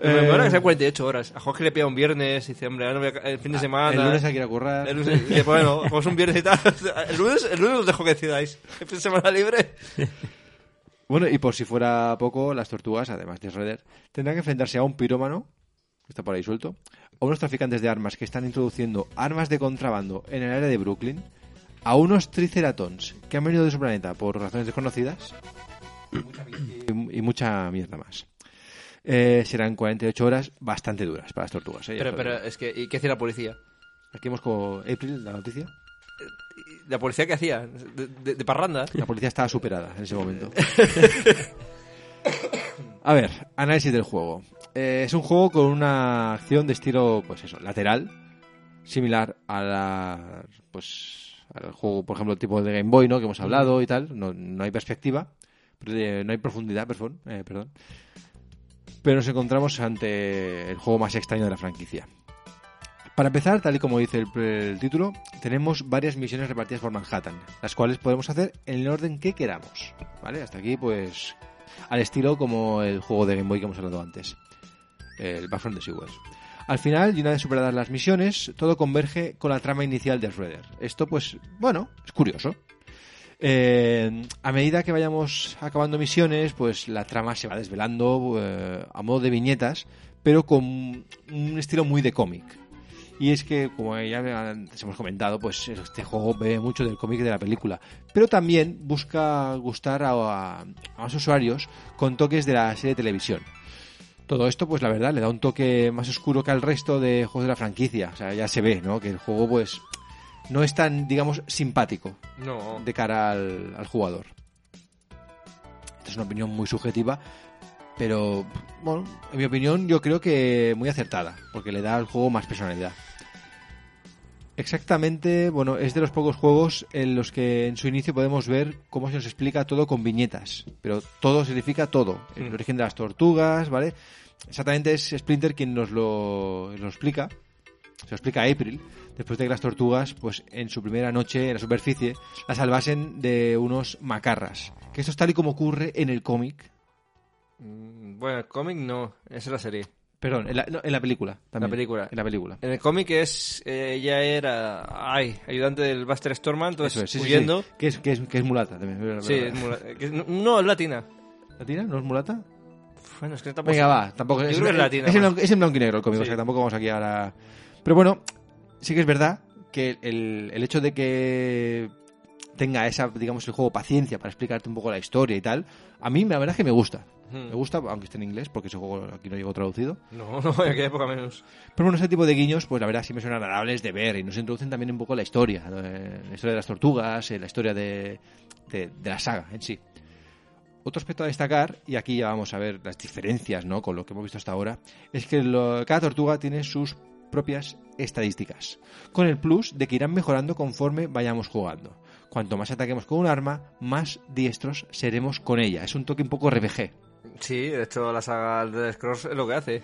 A: Eh,
B: Me mola que sea 48 horas. A Jorge le pilla un viernes y dice, hombre, ahora no voy a ca- Ah, el fin de semana.
A: El lunes hay que ir a currar.
B: El lunes- y dice, bueno, pues un viernes y tal. El lunes, el lunes os dejo que decidáis. El fin de semana libre.
A: Bueno, y por si fuera poco, las tortugas, además de Shredder, tendrán que enfrentarse a un pirómano, que está por ahí suelto, a unos traficantes de armas que están introduciendo armas de contrabando en el área de Brooklyn, a unos triceratons que han venido de su planeta por razones desconocidas y, y mucha mierda más. Eh, serán 48 horas bastante duras para las tortugas. eh, ya
B: Pero,
A: os lo
B: pero,
A: digo.
B: es que, ¿y qué hacía la policía?
A: Aquí hemos con April, la noticia.
B: ¿La policía qué hacía? ¿De, de- de parranda?
A: La policía estaba superada en ese momento. A ver, análisis del juego. Eh, es un juego con una acción de estilo, pues eso, lateral, similar a la, pues, al juego, por ejemplo, tipo de Game Boy, ¿no? Que hemos hablado y tal. No, no hay perspectiva, eh, no hay profundidad, perdón, eh, perdón. Pero nos encontramos ante el juego más extraño de la franquicia. Para empezar, tal y como dice el, el título, tenemos varias misiones repartidas por Manhattan, las cuales podemos hacer en el orden que queramos. ¿Vale? Hasta aquí, pues, al estilo como el juego de Game Boy que hemos hablado antes, el Back from the Sewers. Al final, y una vez superadas las misiones, todo converge con la trama inicial de Shredder. Esto, pues, bueno, es curioso. Eh, a medida que vayamos acabando misiones, pues la trama se va desvelando eh, a modo de viñetas, pero con un estilo muy de cómic. Y es que, como ya antes hemos comentado, pues este juego bebe mucho del cómic y de la película. Pero también busca gustar a, a, a los usuarios con toques de la serie de televisión. Todo esto, pues la verdad, le da un toque más oscuro que al resto de juegos de la franquicia. O sea, ya se ve, ¿no? Que el juego, pues, no es tan, digamos, simpático
B: No.
A: de cara al, al jugador. Esta es una opinión muy subjetiva, pero bueno, en mi opinión yo creo que muy acertada, porque le da al juego más personalidad. Exactamente, bueno, es de los pocos juegos en los que en su inicio podemos ver cómo se nos explica todo con viñetas, pero todo significa todo, el
B: Mm.
A: origen de las tortugas, ¿vale? Exactamente es Splinter quien nos lo, lo explica, se lo explica a April, después de que las tortugas, pues en su primera noche en la superficie, las salvasen de unos macarras. Que esto es tal y como ocurre en el cómic,
B: Mm, Bueno, el cómic no, esa es la serie.
A: perdón, en la, no, en la película. También.
B: La película.
A: En la película.
B: En el cómic es, eh, ella era, ay, ayudante del Buster Storman, entonces
A: Eso es, sí, sí,
B: huyendo.
A: sí. Que, es, que, es, que es mulata también.
B: Sí, es mula- eh, que es- no, es latina.
A: ¿La tira? ¿No es mulata?
B: Bueno, es que tampoco...
A: Venga, va, tampoco
B: Yo
A: es,
B: creo que es latina,
A: es en
B: más.
A: blanco, es en blanco y negro el cómic, o
B: Sí.
A: sea que tampoco vamos aquí ahora. Pero bueno, sí que es verdad que el, el hecho de que tenga esa, digamos, el juego paciencia para explicarte un poco la historia y tal, a mí la verdad es que me gusta.
B: Mm.
A: Me gusta, aunque esté en inglés, porque ese juego aquí no llegó traducido.
B: No, no, en aquella época menos.
A: Pero bueno, ese tipo de guiños, pues la verdad sí me son agradables de ver y nos introducen también un poco la historia, ¿no? Eh, la historia de las tortugas, eh, la historia de, de- de la saga en sí. Otro aspecto a destacar, y aquí ya vamos a ver las diferencias ¿no? con lo que hemos visto hasta ahora, es que lo- cada tortuga tiene sus propias estadísticas, con el plus de que irán mejorando conforme vayamos jugando. Cuanto más ataquemos con un arma, más diestros seremos con ella. Es un toque un poco RPG.
B: Sí, de hecho la saga de Scrolls es lo que hace.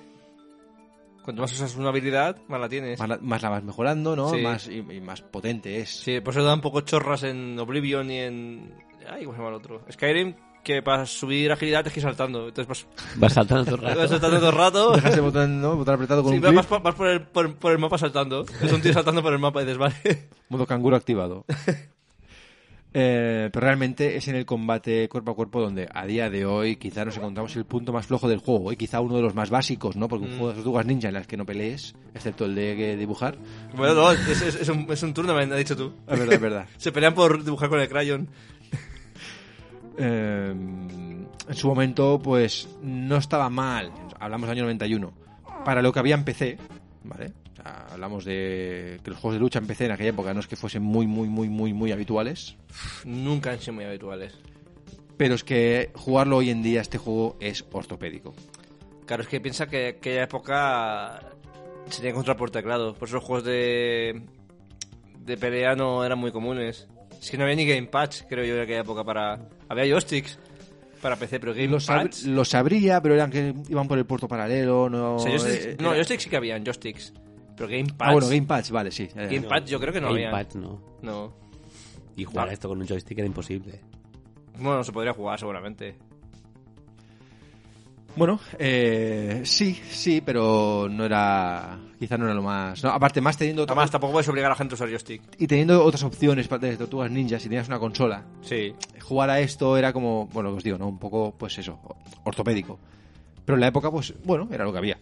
B: Cuanto más usas una habilidad, más la tienes.
A: Más la, más la vas mejorando, ¿no?
B: Sí.
A: Más, y, y más potente es.
B: Sí, por eso dan poco chorras en Oblivion y en... Ay, ¿cómo se llama el otro? Skyrim, que para subir agilidad tienes que ir saltando. Entonces
C: Vas saltando todo el
B: vas,
C: rato.
B: vas saltando todo el rato.
A: Dejas el botón, ¿no? Botón apretado con
B: Sí,
A: un
B: vas,
A: clip.
B: vas- vas por, el, por, por el mapa saltando. Es un tío saltando por el mapa y dices, vale.
A: Modo canguro activado. Eh, pero realmente es en el combate cuerpo a cuerpo donde a día de hoy quizá nos encontramos el punto más flojo del juego y quizá uno de los más básicos, ¿no? Porque un juego de tortugas ninja en las que no pelees, excepto el de eh, dibujar.
B: Bueno, no, es, es- es un, es un tournament, ha dicho tú.
A: Es verdad, es verdad.
B: Se pelean por dibujar con el crayon.
A: Eh, en su momento, pues no estaba mal. Hablamos del año 91. Para lo que había en PC, ¿vale? O sea, hablamos de que los juegos de lucha en PC en aquella época no es que fuesen muy, muy, muy, muy, muy habituales.
B: Nunca han sido muy habituales.
A: Pero es que jugarlo hoy en día, este juego es ortopédico.
B: Claro, es que piensa que aquella época se tenía que controlar por teclado. Por eso los juegos de, de pelea no eran muy comunes. Es que no había ni Game Patch, creo yo, en aquella época. para Había joysticks para PC, pero Game
A: Lo, sab-
B: Patch...
A: lo sabría, pero eran que iban por el puerto paralelo, no...
B: O sea, joysticks-
A: eh,
B: no,
A: era-
B: joysticks sí que habían, joysticks. Pero Game Patch...
A: Ah, bueno, Gamepads, vale, sí. eh. ya, ya.
B: Game Patch yo creo que no había.
C: Gamepad no.
B: No.
C: Y jugar
B: Ah.
C: a esto con un joystick era imposible.
B: Bueno, se podría jugar seguramente.
A: Bueno, eh, sí, sí, pero no era... Quizá no era lo más... no, aparte, más teniendo... otra-
B: Además, tampoco puedes obligar a la gente a usar joystick.
A: Y teniendo otras opciones para- de Tortugas Ninja, si tenías una consola,
B: Sí.
A: jugar a esto era como, bueno, lo que os digo, ¿no? Un poco, pues eso, ortopédico. Pero en la época, pues, bueno, era lo que había.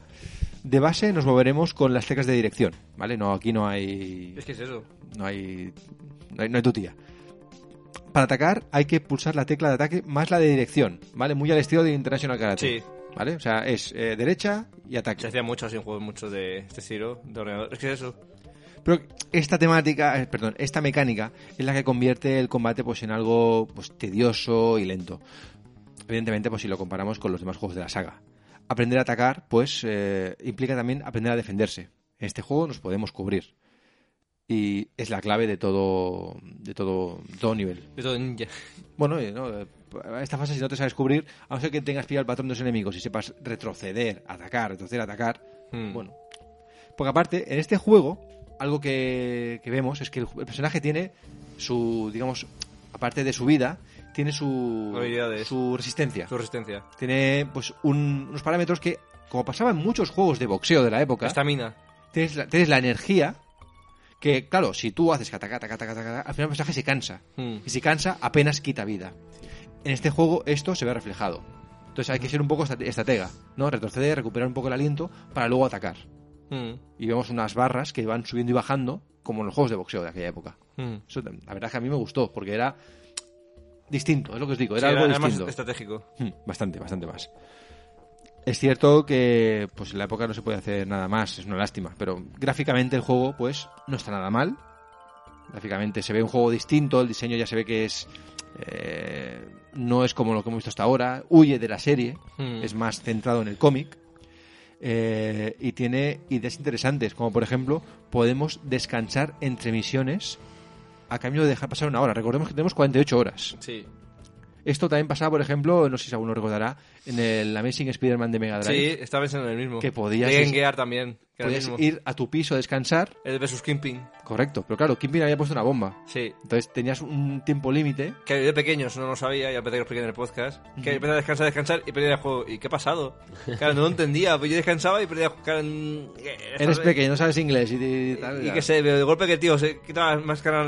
A: De base nos moveremos con las teclas de dirección, ¿vale? No, aquí no hay...
B: Es que es eso.
A: No hay, no hay, no hay tutía. Para atacar hay que pulsar la tecla de ataque más la de dirección, ¿vale? Muy al estilo de International Karate.
B: Sí.
A: ¿Vale? O sea, es eh, derecha y
B: Se
A: ataque.
B: hacía mucho así en juegos mucho de este estilo, de ordenador. Es que es eso.
A: Pero esta temática, eh, perdón, esta mecánica es la que convierte el combate pues en algo pues tedioso y lento. Evidentemente, pues si lo comparamos con los demás juegos de la saga. Aprender a atacar, pues, eh, implica también aprender a defenderse. En este juego nos podemos cubrir. Y es la clave de todo, de todo, todo nivel.
B: De todo ninja.
A: Bueno, eh, no, eh, esta fase si no te sabes cubrir, a no ser que tengas pillado el patrón de los enemigos y sepas retroceder, atacar, retroceder, atacar,
B: Mm.
A: bueno. Porque aparte, en este juego, algo que, que vemos es que el, ju- el personaje tiene su, digamos, aparte de su vida, tiene su,
B: Habilidades.
A: su resistencia.
B: Su resistencia.
A: Tiene pues un- unos parámetros que, como pasaba en muchos juegos de boxeo de la época,
B: Estamina.
A: tienes, la, tienes la energía que, claro, si tú haces que ataca, ataca, ataca, ataca, al final el personaje se cansa.
B: Mm.
A: Y si cansa, apenas quita vida. En este juego esto se ve
B: Hmm.
A: reflejado. Entonces hay que ser un poco estate- estratega, ¿no? Retroceder, recuperar un poco el aliento para luego atacar.
B: Mm,
A: y vemos unas barras que van subiendo y bajando, como en los juegos de boxeo de aquella época.
B: mm.
A: Eso, tam- la verdad es que a mí me gustó, porque era distinto, es lo que os digo, era
B: Sí,
A: algo
B: además
A: distinto.
B: estratégico.
A: Hmm, Bastante, bastante más. Es cierto que pues en la época no se puede hacer nada más, es una lástima, pero gráficamente el juego pues no está nada mal. Gráficamente se ve un juego distinto, el diseño ya se ve que es eh, no es como lo que hemos visto hasta ahora, huye de la serie,
B: Hmm.
A: es más centrado en el cómic eh, y tiene ideas interesantes, como por ejemplo podemos descansar entre misiones a cambio de dejar pasar una hora. Recordemos que tenemos 48 horas.
B: Sí.
A: Esto también pasaba, por ejemplo, no sé si alguno recordará, en el Amazing Spider-Man de Mega Drive.
B: Sí, estaba pensando en el mismo.
A: Que podías-
B: De Gengear también. Que era el
A: Podías
B: mismo.
A: ir a tu piso a descansar,
B: El versus Kimping.
A: correcto. Pero claro, Kimpin había puesto una bomba.
B: Sí.
A: Entonces tenías un tiempo límite.
B: Que yo de pequeños no lo sabía, ya empecé a explicar en el podcast. Que empecé a descansar, descansar y perdía el juego. ¿Y qué ha pasado? Claro, no lo entendía. Pues yo descansaba y perdía el juego. Claro, en-
A: Eres pequeño, no sabes inglés y, y tal.
B: Y
A: ya.
B: que se de golpe que el tío se quitaba la máscara.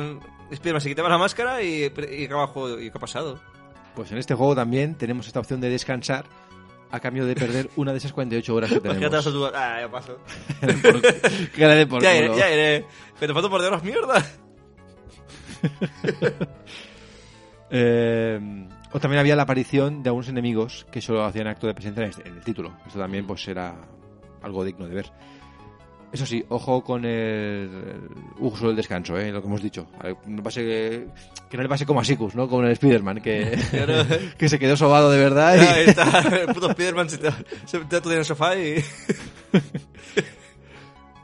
B: Spiderman se quitaba la máscara y, y acaba el juego. ¿Y qué ha pasado?
A: Pues en este juego también tenemos esta opción de descansar a cambio de perder una de esas 48 horas que
B: Imagínate vas a
A: tenemos.
B: tu- Ah, ya paso.
A: Que la de por
B: ya
A: culo.
B: iré, ya iré. Pero falta por de horas mierda.
A: Eh, o también había la aparición de algunos enemigos que solo hacían acto de presencia en el- en el título. Esto también pues era algo digno de ver. Eso sí, ojo con el el uso del descanso, ¿eh? lo que hemos dicho. A ver, no pase que, que no le pase como a Sikus, ¿no? Como en el Spider-Man, que,
B: Claro.
A: que se quedó sobado de verdad. y-
B: Ya, ahí está el puto Spiderman se te, se te aturde en el sofá y.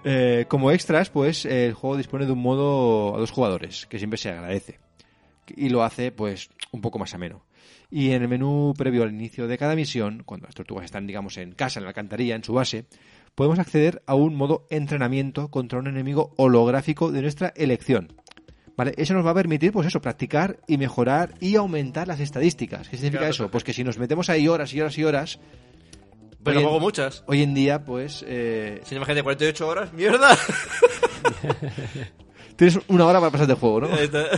A: Eh, como extras, pues el juego dispone de un modo a dos jugadores, que siempre se agradece. Y lo hace, pues, un poco más ameno. Y en el menú previo al inicio de cada misión, cuando las tortugas están, digamos, en casa, en la alcantarilla, en su base, podemos acceder a un modo entrenamiento contra un enemigo holográfico de nuestra elección. ¿Vale? Eso nos va a permitir, pues eso, practicar y mejorar y aumentar las estadísticas. ¿Qué significa
B: Claro.
A: eso? Pues que si nos metemos ahí horas y horas y horas,
B: Pero
A: Oye,
B: juego muchas.
A: hoy en día, pues, eh,
B: Si no, imagínate, 48 horas, mierda.
A: tienes una hora para pasar de juego, ¿no?
B: Ahí está.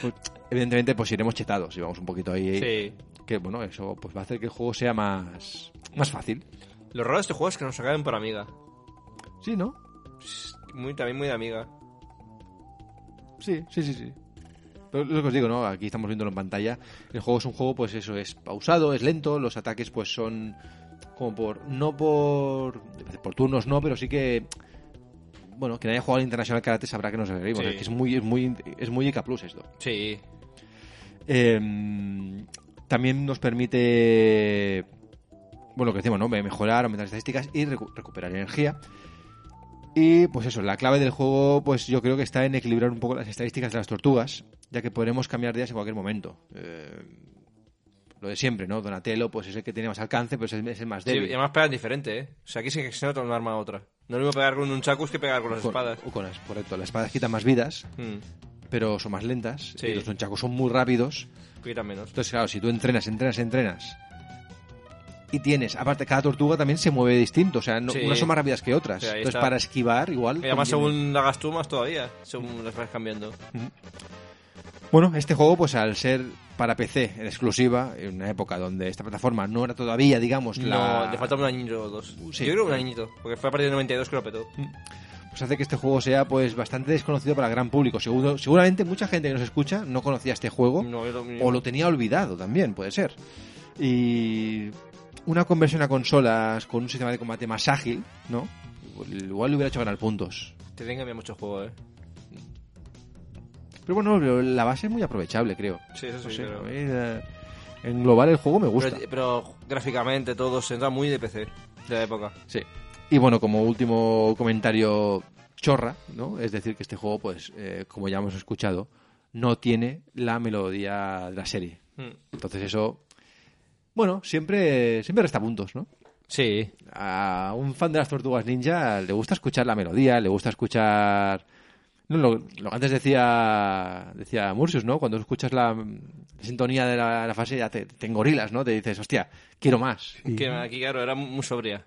A: Pues, evidentemente pues iremos chetados y vamos un poquito ahí
B: Sí.
A: que bueno eso pues va a hacer que el juego sea más más fácil
B: Lo raro de este juego es que nos acaben por amiga.
A: sí no
B: Muy, también muy de amiga.
A: sí sí sí sí pero es lo que os digo no aquí estamos viéndolo en pantalla el juego es un juego pues eso es pausado es lento los ataques pues son como por no por por turnos no pero sí que bueno quien haya jugado al internacional karate sabrá que nos referimos
B: Sí.
A: es que es muy es muy es muy IK plus esto
B: Sí.
A: Eh, también nos permite, bueno, lo que decimos, ¿no? Mejorar, aumentar estadísticas y recu- recuperar energía. Y pues eso, la clave del juego, pues yo creo que está en equilibrar un poco las estadísticas de las tortugas, ya que podremos cambiar de ellas en cualquier momento. Eh, lo de siempre, ¿no? Donatello, pues es el que tiene más alcance, pero es el, es el más
B: Sí, y
A: débil.
B: además pegan diferente, ¿eh? O sea, aquí sí que se nota un arma a otra. No es lo mismo pegar con un chacus que pegar con las
A: Con-
B: espadas.
A: o con las, correcto, las espadas quitan más vidas,
B: Mm,
A: pero son más lentas.
B: Sí.
A: Y los nunchakus son muy rápidos.
B: poquita menos.
A: Entonces, claro, si tú entrenas, entrenas, entrenas. Y tienes, aparte, cada tortuga también se mueve distinto. O sea, no-
B: Sí.
A: unas son más rápidas que otras.
B: Sí, ahí
A: Entonces,
B: está.
A: para esquivar, igual.
B: Y además,
A: conviene.
B: según la hagas tú, más todavía. Según las vas cambiando.
A: Bueno, este juego, pues al ser para PC en exclusiva, en una época donde esta plataforma no era todavía, digamos, la.
B: No, le falta un añito o dos.
A: Sí.
B: Yo creo que un añito. Porque fue a partir del 92 que lo petó.
A: Pues hace que este juego sea, pues, bastante desconocido para el gran público. Seguro, seguramente mucha gente que nos escucha no conocía este juego.
B: No, yo lo-
A: O lo tenía olvidado también, puede ser. Y una conversión a consolas con un sistema de combate más ágil, ¿no? Igual le hubiera hecho ganar puntos.
B: Te tienen que cambiar mucho el juego, ¿eh?
A: Pero bueno, pero la base es muy aprovechable, creo.
B: Sí, eso sí.
A: No sé,
B: pero...
A: a mí, eh, en global el juego me gusta.
B: Pero, pero gráficamente todo se nota muy de PC. De la época.
A: Sí. Y bueno, como último comentario chorra, ¿no? Es decir, que este juego, pues, eh, como ya hemos escuchado, no tiene la melodía de la serie.
B: Mm.
A: Entonces eso, bueno, siempre, siempre resta puntos, ¿no?
B: Sí.
A: a un fan de las tortugas ninja le gusta escuchar la melodía, le gusta escuchar. No, lo, lo que antes decía decía Mursius, ¿no? Cuando escuchas la, la sintonía de la, la fase ya te, te engorilas, ¿no? Te dices, hostia, quiero más.
B: Que aquí, claro, era muy sobria.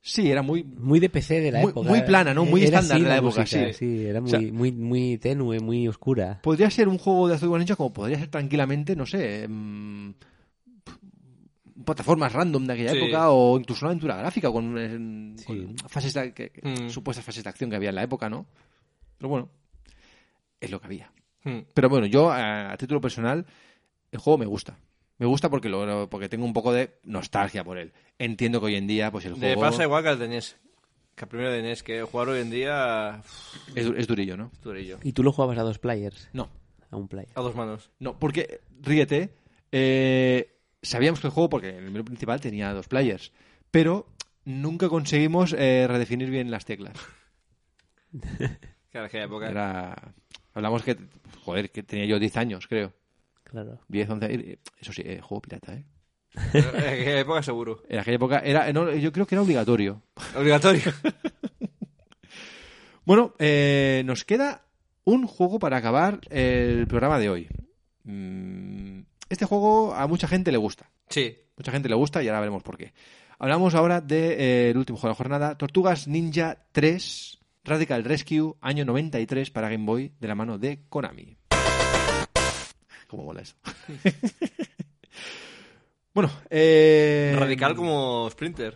A: Sí, era muy.
C: Muy de PC de la
A: Muy-
C: época.
A: muy plana, ¿no? Muy
C: Era
A: estándar
C: así
A: de la época,
C: música,
A: sí.
C: era
A: O
C: muy,
A: sea-
C: muy, muy tenue, muy oscura.
A: Podría ser un juego de las tortugas ninja como podría ser tranquilamente, no sé. mm, em, plataformas random de aquella
B: Sí.
A: época o incluso una aventura gráfica con, en-
C: Sí.
A: con fases de- que- que-
B: Mm.
A: supuestas fases de acción que había en la época, ¿no? Pero bueno, es lo que había.
B: Hmm.
A: Pero bueno, yo a, a título personal, el juego me gusta. Me gusta porque lo- lo- porque tengo un poco de nostalgia por él. Entiendo que hoy en día pues el
B: Le
A: juego
B: pasa igual que al de NES. Que al primero de NES, que jugar hoy en día. uf,
A: es, du- es durillo, ¿no?
B: Durillo.
C: Y tú lo jugabas a dos players,
A: No,
C: a un player.
B: A dos manos.
A: no, porque, ríete, eh, sabíamos que el juego, porque el menú principal tenía dos players, pero nunca conseguimos eh, redefinir bien las teclas.
B: Que en aquella época.
A: Era, hablamos que, joder, que tenía yo 10 años, creo.
C: Claro.
A: 10, 11, eh, eso sí, eh, juego pirata, ¿eh?
B: En aquella época, seguro.
A: En aquella época era, no, yo creo que era obligatorio.
B: Obligatorio.
A: Bueno, eh, nos queda un juego para acabar el programa de hoy. Mm, Este juego a mucha gente le gusta.
B: Sí.
A: Mucha gente le gusta y ahora veremos por qué. Hablamos ahora del de, eh, el último juego de la jornada, Tortugas Ninja 3 Radical Rescue, año 93 para Game Boy, de la mano de Konami. ¿Cómo mola eso? bueno, eh...
B: Radical como Sprinter.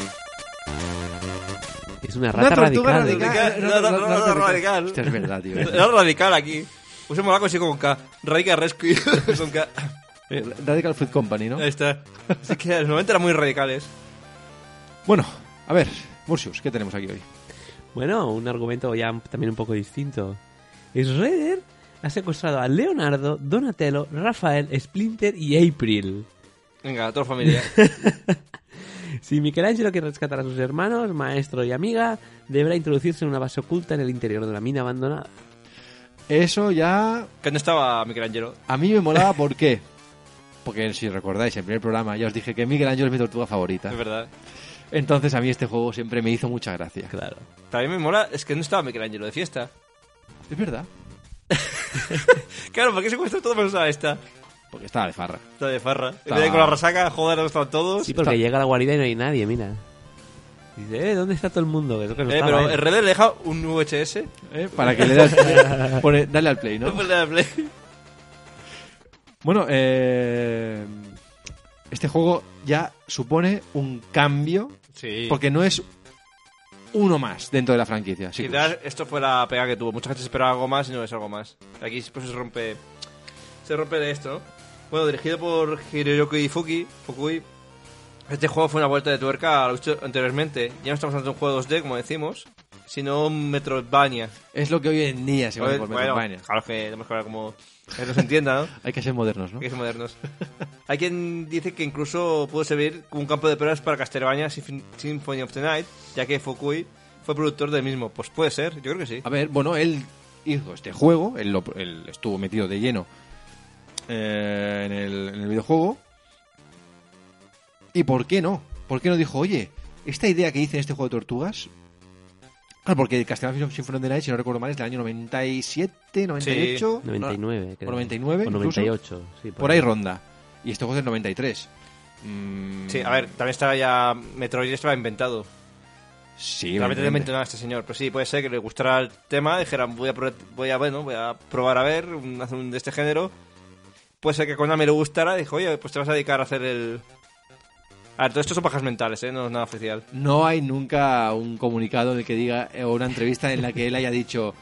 C: Es una
A: Una
C: rata
A: tortuga
C: radical.
A: radical.
B: Radical,
A: No, no, no,
B: no, no, no,
A: no,
B: radical.
A: Hostia, es verdad, tío.
B: Era radical aquí. Puse molaco así con K. Radical Rescue con K.
A: Eh, Radical Food Company, ¿no?
B: Ahí está. Así que en el momento eran muy radicales.
A: Bueno, a ver, Murcius, ¿qué tenemos aquí hoy?
C: Bueno, un argumento ya un- también un poco distinto. Shredder ha secuestrado a Leonardo, Donatello, Rafael, Splinter y April.
B: Venga, toda familia.
C: Si Michelangelo quiere rescatar a sus hermanos, maestro y amiga, deberá introducirse en una base oculta en el interior de la mina abandonada.
A: Eso ya
B: Que no estaba Michelangelo.
A: A mí me molaba, ¿por qué? Porque si recordáis, en el primer programa ya os dije que Miguel Ángel es mi tortuga favorita.
B: Es verdad.
A: Entonces a mí este juego siempre me hizo mucha gracia.
C: Claro.
B: También me mola, es que no estaba Michelangelo de fiesta.
A: Es verdad.
B: Claro, ¿por qué se cuesta todo menos a esta?
A: Porque estaba de farra.
B: Está de farra. Y de ahí con la resaca, joder, no están todos.
C: Sí, porque
A: Está-
C: llega a la guarida y no hay nadie, mira. Dice, eh, ¿dónde está todo el mundo? Es que no
B: Eh,
C: estaba
B: pero
C: él.
B: el Red le deja un VHS.
A: ¿eh? Para que le das... pone, dale al play, ¿no?
B: Pues le da play.
A: Bueno, eh, este juego ya supone un cambio
B: Sí.
A: porque no es uno más dentro de la franquicia. Sí,
B: Quizás esto fue la pega que tuvo. Mucha gente esperaba algo más y no es algo más. Aquí pues, se rompe. Se rompe de esto. Bueno, dirigido por Hiroyuki Fuki, Fukui. Este juego fue una vuelta de tuerca a lo visto anteriormente. Ya no estamos ante un juego 2D, como decimos, sino un Metroidvania.
A: es lo que hoy en día se va a
B: Bueno,
A: por Metroidvania.
B: claro que tenemos que hablar como. Que nos entienda, ¿no?
A: Hay que ser modernos, ¿no?
B: Hay que ser modernos. Hay quien dice que incluso pudo servir como un campo de pruebas para Castlevania Symph- Symphony of the Night, ya que Fukui fue productor del mismo. Pues puede ser, yo creo que sí.
A: A ver, bueno, él hizo este juego, él, lo- él estuvo metido de lleno eh, en, el, en el videojuego. ¿Y por qué no? ¿Por qué no dijo, oye, esta idea que hice en este juego de tortugas? Claro, porque Castlevania Symphony of the Night, si no recuerdo mal, es del año 97, 98,
C: 99, creo.
A: o 99,
C: O
A: incluso.
C: 98, sí.
A: por ahí ronda. Y este juego es del 93. Mm,
B: Sí, a ver, también estaba ya. Metroid estaba inventado.
A: sí,
B: Realmente no
A: evidentemente.
B: inventó nada este señor, pero sí, puede ser que le gustara el tema. Dijeran, voy a, pro- voy a, bueno, voy a probar a ver, un- hacer un de este género. Puede ser que a Konami le gustara. Dijo, oye, pues te vas a dedicar a hacer el. A ver, todo esto son pajas mentales, ¿eh? No es nada oficial.
A: No hay nunca un comunicado en el que diga eh, o una entrevista en la que él haya dicho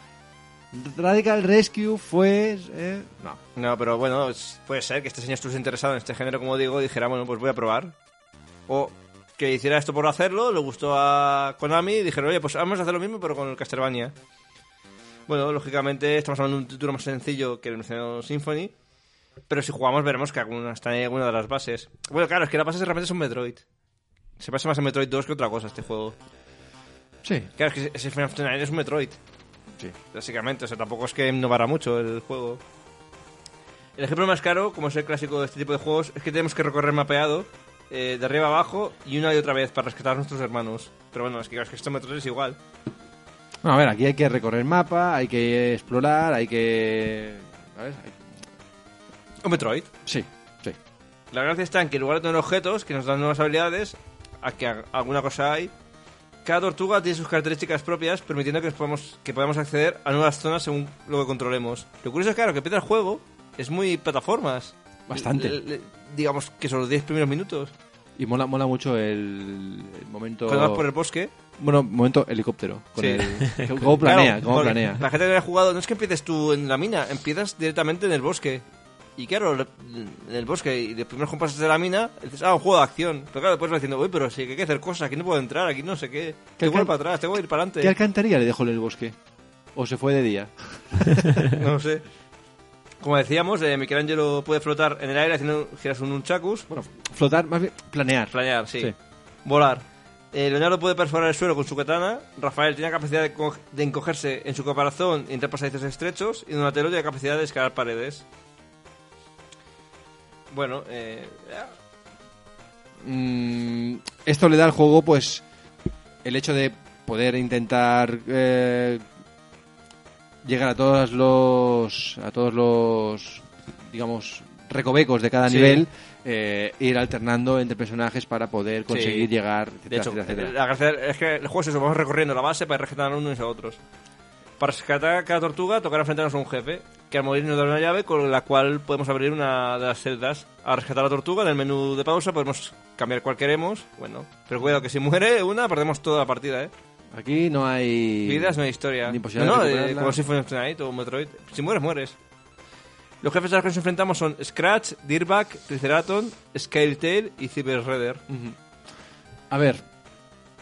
A: Radical Rescue fue eh, no.
B: No, pero bueno, es- puede ser que este señor estuviese interesado en este género, como digo, y dijera, bueno, pues voy a probar. O que hiciera esto por hacerlo, le gustó a Konami y dijeron, oye, pues vamos a hacer lo mismo, pero con el Castlevania. Bueno, lógicamente estamos hablando de un título más sencillo que el mencionado Symphony, pero si jugamos veremos que alguna, está en alguna de las bases. Bueno, claro, es que las bases realmente son Metroid. Se pasa más en Metroid 2 que otra cosa este juego.
A: Sí,
B: Claro, es que ese Final Fantasy IX es un Metroid.
A: Sí.
B: Básicamente, o sea, tampoco es que innovara mucho el juego. El ejemplo más caro, como es el clásico de este tipo de juegos, es que tenemos que recorrer mapeado eh, de arriba a abajo y una y otra vez para rescatar a nuestros hermanos. Pero bueno, es que, es que este Metroid es igual.
A: Bueno, a ver, aquí hay que recorrer mapa, hay que explorar, hay que ¿sabes? Hay-
B: Un Metroid.
A: Sí, sí.
B: La gracia está en que en lugar de tener objetos que nos dan nuevas habilidades, a que a- alguna cosa hay. Cada tortuga tiene sus características propias, permitiendo que, nos podamos, que podamos acceder a nuevas zonas según lo que controlemos. Lo curioso es, claro, que empieza el juego, es muy plataformas.
A: Bastante.
B: Le- le- digamos que son los 10 primeros minutos.
A: Y mola, mola mucho el, el momento.
B: Cuando vas por el bosque.
A: Bueno, momento helicóptero. Con
B: Sí.
A: el, cómo planea,
B: Claro,
A: cómo
B: porque
A: planea.
B: La gente que ha jugado, no es que empieces tú en la mina, empiezas directamente en el bosque. Y claro, le- en el bosque, y los primeros compases de la mina, dices, ah, un juego de acción. Pero claro, después vas diciendo, uy, pero sí, que hay que hacer cosas, aquí no puedo entrar, aquí no sé qué. Tengo que ir
A: alcan-
B: para atrás, tengo que ir para
A: ¿Qué
B: adelante.
A: alcantarilla le dejó en el bosque? ¿O se fue de día?
B: No lo sé. Como decíamos, eh, Michelangelo puede flotar en el aire haciendo giras un chacus.
A: Bueno, flotar, más bien planear.
B: Planear, sí.
A: Sí.
B: Volar. Eh, Leonardo puede perforar el suelo con su katana. Rafael tiene la capacidad de, co- de encogerse en su caparazón y entrar pasadizos estrechos. Y Donatello tiene la capacidad de escalar paredes. Bueno, eh,
A: Mm, esto le da al juego, pues, el hecho de poder intentar eh, llegar a todos los, a todos los, digamos, recovecos de cada
B: Sí.
A: nivel, eh, ir alternando entre personajes para poder conseguir llegar,
B: de
A: etcétera,
B: hecho, eh,
A: etcétera, etcétera.
B: la gracia es que el juego es eso, vamos recorriendo la base para rescatar a unos y a otros. Para rescatar a cada tortuga tocará enfrentarnos a un jefe, que al morir nos dará una llave con la cual podemos abrir una de las celdas. Al rescatar a la tortuga en el menú de pausa podemos cambiar cual queremos, bueno, pero cuidado que si muere una perdemos toda la partida, ¿eh?
A: Aquí no hay...
B: Vidas no hay historia.
A: Ni posibilidad
B: no,
A: de
B: eh,
A: recuperarla.
B: como si fuera un Tonight o un Metroid. Si mueres, mueres. Los jefes a los que nos enfrentamos son Scratch, Dirtbag, Triceraton, Scaletail y Cyber Redder.
A: Mm. A ver,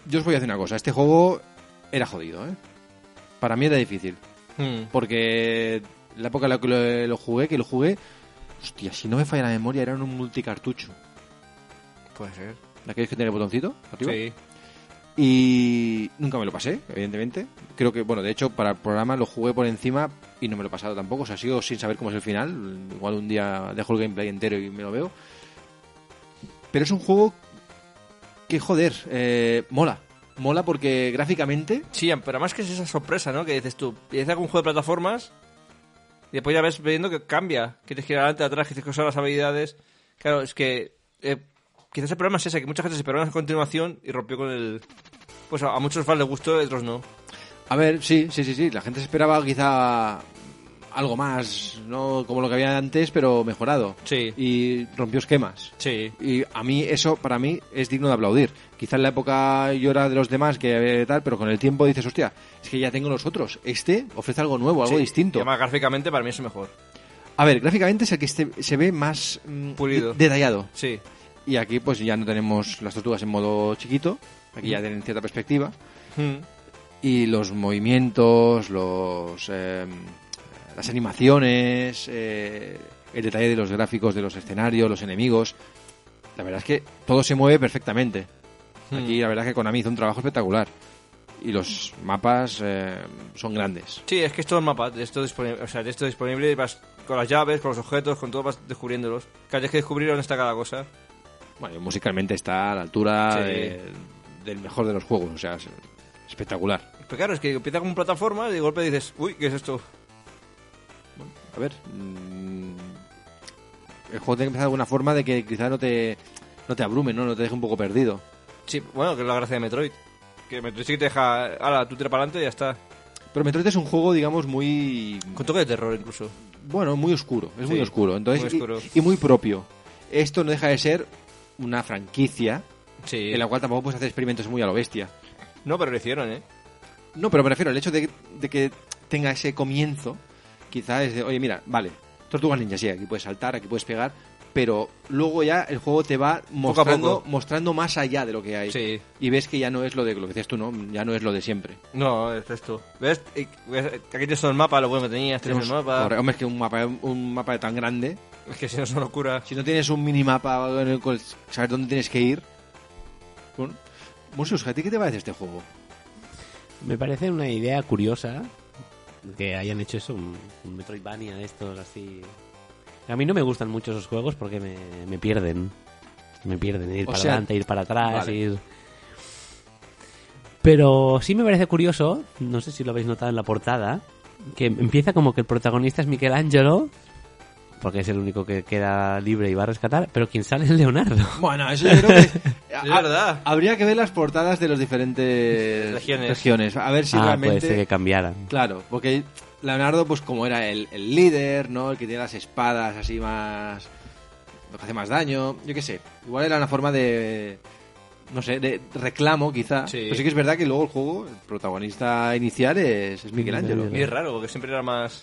A: yo os voy a decir una cosa. Este juego era jodido, ¿eh? Para mí era difícil.
B: Hmm.
A: Porque la época en la que lo, lo jugué, que lo jugué, hostia, si no me falla la memoria, era en un multicartucho.
B: Puede ser.
A: Aquellos que tiene el botoncito arriba.
B: Sí.
A: Y nunca me lo pasé, evidentemente. Creo que, bueno, de hecho, para el programa lo jugué por encima y no me lo he pasado tampoco. O sea, sigo sin saber cómo es el final. Igual un día dejo el gameplay entero y me lo veo. Pero es un juego que, joder, eh, mola. Mola porque gráficamente
B: Sí, pero más que es esa sorpresa, ¿no? Que dices tú, y dices algún juego de plataformas y después ya ves viendo que cambia, que tienes que ir adelante, atrás, que tienes que usar las habilidades. Claro, es que eh, quizás el problema es ese, que mucha gente se esperó a continuación y rompió con el... Pues a, a muchos fans les gustó, a otros no.
A: A ver, sí, sí, sí, sí. La gente esperaba quizá algo más, no como lo que había antes, pero mejorado.
B: Sí.
A: Y rompió esquemas.
B: Sí.
A: Y a mí eso, para mí, es digno de aplaudir. Quizá en la época yo era de los demás que eh, tal, pero con el tiempo dices, hostia, es que ya tengo los otros. Este ofrece algo nuevo, algo
B: Sí,
A: distinto.
B: Y además, gráficamente para mí es el mejor.
A: A ver, gráficamente es el que este- se ve más mm,
B: Pulido.
A: de- detallado.
B: Sí.
A: Y aquí pues ya no tenemos las tortugas en modo chiquito, aquí ya tienen cierta perspectiva. y los movimientos, los eh, las animaciones, eh, el detalle de los gráficos de los escenarios, los enemigos. La verdad es que todo se mueve perfectamente. Aquí la verdad es que Konami hizo un trabajo espectacular. Y los mapas eh, son grandes.
B: Sí, es que es todo el mapa, de esto disponible, o sea, de esto disponible y vas con las llaves, con los objetos, con todo vas descubriéndolos. Que tienes que descubrir dónde está cada cosa.
A: Bueno, y musicalmente está a la altura
B: Sí.
A: de- del mejor de los juegos. O sea, es espectacular.
B: Pero claro, es que empieza con plataforma y de golpe dices, uy, ¿qué es esto?
A: A ver. mm, el juego tiene que empezar de alguna forma de que quizás no te, no te abrume, ¿no? No te deje un poco perdido.
B: Sí, bueno, que es la gracia de Metroid. Que Metroid sí que te deja, ala, tú tira para adelante y ya está.
A: Pero Metroid es un juego, digamos, muy.
B: Con toque de terror incluso.
A: Bueno, muy oscuro. Es muy
B: Sí,
A: oscuro. Entonces,
B: muy oscuro.
A: Y, y muy propio. Esto no deja de ser una franquicia
B: Sí.
A: en la cual tampoco puedes hacer experimentos muy a lo bestia.
B: No, pero lo hicieron, ¿eh?
A: No, pero me refiero al hecho de, de que tenga ese comienzo. Quizás es de, oye, mira, vale, Tortugas Ninja, sí, aquí puedes saltar, aquí puedes pegar. Pero luego ya el juego te va
B: Poco a
A: mostrando,
B: poco.
A: mostrando más allá de lo que hay.
B: Sí.
A: Y ves que ya no es lo de lo que decías tú, ¿no? Ya no es lo de siempre.
B: No, es esto. ¿Ves? Y- ves, Aquí tienes todo el mapa, lo bueno que tenías, tienes el mapa.
A: Corre- Hombre, es que un mapa, un mapa tan grande
B: Es que si no es una locura.
A: Si no tienes un minimapa en el cual saber dónde tienes que ir. Bueno, Museus, ¿a ti qué te parece este juego?
C: Me parece una idea curiosa que hayan hecho eso, un, un Metroidvania de estos así. A mí no me gustan mucho esos juegos porque me, me pierden. Me pierden, ir
A: O
C: para
A: sea,
C: adelante, ir para atrás,
A: vale.
C: ir. Pero sí me parece curioso, no sé si lo habéis notado en la portada, que empieza como que el protagonista es Michelangelo, porque es el único que queda libre y va a rescatar, pero quien sale es Leonardo.
A: Bueno, eso yo creo que.
B: Es verdad.
A: Habría que ver las portadas de las diferentes
B: Regiones.
A: A ver si
C: ah,
A: realmente.
C: puede ser que cambiaran.
A: Claro, porque Leonardo, pues como era el, el líder, ¿no? El que tiene las espadas así más. lo que hace más daño, yo qué sé. Igual era una forma de, no sé, de reclamo quizá.
B: Sí.
A: Pero sí que es verdad que luego el juego, el protagonista inicial es, es Miguel
C: Michelangelo.
B: Y es raro, porque siempre era más.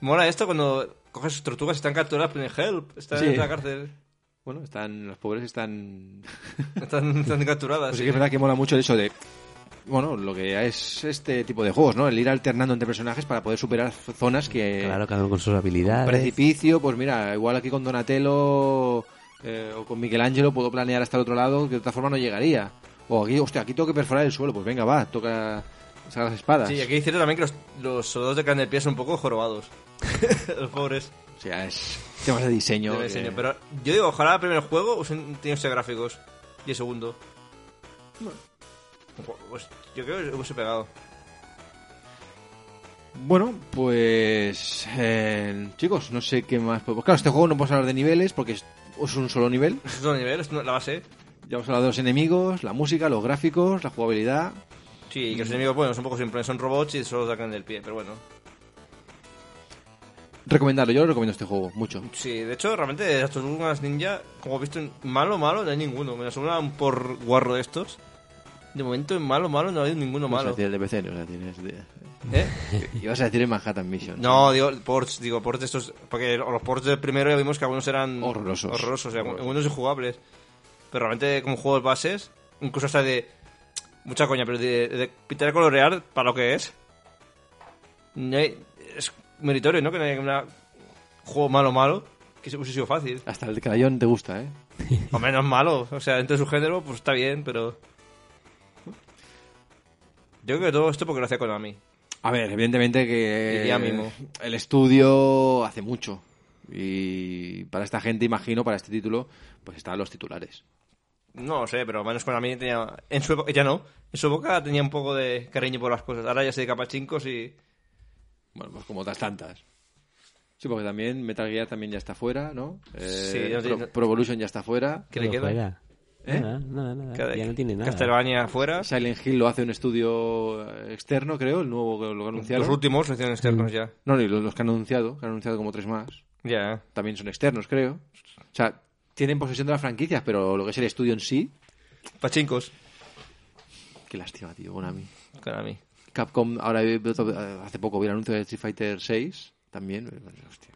B: Mola esto cuando coges sus tortugas, están capturadas, piden help, están
A: Sí.
B: en la cárcel,
A: Bueno, están los pobres están.
B: están, están capturadas.
A: Pues sí que es verdad que mola mucho el hecho de. Bueno, lo que es este tipo de juegos, ¿no? El ir alternando entre personajes para poder superar z- zonas que.
C: Claro, cada uno con sus
A: Eh, un
C: habilidades.
A: precipicio, pues mira, igual aquí con Donatello eh, o con Michelangelo puedo planear hasta el otro lado que de otra forma no llegaría. O aquí, hostia, aquí tengo que perforar el suelo, pues venga, va, toca. Saca las espadas.
B: Sí, aquí hicieron también que los, los soldados de carne de pie son un poco jorobados. los pobres.
A: O sea, es temas de diseño. eh,
B: de
A: que-
B: diseño. Pero yo digo, ojalá el primer juego usen tenido ese gráficos. Y el segundo. Pues yo creo que hubiese pegado.
A: Bueno, pues eh, chicos, no sé qué más. podemos- Claro, este juego no podemos hablar de niveles porque es, es un solo nivel.
B: Eso es otro nivel, es la base.
A: Ya hemos hablado de los enemigos, la música, los gráficos, la jugabilidad.
B: Sí, y que los enemigos, bueno, son un poco simples, son robots y solo sacan del pie, pero bueno.
A: Recomendarlo, yo lo recomiendo este juego mucho.
B: Sí, de hecho, realmente de las tortugas ninja, como he visto, en malo, malo, no hay ninguno. Me sobra un por guarro de estos. De momento, en malo, malo, no ha habido ninguno
A: Ibas a
B: malo.
A: decir el de PC, no ibas a decir
B: ¿Eh?
A: el de- Ibas a decir el Manhattan Mission.
B: No, digo, ports, digo, ports de estos. Porque los ports del primero ya vimos que algunos eran.
A: Horrorosos.
B: Horrorosos, y algunos algunos injugables. Pero realmente, como juegos bases, incluso hasta de. Mucha coña, pero de, de pintar y colorear, para lo que es. no hay- es meritorio, ¿no? Que no haya un juego malo, malo. Que se- hubiese sido fácil.
A: Hasta el crayón te gusta, ¿eh?
B: O menos malo. O sea, dentro de su género, pues está bien, pero. Yo creo que todo esto porque lo hace Konami.
A: A ver, evidentemente que
B: Diría mimo.
A: el estudio hace mucho. Y para esta gente, imagino, para este título, pues están los titulares.
B: No lo sé, pero al menos Konami tenía. En su época, ya no. En su época tenía un poco de cariño por las cosas. Ahora ya se dedica a pachincos y.
A: Bueno, pues como otras tantas. Sí, porque también Metal Gear también ya está fuera, ¿no? Eh,
B: Sí, ya
A: Pro,
B: tiene-
A: Pro Evolution ya está fuera.
B: ¿Qué le
C: Todo
B: queda? ¿Eh?
C: fuera. Nada, nada, nada.
B: Cada-
C: Ya no tiene nada.
B: Castlevania fuera.
A: Silent Hill lo hace un estudio eh, externo, creo, el nuevo que lo que anunciaron.
B: Los últimos lo hicieron externos
C: Mm.
B: ya.
A: No, ni los los que han anunciado, que han anunciado como tres más.
B: Ya. eh.
A: También son externos, creo. O sea, tienen posesión de las franquicias, pero lo que es el estudio en sí,
B: Pachincos.
A: qué lástima, tío, Konami.
B: Konami.
A: Capcom, ahora he visto- hace poco vi el anuncio de Street Fighter 6, también. eh, Hostia.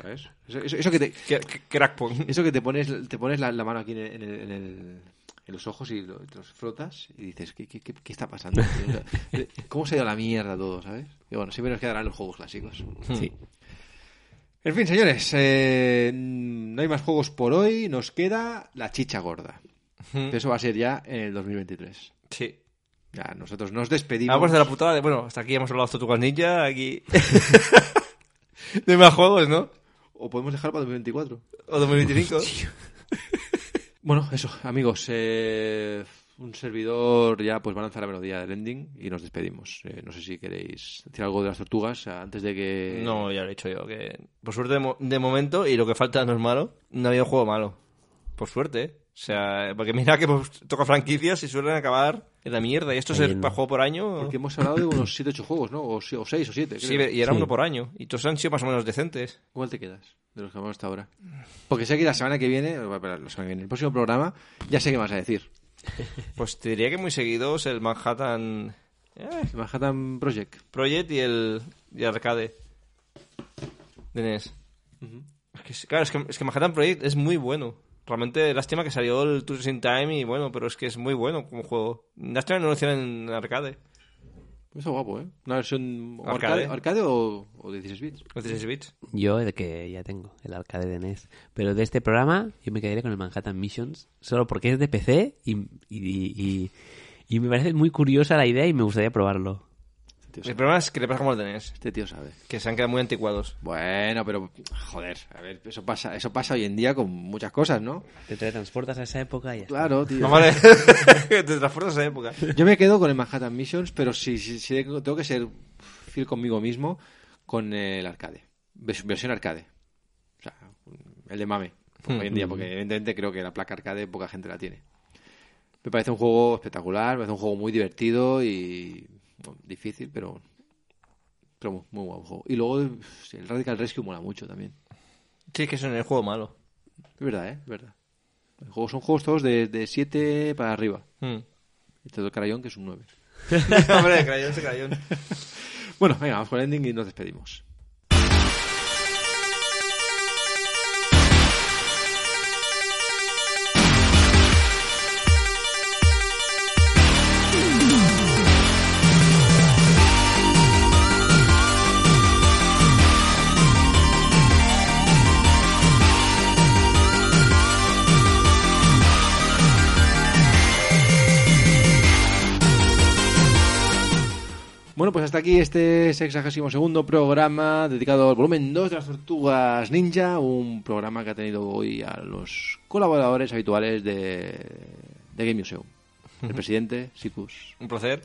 A: ¿Sabes? Eso, eso- eso que te,
B: Cra- cra- Crackpunk.
A: eso que te pones, te pones la, la mano aquí en, el- en el- en el- en los ojos y lo- te los frotas y dices, ¿qué, qué- qué- qué está pasando? tío? O sea, ¿Cómo se ha ido a la mierda todo, sabes? Y bueno, siempre nos quedarán los juegos clásicos.
C: Sí.
A: En fin, señores, eh, no hay más juegos por hoy, nos queda la chicha gorda.
B: Ujú.
A: Que Eso va a ser ya en el 2023.
B: Sí.
A: Ya, nosotros nos despedimos.
B: Vamos de la putada de. Bueno, hasta aquí hemos hablado de Tortugas Ninja. Aquí. de más juegos, ¿no?
A: O podemos dejar para 2024.
B: O 2025.
A: Bueno, eso, amigos. eh, un servidor ya pues va a lanzar la melodía del ending y nos despedimos. Eh, no sé si queréis decir algo de las tortugas eh, antes de que.
B: No, ya lo he dicho yo. Que por suerte, de, mo- de momento, y lo que falta no es malo, no ha habido juego malo. Por suerte, ¿eh? O sea, porque mira que pues, toca franquicias y suelen acabar en la mierda. Y esto es
C: Cayendo.
B: para juego por año.
A: Porque hemos hablado de unos 7-8 juegos, ¿no? O 6 o 7.
B: Sí, y era
C: Sí.
B: uno por año. Y todos han sido más o menos decentes.
A: ¿Cuál te quedas de los que hemos hasta ahora? Porque sé que la semana que viene, o, para la semana que viene, el próximo programa, ya sé qué vas a decir.
B: Pues te diría que muy seguidos el Manhattan eh,
A: Manhattan Project.
B: Project y el y Arcade de NES. Es que, sí, claro, es que, es que Manhattan Project es muy bueno. Realmente, lástima que salió el Tours in Time y bueno, pero es que es muy bueno como juego. Lástima que no lo hicieron en Arcade.
A: Eso guapo, ¿eh? Una versión o
B: Arcade.
A: arcade, arcade o, o 16 bits.
B: Los 16 bits.
C: Yo, el que ya tengo, el arcade de NES. Pero de este programa, yo me quedaría con el Manhattan Missions, solo porque es de PC y, y, y, y me parece muy curiosa la idea y me gustaría probarlo.
A: Este tío
B: El
A: sabe.
B: problema es que le pasa como el de NES,
A: Este tío sabe.
B: que se han quedado muy anticuados.
A: Bueno, pero joder, a ver, eso pasa, eso pasa hoy en día con muchas cosas, ¿no?
C: Te teletransportas a esa época y ya.
A: Claro, tío.
B: No vale. Te transportas a esa época.
A: Yo me quedo con el Manhattan Missions, pero si, si- si tengo que ser fiel conmigo mismo, con el arcade. Vers- Versión arcade. O sea, el de mame. pues, Hoy en día, porque evidentemente creo que la placa arcade poca gente la tiene. Me parece un juego espectacular, me parece un juego muy divertido y bueno, difícil, pero, pero muy, muy buen juego. Y luego el Radical Rescue mola mucho también.
B: Sí, que eso en el juego malo.
A: Es verdad, ¿eh? Es verdad. Los juegos- son juegos todos de 7 para arriba.
B: Hmm.
A: Este es Carayón, que es un 9.
B: Hombre, crayón se crayón.
A: Bueno, venga, vamos con el ending y nos despedimos. Bueno, pues hasta aquí este 62 programa dedicado al volumen 2 de las Tortugas Ninja, un programa que ha tenido hoy a los colaboradores habituales de, de Game Museum. El presidente, Sikus.
B: Un placer.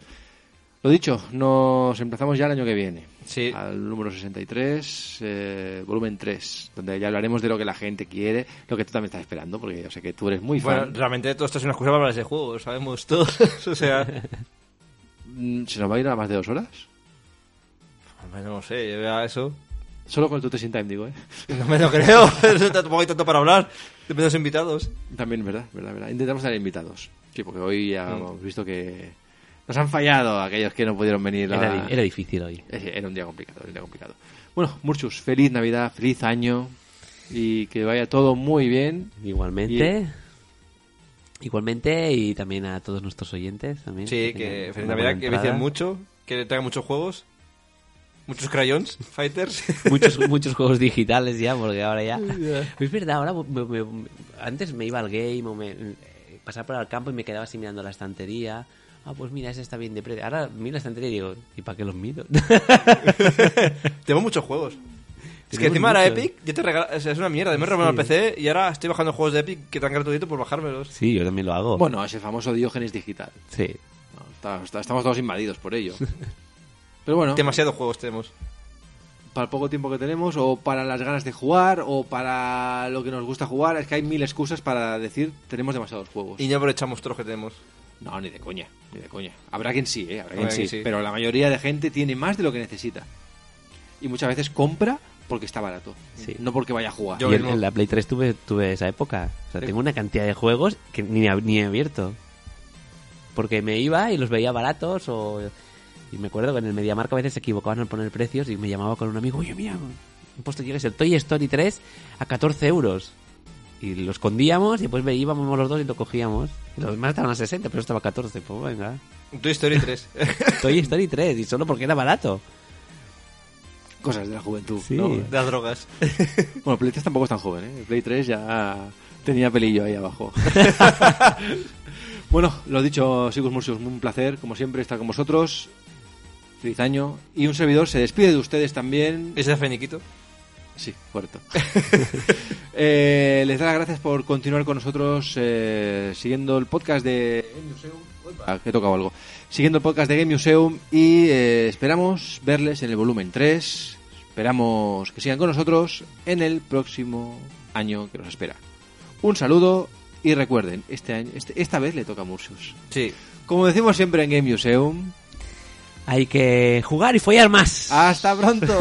A: Lo dicho, nos emplazamos ya el año que viene.
B: Sí.
A: Al número 63, eh, volumen 3, donde ya hablaremos de lo que la gente quiere, lo que tú también estás esperando, porque yo sé que tú eres muy
B: Bueno,
A: fan.
B: realmente todo esto es una excusa para hablar de juego, lo sabemos todos. o sea,
A: Mm, ¿Se nos va a ir a más de dos horas?
B: hombre, no sé, yo vea eso.
A: Solo con el Tutesin Time, digo, ¿eh?
B: No me lo creo. Eso Tampoco hay tanto para hablar. Depende de los invitados.
A: También, verdad, verdad, verdad. Intentamos tener invitados. Sí, porque hoy ya
C: Mm.
A: hemos visto que nos han fallado aquellos que no pudieron venir. a-
C: Era, di- era difícil hoy.
A: Eh, sí, Era un día complicado, era un día complicado. Bueno, Murchus, feliz Navidad, feliz año y que vaya todo muy bien.
C: Igualmente. Igualmente, y también a todos nuestros oyentes también.
B: Sí, que
C: tengan
B: feliz
C: una
B: Navidad,
C: buena
B: que
C: entrada.
B: vicien mucho, que tengan muchos juegos, muchos crayons, fighters.
C: Muchos, muchos juegos digitales ya, porque ahora ya... Es verdad, ahora me- me- me- antes me iba al game o me eh, pasaba por el campo y me quedaba así mirando la estantería. Ah, pues mira, ese está bien de precio. Ahora miro la estantería y digo, ¿y para qué los miro?
B: Tenemos muchos juegos. Es que
C: Tenemos
B: encima ahora
C: muchos.
B: Epic, yo te regala, o sea, es una mierda. Me he robado el PC y ahora estoy bajando juegos de Epic que están gratuitos por bajármelos.
C: sí, yo también lo hago.
A: Bueno, ese famoso Diógenes digital.
C: Sí.
A: No, está- está- estamos todos invadidos por ello. Pero bueno,
B: Demasiados juegos tenemos.
A: para el poco tiempo que tenemos, o para las ganas de jugar, o para lo que nos gusta jugar, es que hay mil excusas para decir tenemos demasiados juegos.
B: Y no aprovechamos todos los que tenemos.
A: No, ni de coña, ni de coña. Habrá quien sí, ¿eh? Habrá quien
B: Habrá
A: sí,
B: quien sí.
A: Pero la mayoría de gente tiene más de lo que necesita. Y muchas veces compra porque está barato.
C: Sí.
A: No porque vaya a jugar.
B: Yo
C: y en,
B: mismo.
C: en la Play 3 tuve, tuve esa época. O sea,
B: Sí.
C: tengo una cantidad de juegos que ni, ab- ni he abierto. Porque me iba y los veía baratos o... Y me acuerdo que en el Mediamarca a veces se equivocaban al poner precios y me llamaba con un amigo, oye, mira, han puesto yo que sé, el Toy Story 3 a 14 euros. Y lo escondíamos y después me íbamos los dos y lo cogíamos. Y los demás estaban a 60, pero estaba a 14. Pues venga.
B: Toy Story 3.
C: Toy Story 3 y solo porque era barato.
A: Cosas de la juventud.
C: Sí.
A: ¿no?
B: de las drogas.
A: Bueno, Play 3 tampoco es tan joven, ¿eh? Play 3 ya tenía pelillo ahí abajo. bueno, lo dicho, Sigus Murcius, un placer, como siempre, estar con vosotros. Feliz año. Y un servidor se despide de ustedes también.
B: Ese es Feniquito.
A: Sí, correcto. Eh, les da las gracias por continuar con nosotros eh, siguiendo el podcast de Game Museum. Ah, que he tocado algo. Siguiendo el podcast de Game Museum y eh, esperamos verles en el volumen 3. Esperamos que sigan con nosotros en el próximo año que nos espera. Un saludo y recuerden, este año, este- esta vez le toca a Mursius.
B: Sí.
A: Como decimos siempre en Game Museum,
B: Ah,
C: Hay que jugar y follar más.
A: ¡hasta pronto!